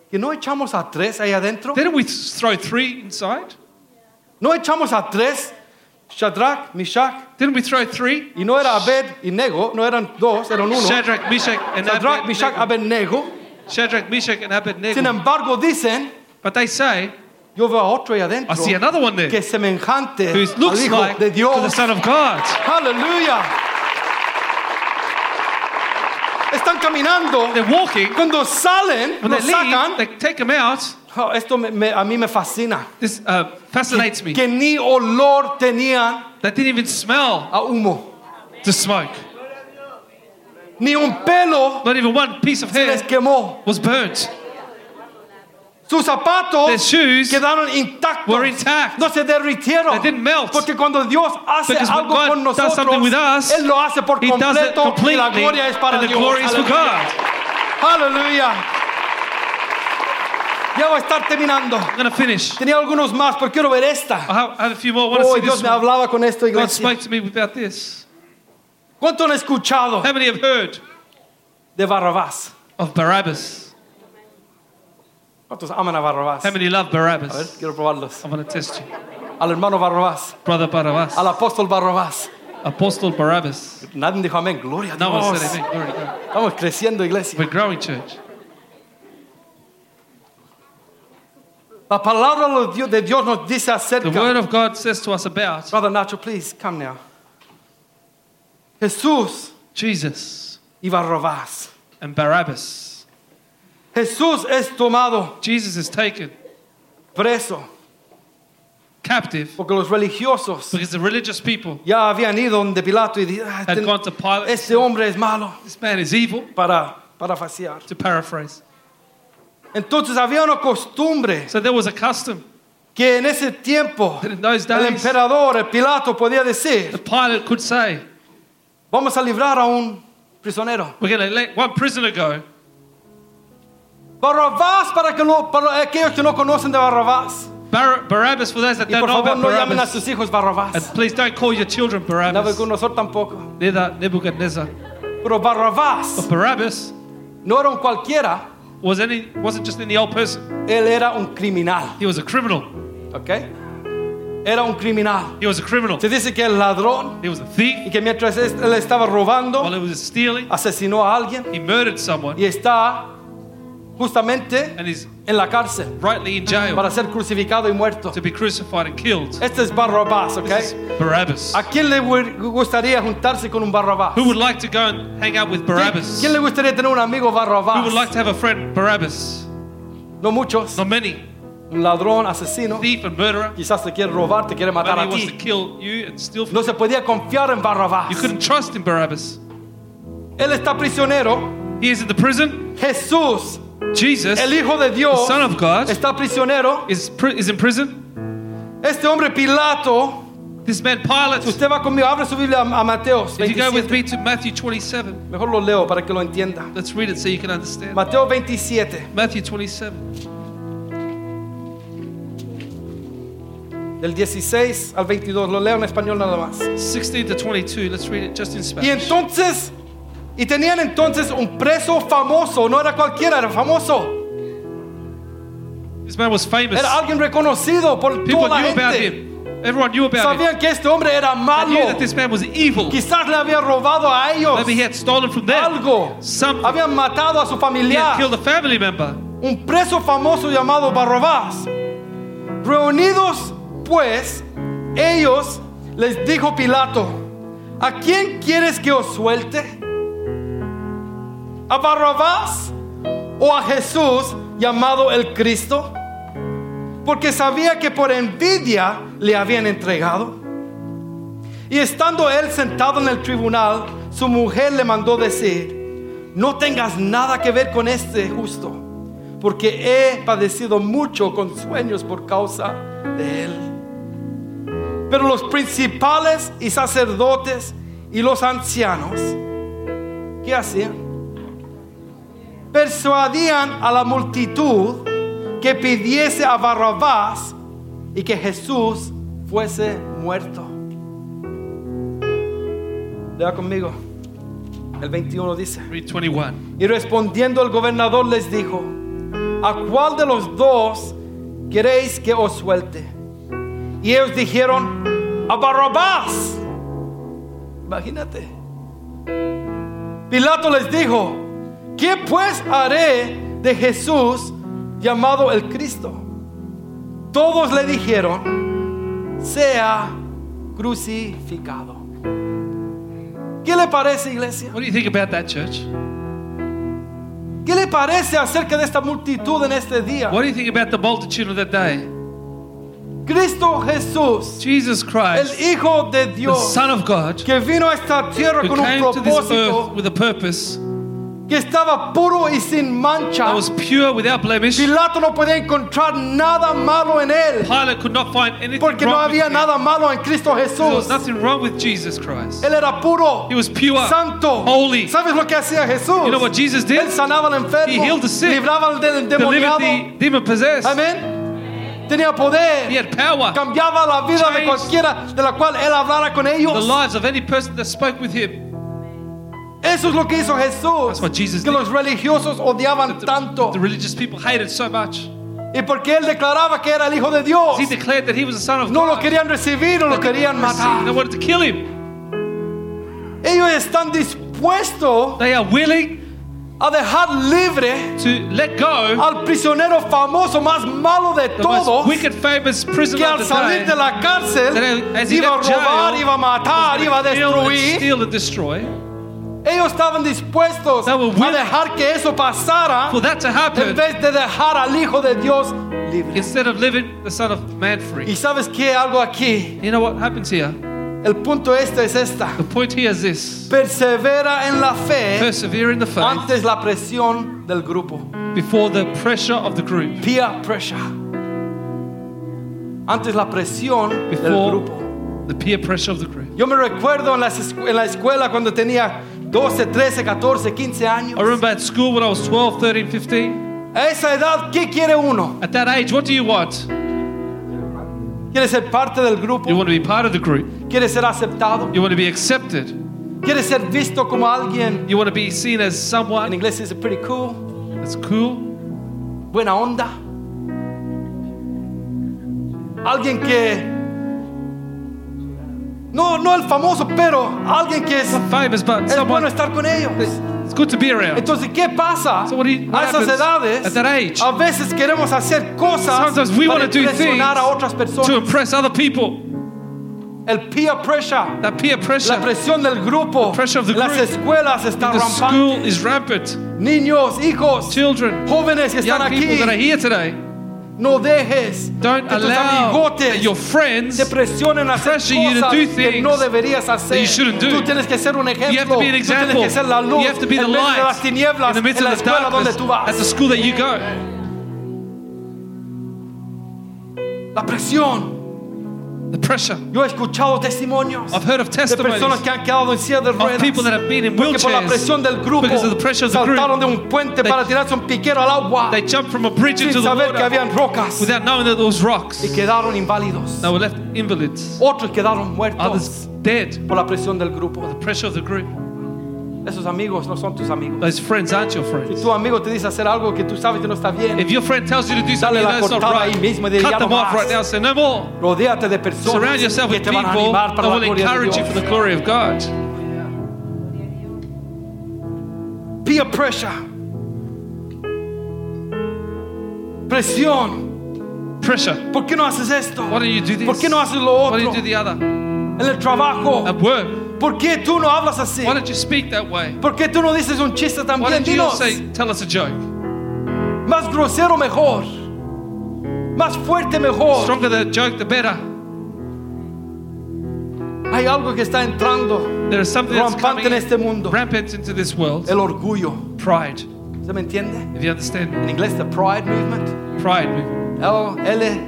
[SPEAKER 2] que no echamos a tres ahí adentro.
[SPEAKER 3] didn't we throw three inside?
[SPEAKER 2] No echamos a tres. Shadrach, Mishach
[SPEAKER 3] Didn't we throw three?
[SPEAKER 2] y no era Abed y Nego, no eran dos, eran uno.
[SPEAKER 3] Shadrach, Meshach, and
[SPEAKER 2] Shadrach, Meshach,
[SPEAKER 3] Abednego.
[SPEAKER 2] Abednego.
[SPEAKER 3] Shadrach, Meshach, and
[SPEAKER 2] Sin
[SPEAKER 3] Abednego.
[SPEAKER 2] embargo, dicen,
[SPEAKER 3] But they say,
[SPEAKER 2] yo veo a otro ahí adentro
[SPEAKER 3] I see another one
[SPEAKER 2] que
[SPEAKER 3] there
[SPEAKER 2] es semejante
[SPEAKER 3] who
[SPEAKER 2] al
[SPEAKER 3] looks
[SPEAKER 2] hijo
[SPEAKER 3] like
[SPEAKER 2] de
[SPEAKER 3] to the
[SPEAKER 2] Dios.
[SPEAKER 3] Son of God.
[SPEAKER 2] Aleluya. Están caminando.
[SPEAKER 3] They're walking.
[SPEAKER 2] Cuando salen,
[SPEAKER 3] When
[SPEAKER 2] lo
[SPEAKER 3] they leave,
[SPEAKER 2] sacan.
[SPEAKER 3] they take them out.
[SPEAKER 2] Oh, esto me- me- a mí me fascina.
[SPEAKER 3] This uh, fascinates me.
[SPEAKER 2] Que ni olor tenían
[SPEAKER 3] They didn't even smell
[SPEAKER 2] a humo.
[SPEAKER 3] the smoke.
[SPEAKER 2] Ni un pelo
[SPEAKER 3] Not even one piece of
[SPEAKER 2] se les
[SPEAKER 3] hair
[SPEAKER 2] quemó.
[SPEAKER 3] was burnt.
[SPEAKER 2] Sus
[SPEAKER 3] Their
[SPEAKER 2] zapatos
[SPEAKER 3] shoes
[SPEAKER 2] quedaron intactos.
[SPEAKER 3] were intact.
[SPEAKER 2] No se derritieron.
[SPEAKER 3] They didn't melt.
[SPEAKER 2] Porque cuando Dios hace
[SPEAKER 3] Because when
[SPEAKER 2] algo
[SPEAKER 3] God
[SPEAKER 2] con
[SPEAKER 3] does
[SPEAKER 2] nosotros,
[SPEAKER 3] something with us,
[SPEAKER 2] Él lo hace por
[SPEAKER 3] He does it
[SPEAKER 2] completo y
[SPEAKER 3] completely,
[SPEAKER 2] la gloria es para
[SPEAKER 3] and the
[SPEAKER 2] Dios.
[SPEAKER 3] glory is for
[SPEAKER 2] Aleluya.
[SPEAKER 3] God.
[SPEAKER 2] Aleluya. Ya voy a estar terminando.
[SPEAKER 3] I'm going to finish.
[SPEAKER 2] Tenía algunos más, pero quiero ver esta.
[SPEAKER 3] I have, I have a few more. I want to
[SPEAKER 2] Hoy
[SPEAKER 3] see this
[SPEAKER 2] Oh, Dios me
[SPEAKER 3] one.
[SPEAKER 2] hablaba con esto,
[SPEAKER 3] God
[SPEAKER 2] iglesia.
[SPEAKER 3] spoke to me about this.
[SPEAKER 2] ¿Cuánto han escuchado
[SPEAKER 3] How many have heard
[SPEAKER 2] de Barrabás?
[SPEAKER 3] of Barabbas?
[SPEAKER 2] ¿Cuántos aman a Barrabás?
[SPEAKER 3] How many love
[SPEAKER 2] A ver,
[SPEAKER 3] Barabbas?
[SPEAKER 2] quiero probarlos.
[SPEAKER 3] I want to test you.
[SPEAKER 2] Al hermano Barrabás,
[SPEAKER 3] Brother Barabbas.
[SPEAKER 2] al apóstol Barrabás.
[SPEAKER 3] Apostle Barabbas.
[SPEAKER 2] Nadie dijo amén, gloria a
[SPEAKER 3] No one
[SPEAKER 2] Dios.
[SPEAKER 3] said amen. Glory to God.
[SPEAKER 2] Estamos creciendo, iglesia.
[SPEAKER 3] We're growing, church.
[SPEAKER 2] La palabra de Dios- de Dios nos dice
[SPEAKER 3] The Word
[SPEAKER 2] acerca.
[SPEAKER 3] of God says to us about
[SPEAKER 2] Brother Nacho, please, come now. Jesús
[SPEAKER 3] Jesus
[SPEAKER 2] y Barrabás.
[SPEAKER 3] and Barabbas.
[SPEAKER 2] Jesús es tomado
[SPEAKER 3] Jesus is taken
[SPEAKER 2] preso
[SPEAKER 3] captive
[SPEAKER 2] porque los religiosos
[SPEAKER 3] because the religious people
[SPEAKER 2] ya habían ido donde Pilato y dijeron,
[SPEAKER 3] had gone to Pilate.
[SPEAKER 2] este hombre es malo
[SPEAKER 3] This man is evil,
[SPEAKER 2] para parafasear.
[SPEAKER 3] to paraphrase.
[SPEAKER 2] Entonces había una costumbre
[SPEAKER 3] So there was a custom
[SPEAKER 2] que en ese tiempo
[SPEAKER 3] that in those
[SPEAKER 2] el
[SPEAKER 3] days, the
[SPEAKER 2] emperador, el Pilato, podía decir,
[SPEAKER 3] pilot could say,
[SPEAKER 2] vamos a librar a un prisionero.
[SPEAKER 3] We're going to let one prisoner go.
[SPEAKER 2] Barrabás para, que no, para aquellos que no conocen de Barrabás.
[SPEAKER 3] Bar- Barabbas, for those that
[SPEAKER 2] Y
[SPEAKER 3] don't
[SPEAKER 2] por
[SPEAKER 3] know
[SPEAKER 2] favor
[SPEAKER 3] about
[SPEAKER 2] no llamen a
[SPEAKER 3] Barabbas,
[SPEAKER 2] sus hijos
[SPEAKER 3] and
[SPEAKER 2] Barrabás.
[SPEAKER 3] please don't call your children Barabbas,
[SPEAKER 2] Nabucodonosor tampoco.
[SPEAKER 3] neither Nebuchadnezzar.
[SPEAKER 2] Pero Barrabás
[SPEAKER 3] But Barabbas
[SPEAKER 2] no era un cualquiera,
[SPEAKER 3] was any, wasn't just any old person,
[SPEAKER 2] él era un criminal.
[SPEAKER 3] he was a criminal.
[SPEAKER 2] ¿Ok? Era un criminal.
[SPEAKER 3] He was a criminal.
[SPEAKER 2] Se dice que el ladrón
[SPEAKER 3] He was a
[SPEAKER 2] y
[SPEAKER 3] thief.
[SPEAKER 2] que mientras es- él estaba
[SPEAKER 3] While
[SPEAKER 2] robando,
[SPEAKER 3] he was stealing,
[SPEAKER 2] asesinó a alguien
[SPEAKER 3] he murdered someone
[SPEAKER 2] y está justamente
[SPEAKER 3] and he's
[SPEAKER 2] en la cárcel
[SPEAKER 3] rightly in jail
[SPEAKER 2] para ser crucificado y muerto.
[SPEAKER 3] to be crucified and killed.
[SPEAKER 2] Este es Barrabás, ¿ok?
[SPEAKER 3] This is Barabbas.
[SPEAKER 2] ¿A quién le gu- gustaría juntarse con un Barrabás?
[SPEAKER 3] Who would like to go and hang out with
[SPEAKER 2] ¿Qui-
[SPEAKER 3] Barabbas?
[SPEAKER 2] ¿Quién le
[SPEAKER 3] Who
[SPEAKER 2] gustaría tener un amigo Barrabás?
[SPEAKER 3] would like to have a friend Barabbas?
[SPEAKER 2] No muchos.
[SPEAKER 3] Not many.
[SPEAKER 2] Un ladrón, asesino.
[SPEAKER 3] Thief and murderer.
[SPEAKER 2] Quizás te quiere robar, te quiere matar
[SPEAKER 3] Maybe he
[SPEAKER 2] a
[SPEAKER 3] wants to
[SPEAKER 2] ti.
[SPEAKER 3] kill you and steal from
[SPEAKER 2] No se podía confiar en Barrabás.
[SPEAKER 3] you. couldn't trust him, Barabbas.
[SPEAKER 2] Él está prisionero.
[SPEAKER 3] He is in the prison.
[SPEAKER 2] Jesús,
[SPEAKER 3] Jesus,
[SPEAKER 2] el Hijo de
[SPEAKER 3] the
[SPEAKER 2] Dios,
[SPEAKER 3] Son of God,
[SPEAKER 2] está prisionero.
[SPEAKER 3] is, pri- is in prison.
[SPEAKER 2] Este hombre Pilato
[SPEAKER 3] This man Pilate.
[SPEAKER 2] Usted va conmigo, abre su Biblia a, a Mateos
[SPEAKER 3] If you go with
[SPEAKER 2] 27.
[SPEAKER 3] me to Matthew 27,
[SPEAKER 2] Mejor lo leo para que lo entienda.
[SPEAKER 3] let's read it so you can understand.
[SPEAKER 2] Mateo 27,
[SPEAKER 3] Matthew 27,
[SPEAKER 2] del 16 al 22. Lo leo en español nada más.
[SPEAKER 3] 16 to 22. Let's read it just in
[SPEAKER 2] Y
[SPEAKER 3] Spanish.
[SPEAKER 2] entonces, y tenían entonces un preso famoso, no era cualquiera, era famoso.
[SPEAKER 3] This man was famous.
[SPEAKER 2] Era alguien reconocido por
[SPEAKER 3] Pues People
[SPEAKER 2] toda
[SPEAKER 3] knew
[SPEAKER 2] la
[SPEAKER 3] about
[SPEAKER 2] gente.
[SPEAKER 3] him. Everyone knew about him.
[SPEAKER 2] Sabían que este hombre era
[SPEAKER 3] They
[SPEAKER 2] malo.
[SPEAKER 3] knew that this man was evil.
[SPEAKER 2] Quizás le había robado a ellos
[SPEAKER 3] Maybe he had stolen from them.
[SPEAKER 2] algo.
[SPEAKER 3] Something.
[SPEAKER 2] Habían matado a su
[SPEAKER 3] He had
[SPEAKER 2] familiar.
[SPEAKER 3] killed a family member.
[SPEAKER 2] un preso famoso llamado Barrabás. Reunidos, pues, ellos les dijo Pilato, ¿a quién quieres que os suelte? ¿A Barrabás o a Jesús llamado el Cristo? Porque sabía que por envidia le habían entregado. Y estando él sentado en el tribunal, su mujer le mandó decir, no tengas nada que ver con este justo, porque he padecido mucho con sueños por causa de él. Pero los principales y sacerdotes y los ancianos, ¿qué hacían? Persuadían a la multitud que pidiese a Barrabás y que Jesús fuese muerto. Lea conmigo. El 21 dice.
[SPEAKER 3] Read 21.
[SPEAKER 2] Y respondiendo el gobernador les dijo, ¿a cuál de los dos queréis que os suelte? Y ellos dijeron, a Barrabás. Imagínate. Pilato les dijo, ¿qué pues haré de Jesús llamado el Cristo? Todos le dijeron, sea crucificado. ¿Qué le parece, iglesia?
[SPEAKER 3] What do you think about that, church?
[SPEAKER 2] ¿Qué le parece acerca de esta multitud en este día?
[SPEAKER 3] What do you think about the multitude of that day?
[SPEAKER 2] Cristo Jesús,
[SPEAKER 3] Jesus
[SPEAKER 2] el
[SPEAKER 3] Christ,
[SPEAKER 2] Hijo de
[SPEAKER 3] the
[SPEAKER 2] Dios,
[SPEAKER 3] Son of God,
[SPEAKER 2] que vino a esta tierra
[SPEAKER 3] who
[SPEAKER 2] con un
[SPEAKER 3] came to this earth
[SPEAKER 2] propósito,
[SPEAKER 3] with a purpose
[SPEAKER 2] que estaba puro y sin
[SPEAKER 3] that
[SPEAKER 2] mancha.
[SPEAKER 3] was pure without blemish.
[SPEAKER 2] Pilato no podía encontrar nada malo en él,
[SPEAKER 3] Pilate could not find anything
[SPEAKER 2] porque no
[SPEAKER 3] wrong with
[SPEAKER 2] había
[SPEAKER 3] him.
[SPEAKER 2] nada malo en Cristo
[SPEAKER 3] There was
[SPEAKER 2] Jesús.
[SPEAKER 3] nothing wrong with Jesus Christ.
[SPEAKER 2] Él era puro,
[SPEAKER 3] He was pure,
[SPEAKER 2] santo.
[SPEAKER 3] holy.
[SPEAKER 2] ¿Sabes lo que hacía Jesús?
[SPEAKER 3] You know what Jesus
[SPEAKER 2] Él
[SPEAKER 3] did?
[SPEAKER 2] sanaba al
[SPEAKER 3] He
[SPEAKER 2] enfermo,
[SPEAKER 3] healed the sick,
[SPEAKER 2] libraba al de-
[SPEAKER 3] Delivered
[SPEAKER 2] endemoniado.
[SPEAKER 3] the demon possessed.
[SPEAKER 2] Amén. Tenía
[SPEAKER 3] He
[SPEAKER 2] poder.
[SPEAKER 3] had power.
[SPEAKER 2] cambiaba la vida de
[SPEAKER 3] Changed.
[SPEAKER 2] cualquiera de la cual él hablara con
[SPEAKER 3] The
[SPEAKER 2] ellos.
[SPEAKER 3] lives of any person that spoke with him.
[SPEAKER 2] Eso es lo que hizo Jesús,
[SPEAKER 3] That's what Jesus
[SPEAKER 2] que
[SPEAKER 3] did.
[SPEAKER 2] los religiosos odiaban tanto.
[SPEAKER 3] The religious people hated so much.
[SPEAKER 2] Y porque él declaraba que era el Hijo de Dios,
[SPEAKER 3] He declared that he was the son of
[SPEAKER 2] no lo
[SPEAKER 3] God.
[SPEAKER 2] querían recibir o lo querían
[SPEAKER 3] They
[SPEAKER 2] matar.
[SPEAKER 3] wanted to kill him.
[SPEAKER 2] Ellos están dispuestos
[SPEAKER 3] They are willing
[SPEAKER 2] a dejar libre
[SPEAKER 3] to let go
[SPEAKER 2] al prisionero famoso más malo de
[SPEAKER 3] the most
[SPEAKER 2] todos,
[SPEAKER 3] wicked, famous
[SPEAKER 2] que
[SPEAKER 3] prisoner
[SPEAKER 2] al
[SPEAKER 3] of the
[SPEAKER 2] salir
[SPEAKER 3] day.
[SPEAKER 2] de la cárcel
[SPEAKER 3] That as he
[SPEAKER 2] iba a
[SPEAKER 3] left jail,
[SPEAKER 2] robar, iba a matar, iba a
[SPEAKER 3] Kill and
[SPEAKER 2] destruir.
[SPEAKER 3] steal and destroy.
[SPEAKER 2] Ellos estaban dispuestos
[SPEAKER 3] They were
[SPEAKER 2] a
[SPEAKER 3] willing
[SPEAKER 2] dejar que eso pasara.
[SPEAKER 3] For that to
[SPEAKER 2] en
[SPEAKER 3] happen,
[SPEAKER 2] vez de dejar al Hijo de Dios libre.
[SPEAKER 3] instead of living the son of man
[SPEAKER 2] Y
[SPEAKER 3] free.
[SPEAKER 2] sabes que algo aquí,
[SPEAKER 3] You know what happens here?
[SPEAKER 2] el punto este es esta.
[SPEAKER 3] The point here is this.
[SPEAKER 2] Persevera en la fe
[SPEAKER 3] Persevere in the faith
[SPEAKER 2] antes la presión del grupo.
[SPEAKER 3] before the pressure of the group.
[SPEAKER 2] Peer pressure. Antes la presión del
[SPEAKER 3] Before
[SPEAKER 2] grupo.
[SPEAKER 3] the peer pressure of the group.
[SPEAKER 2] Yo me recuerdo en, las escu- en la escuela cuando tenía 12, 13, 14, 15 años.
[SPEAKER 3] I remember at school when I was 12, 13, 15.
[SPEAKER 2] A esa edad, ¿qué quiere uno?
[SPEAKER 3] At that age, what do you want?
[SPEAKER 2] ¿Quiere ser parte del grupo?
[SPEAKER 3] You want to be part of the group.
[SPEAKER 2] ¿Quiere ser aceptado?
[SPEAKER 3] You want to be accepted.
[SPEAKER 2] ¿Quiere ser visto como alguien?
[SPEAKER 3] You want to be seen as
[SPEAKER 2] En
[SPEAKER 3] someone
[SPEAKER 2] inglés es pretty cool.
[SPEAKER 3] that's cool,
[SPEAKER 2] buena onda. Alguien que no no el famoso, pero alguien que es,
[SPEAKER 3] famous, but
[SPEAKER 2] es bueno
[SPEAKER 3] someone
[SPEAKER 2] estar con ellos.
[SPEAKER 3] it's good to be around.
[SPEAKER 2] Entonces, ¿qué pasa?
[SPEAKER 3] So what do you- what
[SPEAKER 2] a esas
[SPEAKER 3] happens
[SPEAKER 2] edades,
[SPEAKER 3] at that age?
[SPEAKER 2] a veces queremos hacer cosas
[SPEAKER 3] Sometimes we
[SPEAKER 2] para
[SPEAKER 3] wanna do
[SPEAKER 2] impresionar a
[SPEAKER 3] things
[SPEAKER 2] otras
[SPEAKER 3] To
[SPEAKER 2] personas.
[SPEAKER 3] impress other people,
[SPEAKER 2] El peer pressure,
[SPEAKER 3] that peer
[SPEAKER 2] la
[SPEAKER 3] pressure
[SPEAKER 2] presión del grupo,
[SPEAKER 3] pressure of the
[SPEAKER 2] en las
[SPEAKER 3] group.
[SPEAKER 2] escuelas está
[SPEAKER 3] in the school
[SPEAKER 2] rampante.
[SPEAKER 3] is rampant.
[SPEAKER 2] Niños, hijos,
[SPEAKER 3] Children,
[SPEAKER 2] jóvenes que están
[SPEAKER 3] young people
[SPEAKER 2] aquí,
[SPEAKER 3] that are here today,
[SPEAKER 2] no dejes
[SPEAKER 3] don't
[SPEAKER 2] que tus
[SPEAKER 3] allow that
[SPEAKER 2] amigotes
[SPEAKER 3] your friends.
[SPEAKER 2] te
[SPEAKER 3] You
[SPEAKER 2] presionen a hacer
[SPEAKER 3] pressure you to
[SPEAKER 2] cosas
[SPEAKER 3] do
[SPEAKER 2] que
[SPEAKER 3] things
[SPEAKER 2] no deberías hacer.
[SPEAKER 3] you shouldn't do.
[SPEAKER 2] Tú tienes que ser un ejemplo.
[SPEAKER 3] have to be
[SPEAKER 2] Tú
[SPEAKER 3] an
[SPEAKER 2] tienes
[SPEAKER 3] example.
[SPEAKER 2] que ser la luz
[SPEAKER 3] You have to be the
[SPEAKER 2] en medio de las
[SPEAKER 3] light
[SPEAKER 2] tinieblas
[SPEAKER 3] in the midst
[SPEAKER 2] en la
[SPEAKER 3] of the
[SPEAKER 2] escuela donde
[SPEAKER 3] darkness
[SPEAKER 2] tú
[SPEAKER 3] at the
[SPEAKER 2] vas.
[SPEAKER 3] school that you go.
[SPEAKER 2] La presión
[SPEAKER 3] the pressure.
[SPEAKER 2] Yo he escuchado testimonios
[SPEAKER 3] I've heard of
[SPEAKER 2] de personas
[SPEAKER 3] testimonies
[SPEAKER 2] que han quedado en silla de
[SPEAKER 3] of
[SPEAKER 2] ruedas
[SPEAKER 3] people that have been in
[SPEAKER 2] porque por la presión
[SPEAKER 3] wheelchairs
[SPEAKER 2] del grupo
[SPEAKER 3] because of the pressure of the group.
[SPEAKER 2] saltaron de un puente
[SPEAKER 3] They-
[SPEAKER 2] para tirarse un piquero al agua
[SPEAKER 3] They jumped from a bridge
[SPEAKER 2] sin
[SPEAKER 3] into the
[SPEAKER 2] saber que
[SPEAKER 3] water
[SPEAKER 2] habían rocas
[SPEAKER 3] without knowing that there was rocks.
[SPEAKER 2] y quedaron inválidos.
[SPEAKER 3] They were left invalids.
[SPEAKER 2] Otros quedaron muertos
[SPEAKER 3] Others dead.
[SPEAKER 2] por la presión del grupo.
[SPEAKER 3] The pressure of the group.
[SPEAKER 2] Esos amigos no son tus amigos.
[SPEAKER 3] Those friends aren't your
[SPEAKER 2] Si
[SPEAKER 3] friends.
[SPEAKER 2] tu amigo te dice hacer algo que tú sabes que no está bien,
[SPEAKER 3] If your friend tells you to do
[SPEAKER 2] Dale
[SPEAKER 3] something
[SPEAKER 2] la
[SPEAKER 3] that's not
[SPEAKER 2] cortada
[SPEAKER 3] right,
[SPEAKER 2] ahí mismo y dile, "Ya
[SPEAKER 3] cut
[SPEAKER 2] no
[SPEAKER 3] them off
[SPEAKER 2] más."
[SPEAKER 3] right now. Say no more.
[SPEAKER 2] rodéate de personas
[SPEAKER 3] Surround yourself
[SPEAKER 2] que
[SPEAKER 3] with
[SPEAKER 2] te van a
[SPEAKER 3] people
[SPEAKER 2] animar
[SPEAKER 3] that
[SPEAKER 2] para la
[SPEAKER 3] will
[SPEAKER 2] gloria de
[SPEAKER 3] encourage you
[SPEAKER 2] Dios.
[SPEAKER 3] for the glory of God.
[SPEAKER 2] Peer pressure. Presión.
[SPEAKER 3] Pressure.
[SPEAKER 2] ¿Por qué no haces esto?
[SPEAKER 3] Why don't you do this?
[SPEAKER 2] ¿Por qué no haces lo
[SPEAKER 3] Why
[SPEAKER 2] otro?
[SPEAKER 3] don't you do the other?
[SPEAKER 2] En el trabajo.
[SPEAKER 3] At work.
[SPEAKER 2] ¿Por qué tú no hablas así?
[SPEAKER 3] Why don't you speak that way?
[SPEAKER 2] ¿Por qué tú no dices un chiste
[SPEAKER 3] Why
[SPEAKER 2] también?
[SPEAKER 3] don't you
[SPEAKER 2] Dinos.
[SPEAKER 3] say, tell us a joke?
[SPEAKER 2] Más grosero mejor. Más fuerte
[SPEAKER 3] The
[SPEAKER 2] mejor.
[SPEAKER 3] stronger the joke, the better.
[SPEAKER 2] Hay algo que está entrando
[SPEAKER 3] There is something that's
[SPEAKER 2] rampante en
[SPEAKER 3] coming
[SPEAKER 2] este mundo.
[SPEAKER 3] rampant into this world.
[SPEAKER 2] El orgullo.
[SPEAKER 3] Pride.
[SPEAKER 2] ¿Se me entiende?
[SPEAKER 3] If you understand
[SPEAKER 2] En inglés, the Pride Movement.
[SPEAKER 3] pride movement.
[SPEAKER 2] L, L,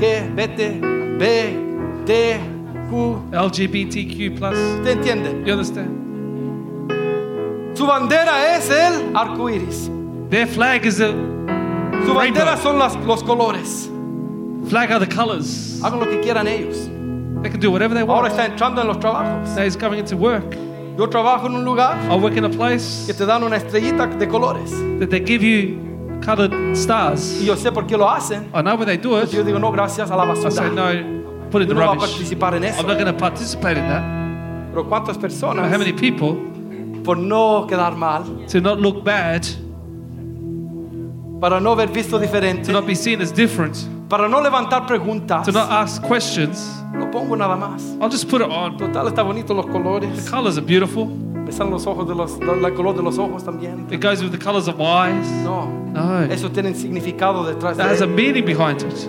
[SPEAKER 2] G, B, T, B, T, Q.
[SPEAKER 3] LGBTQ plus.
[SPEAKER 2] ¿Te entiende?
[SPEAKER 3] You understand?
[SPEAKER 2] Su bandera es el arco iris.
[SPEAKER 3] Their flag is the
[SPEAKER 2] Su bandera son las- los colores.
[SPEAKER 3] flag of the colours.
[SPEAKER 2] Hagan lo que quieran ellos.
[SPEAKER 3] They can do whatever they
[SPEAKER 2] Ahora
[SPEAKER 3] want.
[SPEAKER 2] está entrando en los trabajos.
[SPEAKER 3] Today is coming into work.
[SPEAKER 2] Yo trabajo en un lugar
[SPEAKER 3] I work in a place
[SPEAKER 2] que te dan una estrellita de colores.
[SPEAKER 3] that they give you coloured
[SPEAKER 2] Y
[SPEAKER 3] stars.
[SPEAKER 2] yo sé por qué lo hacen.
[SPEAKER 3] I know where they do
[SPEAKER 2] Yo
[SPEAKER 3] it.
[SPEAKER 2] digo, no, gracias a la
[SPEAKER 3] I say,
[SPEAKER 2] basura.
[SPEAKER 3] no, put it
[SPEAKER 2] Yo
[SPEAKER 3] in
[SPEAKER 2] no
[SPEAKER 3] the
[SPEAKER 2] voy a
[SPEAKER 3] rubbish.
[SPEAKER 2] participar en eso.
[SPEAKER 3] I'm not going to participate in that.
[SPEAKER 2] Pero cuántas
[SPEAKER 3] But how
[SPEAKER 2] personas,
[SPEAKER 3] many people,
[SPEAKER 2] por no quedar mal,
[SPEAKER 3] to not look bad,
[SPEAKER 2] para no ver visto diferente,
[SPEAKER 3] to not be seen as different,
[SPEAKER 2] para no levantar preguntas,
[SPEAKER 3] to not ask questions,
[SPEAKER 2] lo pongo nada más.
[SPEAKER 3] I'll just put it on.
[SPEAKER 2] Total, está bonito los
[SPEAKER 3] The
[SPEAKER 2] colores.
[SPEAKER 3] colours are beautiful.
[SPEAKER 2] Me salen los ojos de los, el color de los ojos también.
[SPEAKER 3] It goes with the colours of my eyes.
[SPEAKER 2] No,
[SPEAKER 3] No.
[SPEAKER 2] eso tiene significado detrás
[SPEAKER 3] That has
[SPEAKER 2] de
[SPEAKER 3] a
[SPEAKER 2] él.
[SPEAKER 3] meaning behind it.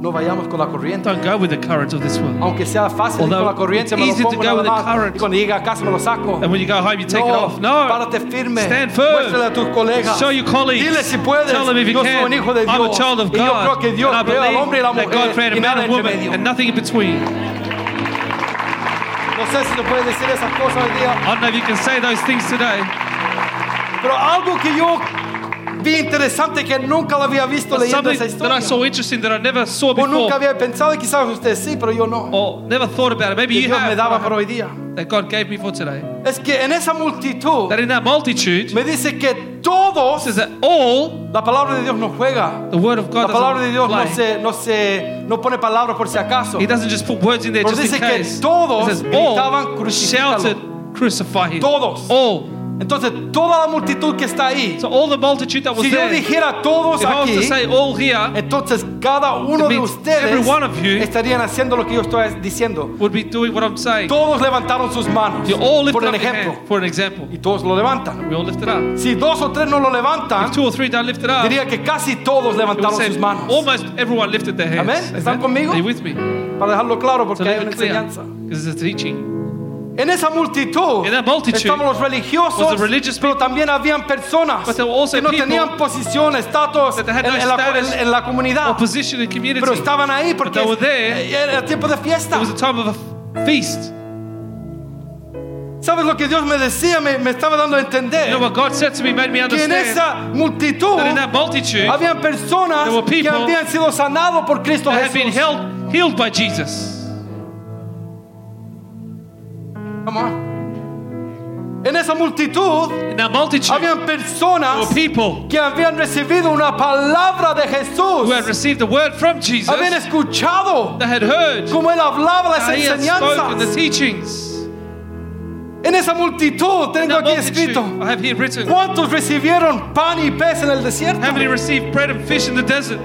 [SPEAKER 2] No vayamos con la corriente.
[SPEAKER 3] Don't go with the current of this world.
[SPEAKER 2] Aunque sea fácil ir con
[SPEAKER 3] Although
[SPEAKER 2] la corriente, me lo
[SPEAKER 3] it's easy to
[SPEAKER 2] pongo
[SPEAKER 3] go
[SPEAKER 2] nada
[SPEAKER 3] with the
[SPEAKER 2] más.
[SPEAKER 3] current.
[SPEAKER 2] Y cuando llegue a casa me lo saco.
[SPEAKER 3] And when you go home, you take it
[SPEAKER 2] No,
[SPEAKER 3] off. No.
[SPEAKER 2] párate firme.
[SPEAKER 3] Stand firm.
[SPEAKER 2] Muéstrale a tus colegas.
[SPEAKER 3] Show your colleagues.
[SPEAKER 2] Dile si puedes.
[SPEAKER 3] Tell them if you
[SPEAKER 2] yo soy
[SPEAKER 3] can.
[SPEAKER 2] un hijo de Dios.
[SPEAKER 3] I'm a child of
[SPEAKER 2] y yo creo
[SPEAKER 3] God.
[SPEAKER 2] que Dios
[SPEAKER 3] and I
[SPEAKER 2] creó al
[SPEAKER 3] believe
[SPEAKER 2] hombre y la
[SPEAKER 3] that God
[SPEAKER 2] mujer
[SPEAKER 3] created
[SPEAKER 2] y
[SPEAKER 3] man
[SPEAKER 2] nada
[SPEAKER 3] and
[SPEAKER 2] entre
[SPEAKER 3] woman
[SPEAKER 2] medio.
[SPEAKER 3] and nothing in between.
[SPEAKER 2] No sé si se puede decir esas cosas hoy día,
[SPEAKER 3] I don't know if you can say those things today.
[SPEAKER 2] pero algo que yo vi interesante que nunca lo había visto
[SPEAKER 3] But
[SPEAKER 2] leyendo
[SPEAKER 3] something
[SPEAKER 2] esa
[SPEAKER 3] that I
[SPEAKER 2] historia.
[SPEAKER 3] saw interesting that I never saw
[SPEAKER 2] Vos nunca
[SPEAKER 3] before
[SPEAKER 2] había pensado y quizás usted sí, pero yo no.
[SPEAKER 3] or never thought about it. Maybe
[SPEAKER 2] Que
[SPEAKER 3] you
[SPEAKER 2] Dios me daba para
[SPEAKER 3] have
[SPEAKER 2] hoy día.
[SPEAKER 3] that God gave me for today.
[SPEAKER 2] Es que en esa multitud
[SPEAKER 3] That in that multitude,
[SPEAKER 2] me dice que todos,
[SPEAKER 3] says that all
[SPEAKER 2] la palabra de Dios no juega.
[SPEAKER 3] the word of
[SPEAKER 2] La
[SPEAKER 3] God
[SPEAKER 2] palabra de Dios no
[SPEAKER 3] doesn't play.
[SPEAKER 2] se, no se, no pone palabras por si acaso.
[SPEAKER 3] He doesn't just put words in there
[SPEAKER 2] Pero
[SPEAKER 3] just
[SPEAKER 2] dice
[SPEAKER 3] in
[SPEAKER 2] que
[SPEAKER 3] case. It
[SPEAKER 2] todos
[SPEAKER 3] says
[SPEAKER 2] gritaban,
[SPEAKER 3] all
[SPEAKER 2] "Crucifícalo."
[SPEAKER 3] shouted, crucify him.
[SPEAKER 2] Todos.
[SPEAKER 3] All.
[SPEAKER 2] Entonces toda la multitud que está ahí,
[SPEAKER 3] So all the multitude that was
[SPEAKER 2] si yo
[SPEAKER 3] there, if
[SPEAKER 2] dijera todos
[SPEAKER 3] I was
[SPEAKER 2] aquí,
[SPEAKER 3] to say all here,
[SPEAKER 2] entonces cada uno de
[SPEAKER 3] means
[SPEAKER 2] ustedes
[SPEAKER 3] every one of you
[SPEAKER 2] estarían haciendo lo que yo estoy diciendo.
[SPEAKER 3] would be doing what I'm saying.
[SPEAKER 2] Todos levantaron sus manos,
[SPEAKER 3] You all lift
[SPEAKER 2] por
[SPEAKER 3] up
[SPEAKER 2] el
[SPEAKER 3] your
[SPEAKER 2] ejemplo,
[SPEAKER 3] hand, for an example.
[SPEAKER 2] y todos lo levantan.
[SPEAKER 3] We all lift it up.
[SPEAKER 2] Si dos o tres no lo levantan,
[SPEAKER 3] If two or three don't lift it up,
[SPEAKER 2] diría que casi todos
[SPEAKER 3] it would
[SPEAKER 2] levantaron
[SPEAKER 3] say
[SPEAKER 2] sus manos.
[SPEAKER 3] almost everyone lifted their hands.
[SPEAKER 2] Amén. ¿Están conmigo?
[SPEAKER 3] Are you with me?
[SPEAKER 2] Para dejarlo claro,
[SPEAKER 3] So
[SPEAKER 2] porque hay
[SPEAKER 3] leave
[SPEAKER 2] una
[SPEAKER 3] it clear.
[SPEAKER 2] enseñanza.
[SPEAKER 3] Because it's a teaching.
[SPEAKER 2] En esa multitud
[SPEAKER 3] In that multitude
[SPEAKER 2] estaban los religiosos,
[SPEAKER 3] was the religious
[SPEAKER 2] pero también habían personas
[SPEAKER 3] But there were also
[SPEAKER 2] que no
[SPEAKER 3] people
[SPEAKER 2] tenían posición, estatus
[SPEAKER 3] that
[SPEAKER 2] en,
[SPEAKER 3] they had no
[SPEAKER 2] en la,
[SPEAKER 3] status
[SPEAKER 2] en la comunidad,
[SPEAKER 3] Opposition and community.
[SPEAKER 2] Ah. pero
[SPEAKER 3] It
[SPEAKER 2] estaban ahí porque
[SPEAKER 3] they were there.
[SPEAKER 2] eh, era tiempo de fiesta.
[SPEAKER 3] was a time of a feast.
[SPEAKER 2] ¿Sabes lo que Dios me decía? Me, me estaba dando a entender
[SPEAKER 3] You know what God said to me made me
[SPEAKER 2] que en
[SPEAKER 3] understand
[SPEAKER 2] esa multitud
[SPEAKER 3] that in that multitude
[SPEAKER 2] habían personas
[SPEAKER 3] there were
[SPEAKER 2] que
[SPEAKER 3] people
[SPEAKER 2] habían sido sanados por Cristo
[SPEAKER 3] that had been
[SPEAKER 2] Jesús.
[SPEAKER 3] held, healed by Jesus.
[SPEAKER 2] Come on. En esa multitud
[SPEAKER 3] In that multitude, there
[SPEAKER 2] habían
[SPEAKER 3] were
[SPEAKER 2] personas
[SPEAKER 3] people
[SPEAKER 2] que habían recibido una palabra de
[SPEAKER 3] who had
[SPEAKER 2] Jesús.
[SPEAKER 3] received the word from Jesus
[SPEAKER 2] Habían
[SPEAKER 3] that
[SPEAKER 2] escuchado
[SPEAKER 3] had heard
[SPEAKER 2] como él hablaba las
[SPEAKER 3] how he had spoken the
[SPEAKER 2] enseñanzas.
[SPEAKER 3] teachings.
[SPEAKER 2] En esa multitud
[SPEAKER 3] In
[SPEAKER 2] tengo
[SPEAKER 3] that
[SPEAKER 2] aquí
[SPEAKER 3] multitude,
[SPEAKER 2] escrito
[SPEAKER 3] I have here written,
[SPEAKER 2] cuántos recibieron pan y pez en el desierto.
[SPEAKER 3] how many received bread and fish in the desert?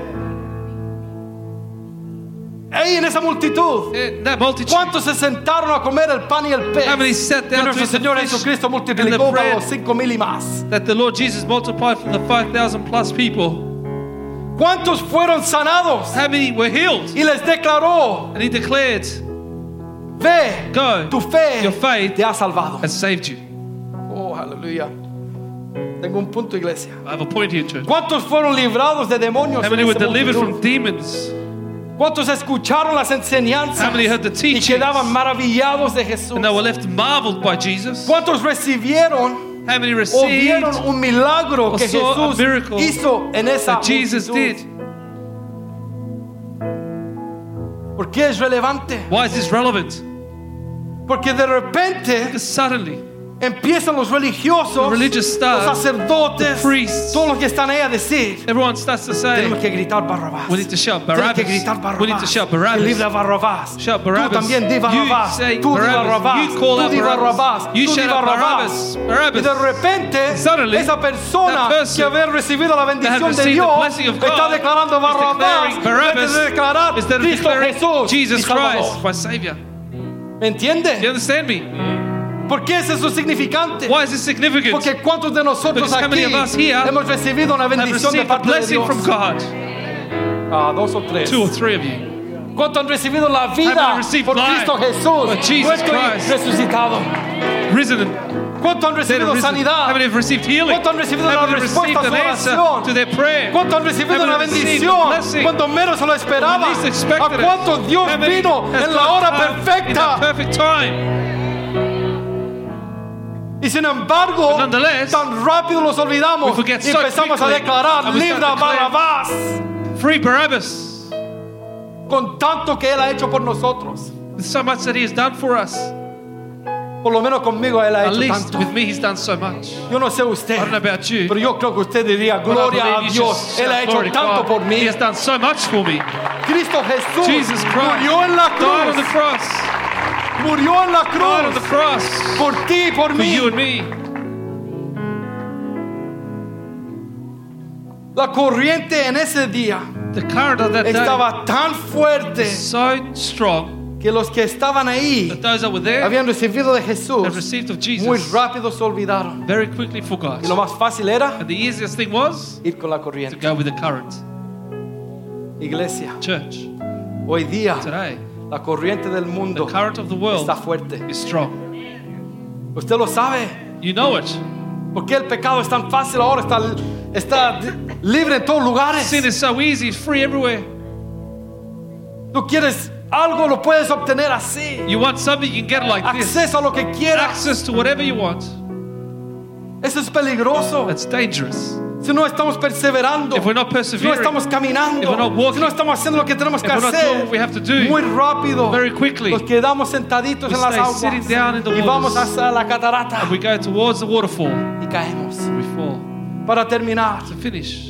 [SPEAKER 2] Ahí en esa multitud.
[SPEAKER 3] In Eh, that multitude,
[SPEAKER 2] ¿Cuántos se sentaron a comer el pan y el pez?
[SPEAKER 3] how many sat
[SPEAKER 2] Que
[SPEAKER 3] down to
[SPEAKER 2] nuestro
[SPEAKER 3] eat the
[SPEAKER 2] Señor
[SPEAKER 3] fish
[SPEAKER 2] Jesucristo
[SPEAKER 3] and the
[SPEAKER 2] multiplicó para los
[SPEAKER 3] bread
[SPEAKER 2] cinco mil y más.
[SPEAKER 3] that the Lord Jesus multiplied from the 5,000 plus people?
[SPEAKER 2] ¿Cuántos fueron sanados?
[SPEAKER 3] How many were healed?
[SPEAKER 2] Y les declaró,
[SPEAKER 3] And he declared,
[SPEAKER 2] ve,
[SPEAKER 3] Go.
[SPEAKER 2] tu fe
[SPEAKER 3] Your faith
[SPEAKER 2] te ha salvado.
[SPEAKER 3] has saved you.
[SPEAKER 2] Oh, aleluya. Tengo un punto, iglesia.
[SPEAKER 3] I have a point here, church.
[SPEAKER 2] ¿Cuántos fueron librados de demonios?
[SPEAKER 3] How
[SPEAKER 2] en
[SPEAKER 3] many were
[SPEAKER 2] esa
[SPEAKER 3] delivered
[SPEAKER 2] multitud?
[SPEAKER 3] from demons?
[SPEAKER 2] ¿Cuántos escucharon las enseñanzas
[SPEAKER 3] How many heard the
[SPEAKER 2] y
[SPEAKER 3] teachings?
[SPEAKER 2] quedaban maravillados de Jesús?
[SPEAKER 3] And they were left marveled by Jesus.
[SPEAKER 2] ¿Cuántos recibieron
[SPEAKER 3] How many
[SPEAKER 2] o
[SPEAKER 3] received
[SPEAKER 2] vieron un milagro
[SPEAKER 3] or
[SPEAKER 2] que
[SPEAKER 3] saw a
[SPEAKER 2] Jesús
[SPEAKER 3] miracle
[SPEAKER 2] hizo en esa
[SPEAKER 3] that Jesus
[SPEAKER 2] multitud?
[SPEAKER 3] did?
[SPEAKER 2] ¿Por qué es relevante?
[SPEAKER 3] Why is this relevant?
[SPEAKER 2] Porque de repente
[SPEAKER 3] Because suddenly,
[SPEAKER 2] empiezan los religiosos,
[SPEAKER 3] The religious
[SPEAKER 2] los
[SPEAKER 3] staff,
[SPEAKER 2] sacerdotes,
[SPEAKER 3] the priests.
[SPEAKER 2] todos los que están ahí a decir,
[SPEAKER 3] everyone starts to say,
[SPEAKER 2] tenemos que gritar Barrabás.
[SPEAKER 3] We need to shout
[SPEAKER 2] Tenemos que
[SPEAKER 3] Barabbas.
[SPEAKER 2] gritar Barrabás.
[SPEAKER 3] We need to shout Barabbas.
[SPEAKER 2] Que viva Barrabás.
[SPEAKER 3] Shout
[SPEAKER 2] Tú
[SPEAKER 3] Barabbas.
[SPEAKER 2] también di Barrabás.
[SPEAKER 3] You say
[SPEAKER 2] Tú di
[SPEAKER 3] Barabbas.
[SPEAKER 2] Barrabás.
[SPEAKER 3] You call
[SPEAKER 2] Tú
[SPEAKER 3] out
[SPEAKER 2] di
[SPEAKER 3] Barabbas.
[SPEAKER 2] Barrabás.
[SPEAKER 3] You
[SPEAKER 2] Tú di
[SPEAKER 3] shout out
[SPEAKER 2] Barrabás.
[SPEAKER 3] Barabbas. Barabbas.
[SPEAKER 2] Y de repente
[SPEAKER 3] Suddenly,
[SPEAKER 2] esa persona
[SPEAKER 3] that person
[SPEAKER 2] que había recibido la bendición de
[SPEAKER 3] received the
[SPEAKER 2] Dios
[SPEAKER 3] blessing of God
[SPEAKER 2] está declarando
[SPEAKER 3] is
[SPEAKER 2] Barrabás. en
[SPEAKER 3] declaring
[SPEAKER 2] vez
[SPEAKER 3] Barabbas
[SPEAKER 2] de declarar
[SPEAKER 3] instead of
[SPEAKER 2] Cristo
[SPEAKER 3] declaring
[SPEAKER 2] Jesús, mi
[SPEAKER 3] Jesus
[SPEAKER 2] Salvador.
[SPEAKER 3] Christ, my Savior.
[SPEAKER 2] ¿Me entiendes?
[SPEAKER 3] Do you understand me?
[SPEAKER 2] ¿Por qué es eso significante?
[SPEAKER 3] Why is this significant?
[SPEAKER 2] Porque cuántos de nosotros
[SPEAKER 3] Because how
[SPEAKER 2] aquí
[SPEAKER 3] many of us here
[SPEAKER 2] hemos recibido una
[SPEAKER 3] I've
[SPEAKER 2] bendición de
[SPEAKER 3] received a
[SPEAKER 2] parte de
[SPEAKER 3] blessing from
[SPEAKER 2] Dios.
[SPEAKER 3] God.
[SPEAKER 2] Ah, dos o tres.
[SPEAKER 3] Two or three of you.
[SPEAKER 2] ¿Cuántos han recibido la
[SPEAKER 3] How
[SPEAKER 2] vida
[SPEAKER 3] many received
[SPEAKER 2] por
[SPEAKER 3] life
[SPEAKER 2] Cristo
[SPEAKER 3] for
[SPEAKER 2] Jesús,
[SPEAKER 3] Jesus
[SPEAKER 2] muerto y
[SPEAKER 3] Christ?
[SPEAKER 2] resucitado?
[SPEAKER 3] Risen and
[SPEAKER 2] ¿Cuántos han
[SPEAKER 3] dead and
[SPEAKER 2] recibido
[SPEAKER 3] risen. How many
[SPEAKER 2] sanidad?
[SPEAKER 3] have received healing?
[SPEAKER 2] ¿Cuántos han recibido
[SPEAKER 3] How
[SPEAKER 2] la
[SPEAKER 3] many have received
[SPEAKER 2] respuesta a
[SPEAKER 3] an
[SPEAKER 2] su
[SPEAKER 3] answer to
[SPEAKER 2] oración?
[SPEAKER 3] their prayer?
[SPEAKER 2] ¿Cuántos han recibido
[SPEAKER 3] How
[SPEAKER 2] una
[SPEAKER 3] many received
[SPEAKER 2] bendición
[SPEAKER 3] blessing?
[SPEAKER 2] cuando menos se lo esperaba?
[SPEAKER 3] When least
[SPEAKER 2] ¿A
[SPEAKER 3] expected it?
[SPEAKER 2] cuánto Dios
[SPEAKER 3] How many
[SPEAKER 2] vino
[SPEAKER 3] has
[SPEAKER 2] en la
[SPEAKER 3] God
[SPEAKER 2] hora
[SPEAKER 3] come In that
[SPEAKER 2] perfecta?
[SPEAKER 3] perfect time.
[SPEAKER 2] Y sin embargo,
[SPEAKER 3] But nonetheless,
[SPEAKER 2] tan rápido los
[SPEAKER 3] we
[SPEAKER 2] olvidamos y
[SPEAKER 3] forget so
[SPEAKER 2] empezamos a
[SPEAKER 3] quickly,
[SPEAKER 2] declarar
[SPEAKER 3] and we start
[SPEAKER 2] libre a
[SPEAKER 3] declaring-
[SPEAKER 2] Barrabás
[SPEAKER 3] Free Barabbas.
[SPEAKER 2] con tanto que Él ha hecho por nosotros.
[SPEAKER 3] There's so much that he has done for us.
[SPEAKER 2] Por lo menos conmigo Él ha
[SPEAKER 3] At
[SPEAKER 2] hecho
[SPEAKER 3] least
[SPEAKER 2] tanto.
[SPEAKER 3] with me, he's done so much.
[SPEAKER 2] Yo no sé usted,
[SPEAKER 3] I don't know about you.
[SPEAKER 2] pero yo creo que usted diría
[SPEAKER 3] but I
[SPEAKER 2] gloria a
[SPEAKER 3] believe you should
[SPEAKER 2] Dios. Él
[SPEAKER 3] shout
[SPEAKER 2] ha hecho
[SPEAKER 3] glory to
[SPEAKER 2] tanto
[SPEAKER 3] God.
[SPEAKER 2] por
[SPEAKER 3] He
[SPEAKER 2] mí.
[SPEAKER 3] has done so much for me.
[SPEAKER 2] Cristo Jesús
[SPEAKER 3] Jesus Christ
[SPEAKER 2] murió en la
[SPEAKER 3] died on the
[SPEAKER 2] cruz,
[SPEAKER 3] cross.
[SPEAKER 2] murió en la
[SPEAKER 3] Died on the
[SPEAKER 2] cruz
[SPEAKER 3] cross
[SPEAKER 2] por ti y por
[SPEAKER 3] for
[SPEAKER 2] mí.
[SPEAKER 3] you and me.
[SPEAKER 2] La corriente en ese día
[SPEAKER 3] The current of that day
[SPEAKER 2] estaba tan fuerte
[SPEAKER 3] was so strong
[SPEAKER 2] que los que estaban ahí
[SPEAKER 3] that those that were there
[SPEAKER 2] habían recibido de
[SPEAKER 3] and
[SPEAKER 2] Jesús
[SPEAKER 3] received of
[SPEAKER 2] muy
[SPEAKER 3] Jesus
[SPEAKER 2] rápido se olvidaron.
[SPEAKER 3] very quickly forgot.
[SPEAKER 2] Y lo más fácil era
[SPEAKER 3] And the easiest thing was
[SPEAKER 2] ir con la
[SPEAKER 3] to
[SPEAKER 2] corriente.
[SPEAKER 3] go with the current.
[SPEAKER 2] Iglesia,
[SPEAKER 3] Church,
[SPEAKER 2] hoy día
[SPEAKER 3] today,
[SPEAKER 2] la corriente del
[SPEAKER 3] the
[SPEAKER 2] mundo
[SPEAKER 3] current of the world
[SPEAKER 2] está fuerte.
[SPEAKER 3] is strong.
[SPEAKER 2] Usted lo sabe.
[SPEAKER 3] You know it.
[SPEAKER 2] Porque el pecado es tan fácil ahora? Está, está libre en todos lugares.
[SPEAKER 3] Sin is so easy, it's free everywhere.
[SPEAKER 2] Tú quieres algo, lo puedes obtener así.
[SPEAKER 3] You want something, you can get it like this.
[SPEAKER 2] Acceso a lo que quieras.
[SPEAKER 3] Access to whatever you want.
[SPEAKER 2] Eso es peligroso.
[SPEAKER 3] That's dangerous.
[SPEAKER 2] Si no estamos perseverando,
[SPEAKER 3] If we're not
[SPEAKER 2] si no
[SPEAKER 3] persevering,
[SPEAKER 2] estamos
[SPEAKER 3] if we're not
[SPEAKER 2] caminando,
[SPEAKER 3] walking,
[SPEAKER 2] si no estamos haciendo lo que tenemos que
[SPEAKER 3] if we're not doing
[SPEAKER 2] hacer,
[SPEAKER 3] what we have to do,
[SPEAKER 2] muy rápido
[SPEAKER 3] very quickly,
[SPEAKER 2] nos quedamos sentaditos
[SPEAKER 3] we
[SPEAKER 2] en las
[SPEAKER 3] stay sitting down in
[SPEAKER 2] aguas
[SPEAKER 3] the
[SPEAKER 2] y vamos
[SPEAKER 3] waters.
[SPEAKER 2] hacia la catarata
[SPEAKER 3] We go towards the waterfall.
[SPEAKER 2] y caemos.
[SPEAKER 3] We fall.
[SPEAKER 2] Para terminar,
[SPEAKER 3] To finish,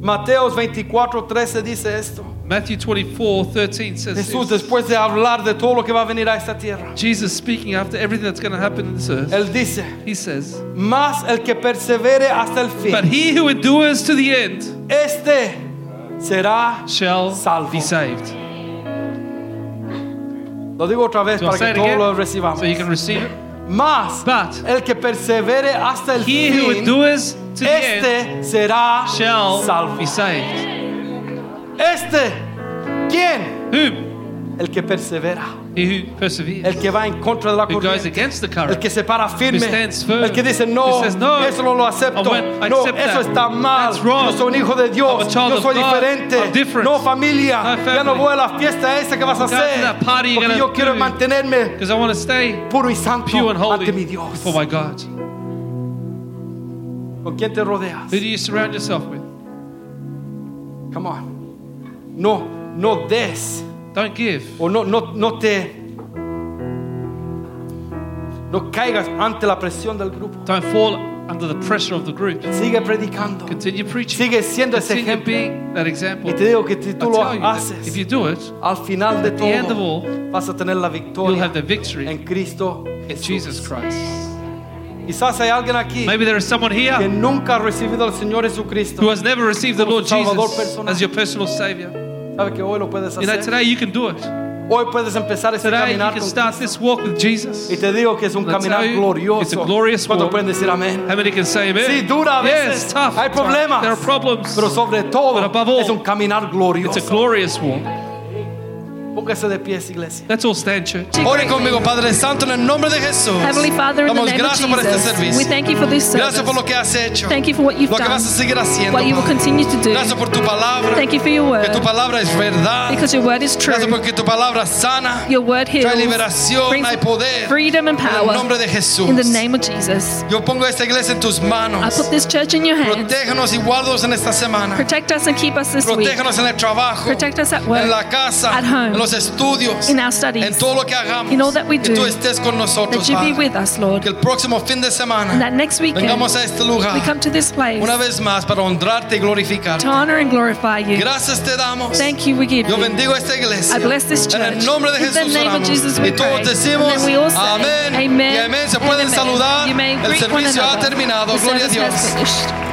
[SPEAKER 2] Mateo 24, 13 dice esto.
[SPEAKER 3] Matthew 24 13 says,
[SPEAKER 2] Jesús,
[SPEAKER 3] this.
[SPEAKER 2] después de hablar de todo lo que va a venir a esta tierra,
[SPEAKER 3] Jesus speaking after everything that's going to happen in this earth,
[SPEAKER 2] Él dice,
[SPEAKER 3] he says,
[SPEAKER 2] Mas el que persevere hasta el fin,
[SPEAKER 3] But he who endures to the end
[SPEAKER 2] este será.
[SPEAKER 3] shall
[SPEAKER 2] Salvo.
[SPEAKER 3] be saved.
[SPEAKER 2] Lo digo otra vez
[SPEAKER 3] Do I
[SPEAKER 2] para
[SPEAKER 3] say
[SPEAKER 2] que
[SPEAKER 3] it
[SPEAKER 2] todos lo
[SPEAKER 3] again?
[SPEAKER 2] recibamos.
[SPEAKER 3] So you can receive it.
[SPEAKER 2] Mas
[SPEAKER 3] But
[SPEAKER 2] el que persevere hasta el
[SPEAKER 3] he who
[SPEAKER 2] fin,
[SPEAKER 3] endures to the end
[SPEAKER 2] este será
[SPEAKER 3] shall
[SPEAKER 2] salvo.
[SPEAKER 3] be saved.
[SPEAKER 2] Este, ¿quién?
[SPEAKER 3] Whom?
[SPEAKER 2] El que persevera,
[SPEAKER 3] He who perseveres,
[SPEAKER 2] el que va en contra de la
[SPEAKER 3] who goes
[SPEAKER 2] corriente.
[SPEAKER 3] against the
[SPEAKER 2] El
[SPEAKER 3] current,
[SPEAKER 2] que se para firme,
[SPEAKER 3] who stands firm,
[SPEAKER 2] el que dice no,
[SPEAKER 3] who says, "No,
[SPEAKER 2] eso no lo acepto,
[SPEAKER 3] I won't
[SPEAKER 2] no,
[SPEAKER 3] accept
[SPEAKER 2] eso
[SPEAKER 3] that.
[SPEAKER 2] está mal,
[SPEAKER 3] That's wrong.
[SPEAKER 2] yo soy un hijo de
[SPEAKER 3] I'm
[SPEAKER 2] Dios,
[SPEAKER 3] a child
[SPEAKER 2] yo
[SPEAKER 3] of
[SPEAKER 2] soy
[SPEAKER 3] God. I'm
[SPEAKER 2] diferente,
[SPEAKER 3] different.
[SPEAKER 2] no familia,
[SPEAKER 3] No
[SPEAKER 2] ya no
[SPEAKER 3] family.
[SPEAKER 2] voy a la fiesta esa que vas a
[SPEAKER 3] Don't go to that
[SPEAKER 2] hacer,
[SPEAKER 3] party you're
[SPEAKER 2] porque
[SPEAKER 3] gonna
[SPEAKER 2] yo quiero
[SPEAKER 3] do.
[SPEAKER 2] mantenerme
[SPEAKER 3] because I want to stay
[SPEAKER 2] puro y santo
[SPEAKER 3] pure and holy
[SPEAKER 2] ante mi Dios.
[SPEAKER 3] before my God.
[SPEAKER 2] ¿Con quién te rodeas?
[SPEAKER 3] Who do you surround yourself with?
[SPEAKER 2] Come on. No, no des
[SPEAKER 3] Don't give.
[SPEAKER 2] o no, no, no te no caigas ante la presión del grupo.
[SPEAKER 3] Don't fall under the pressure of the group.
[SPEAKER 2] Sigue predicando.
[SPEAKER 3] Continue preaching.
[SPEAKER 2] Sigue siendo ese
[SPEAKER 3] Continue
[SPEAKER 2] ejemplo.
[SPEAKER 3] being that example.
[SPEAKER 2] Y te digo que si
[SPEAKER 3] I
[SPEAKER 2] tú lo
[SPEAKER 3] tell you that if you
[SPEAKER 2] haces,
[SPEAKER 3] do it,
[SPEAKER 2] al final de
[SPEAKER 3] the end of
[SPEAKER 2] todo
[SPEAKER 3] all,
[SPEAKER 2] vas a tener la
[SPEAKER 3] you'll
[SPEAKER 2] victoria
[SPEAKER 3] have the victory
[SPEAKER 2] en Cristo
[SPEAKER 3] in
[SPEAKER 2] Jesús.
[SPEAKER 3] Jesus Christ.
[SPEAKER 2] Quizás hay alguien aquí
[SPEAKER 3] Maybe there is someone
[SPEAKER 2] que
[SPEAKER 3] here
[SPEAKER 2] nunca ha recibido al Señor
[SPEAKER 3] who
[SPEAKER 2] Jesucristo.
[SPEAKER 3] has never received the
[SPEAKER 2] Como
[SPEAKER 3] Lord
[SPEAKER 2] su Salvador
[SPEAKER 3] Jesus
[SPEAKER 2] personal.
[SPEAKER 3] as your personal Savior.
[SPEAKER 2] Sabe que hoy lo puedes
[SPEAKER 3] You know,
[SPEAKER 2] hacer.
[SPEAKER 3] today you can do it.
[SPEAKER 2] Hoy puedes empezar ese
[SPEAKER 3] Today you
[SPEAKER 2] caminar
[SPEAKER 3] can
[SPEAKER 2] con
[SPEAKER 3] start this walk with Jesus.
[SPEAKER 2] Y te digo que es un
[SPEAKER 3] That's
[SPEAKER 2] caminar
[SPEAKER 3] how you- it's a
[SPEAKER 2] glorioso.
[SPEAKER 3] glorious
[SPEAKER 2] ¿Cuántos
[SPEAKER 3] walk.
[SPEAKER 2] pueden decir amén?
[SPEAKER 3] How many can say amen?
[SPEAKER 2] Sí, dura a
[SPEAKER 3] yes,
[SPEAKER 2] veces.
[SPEAKER 3] tough.
[SPEAKER 2] Hay problemas.
[SPEAKER 3] There are problems.
[SPEAKER 2] Pero sobre
[SPEAKER 3] But
[SPEAKER 2] todo
[SPEAKER 3] above all,
[SPEAKER 2] es un caminar
[SPEAKER 3] It's
[SPEAKER 2] glorioso.
[SPEAKER 3] a glorious walk.
[SPEAKER 2] Póngase de pies, iglesia.
[SPEAKER 3] Let's all stand, church.
[SPEAKER 2] Ore conmigo, Padre Santo, en el nombre de Jesús.
[SPEAKER 4] Heavenly Father, in the
[SPEAKER 2] Damos
[SPEAKER 4] name of
[SPEAKER 2] gracias por este
[SPEAKER 4] Jesus, we
[SPEAKER 2] servicio.
[SPEAKER 4] thank you for this service.
[SPEAKER 2] Gracias por lo que has hecho.
[SPEAKER 4] Thank you for what you've
[SPEAKER 2] Lo que
[SPEAKER 4] done,
[SPEAKER 2] vas a seguir haciendo.
[SPEAKER 4] what you will
[SPEAKER 2] Padre.
[SPEAKER 4] continue to do.
[SPEAKER 2] Gracias por tu palabra.
[SPEAKER 4] Thank you for your
[SPEAKER 2] Que tu
[SPEAKER 4] word,
[SPEAKER 2] palabra es verdad.
[SPEAKER 4] because your word is true.
[SPEAKER 2] Gracias porque tu palabra sana.
[SPEAKER 4] Your word
[SPEAKER 2] Trae
[SPEAKER 4] heals,
[SPEAKER 2] liberación,
[SPEAKER 4] brings
[SPEAKER 2] hay poder.
[SPEAKER 4] freedom and
[SPEAKER 2] En el nombre
[SPEAKER 4] power.
[SPEAKER 2] de Jesús.
[SPEAKER 4] In the name of Jesus,
[SPEAKER 2] Yo pongo esta iglesia en tus
[SPEAKER 4] I
[SPEAKER 2] manos.
[SPEAKER 4] put this church in your hands.
[SPEAKER 2] Protéjanos y guárdanos en esta semana.
[SPEAKER 4] Protect us and keep us this week.
[SPEAKER 2] Protéjanos en el trabajo.
[SPEAKER 4] Protect us at work,
[SPEAKER 2] en la casa.
[SPEAKER 4] at home,
[SPEAKER 2] en los estudios.
[SPEAKER 4] in our studies,
[SPEAKER 2] en todo lo que hagamos.
[SPEAKER 4] in all that we
[SPEAKER 2] que
[SPEAKER 4] do,
[SPEAKER 2] tú estés con nosotros.
[SPEAKER 4] That you
[SPEAKER 2] Padre.
[SPEAKER 4] be with us, Lord.
[SPEAKER 2] que el próximo fin de
[SPEAKER 4] And that
[SPEAKER 2] semana
[SPEAKER 4] next weekend,
[SPEAKER 2] vengamos a
[SPEAKER 4] we
[SPEAKER 2] este lugar
[SPEAKER 4] come to this place
[SPEAKER 2] una vez más para honrarte y glorificarte.
[SPEAKER 4] to honor and glorify you.
[SPEAKER 2] Gracias te damos.
[SPEAKER 4] Thank you, we give
[SPEAKER 2] Yo
[SPEAKER 4] you.
[SPEAKER 2] bendigo esta iglesia.
[SPEAKER 4] I bless this
[SPEAKER 2] En el
[SPEAKER 4] church.
[SPEAKER 2] nombre de
[SPEAKER 4] In the
[SPEAKER 2] Jesús
[SPEAKER 4] name of
[SPEAKER 2] oramos.
[SPEAKER 4] Jesus we
[SPEAKER 2] Y todos
[SPEAKER 4] pray.
[SPEAKER 2] decimos
[SPEAKER 4] And then we all say,
[SPEAKER 2] amén.
[SPEAKER 4] amen
[SPEAKER 2] Y amén. Se
[SPEAKER 4] and
[SPEAKER 2] pueden
[SPEAKER 4] amen.
[SPEAKER 2] saludar.
[SPEAKER 4] You may
[SPEAKER 2] El
[SPEAKER 4] greet one
[SPEAKER 2] servicio ha
[SPEAKER 4] another.
[SPEAKER 2] terminado.
[SPEAKER 4] The
[SPEAKER 2] Gloria a
[SPEAKER 4] service has
[SPEAKER 2] Dios.
[SPEAKER 4] finished.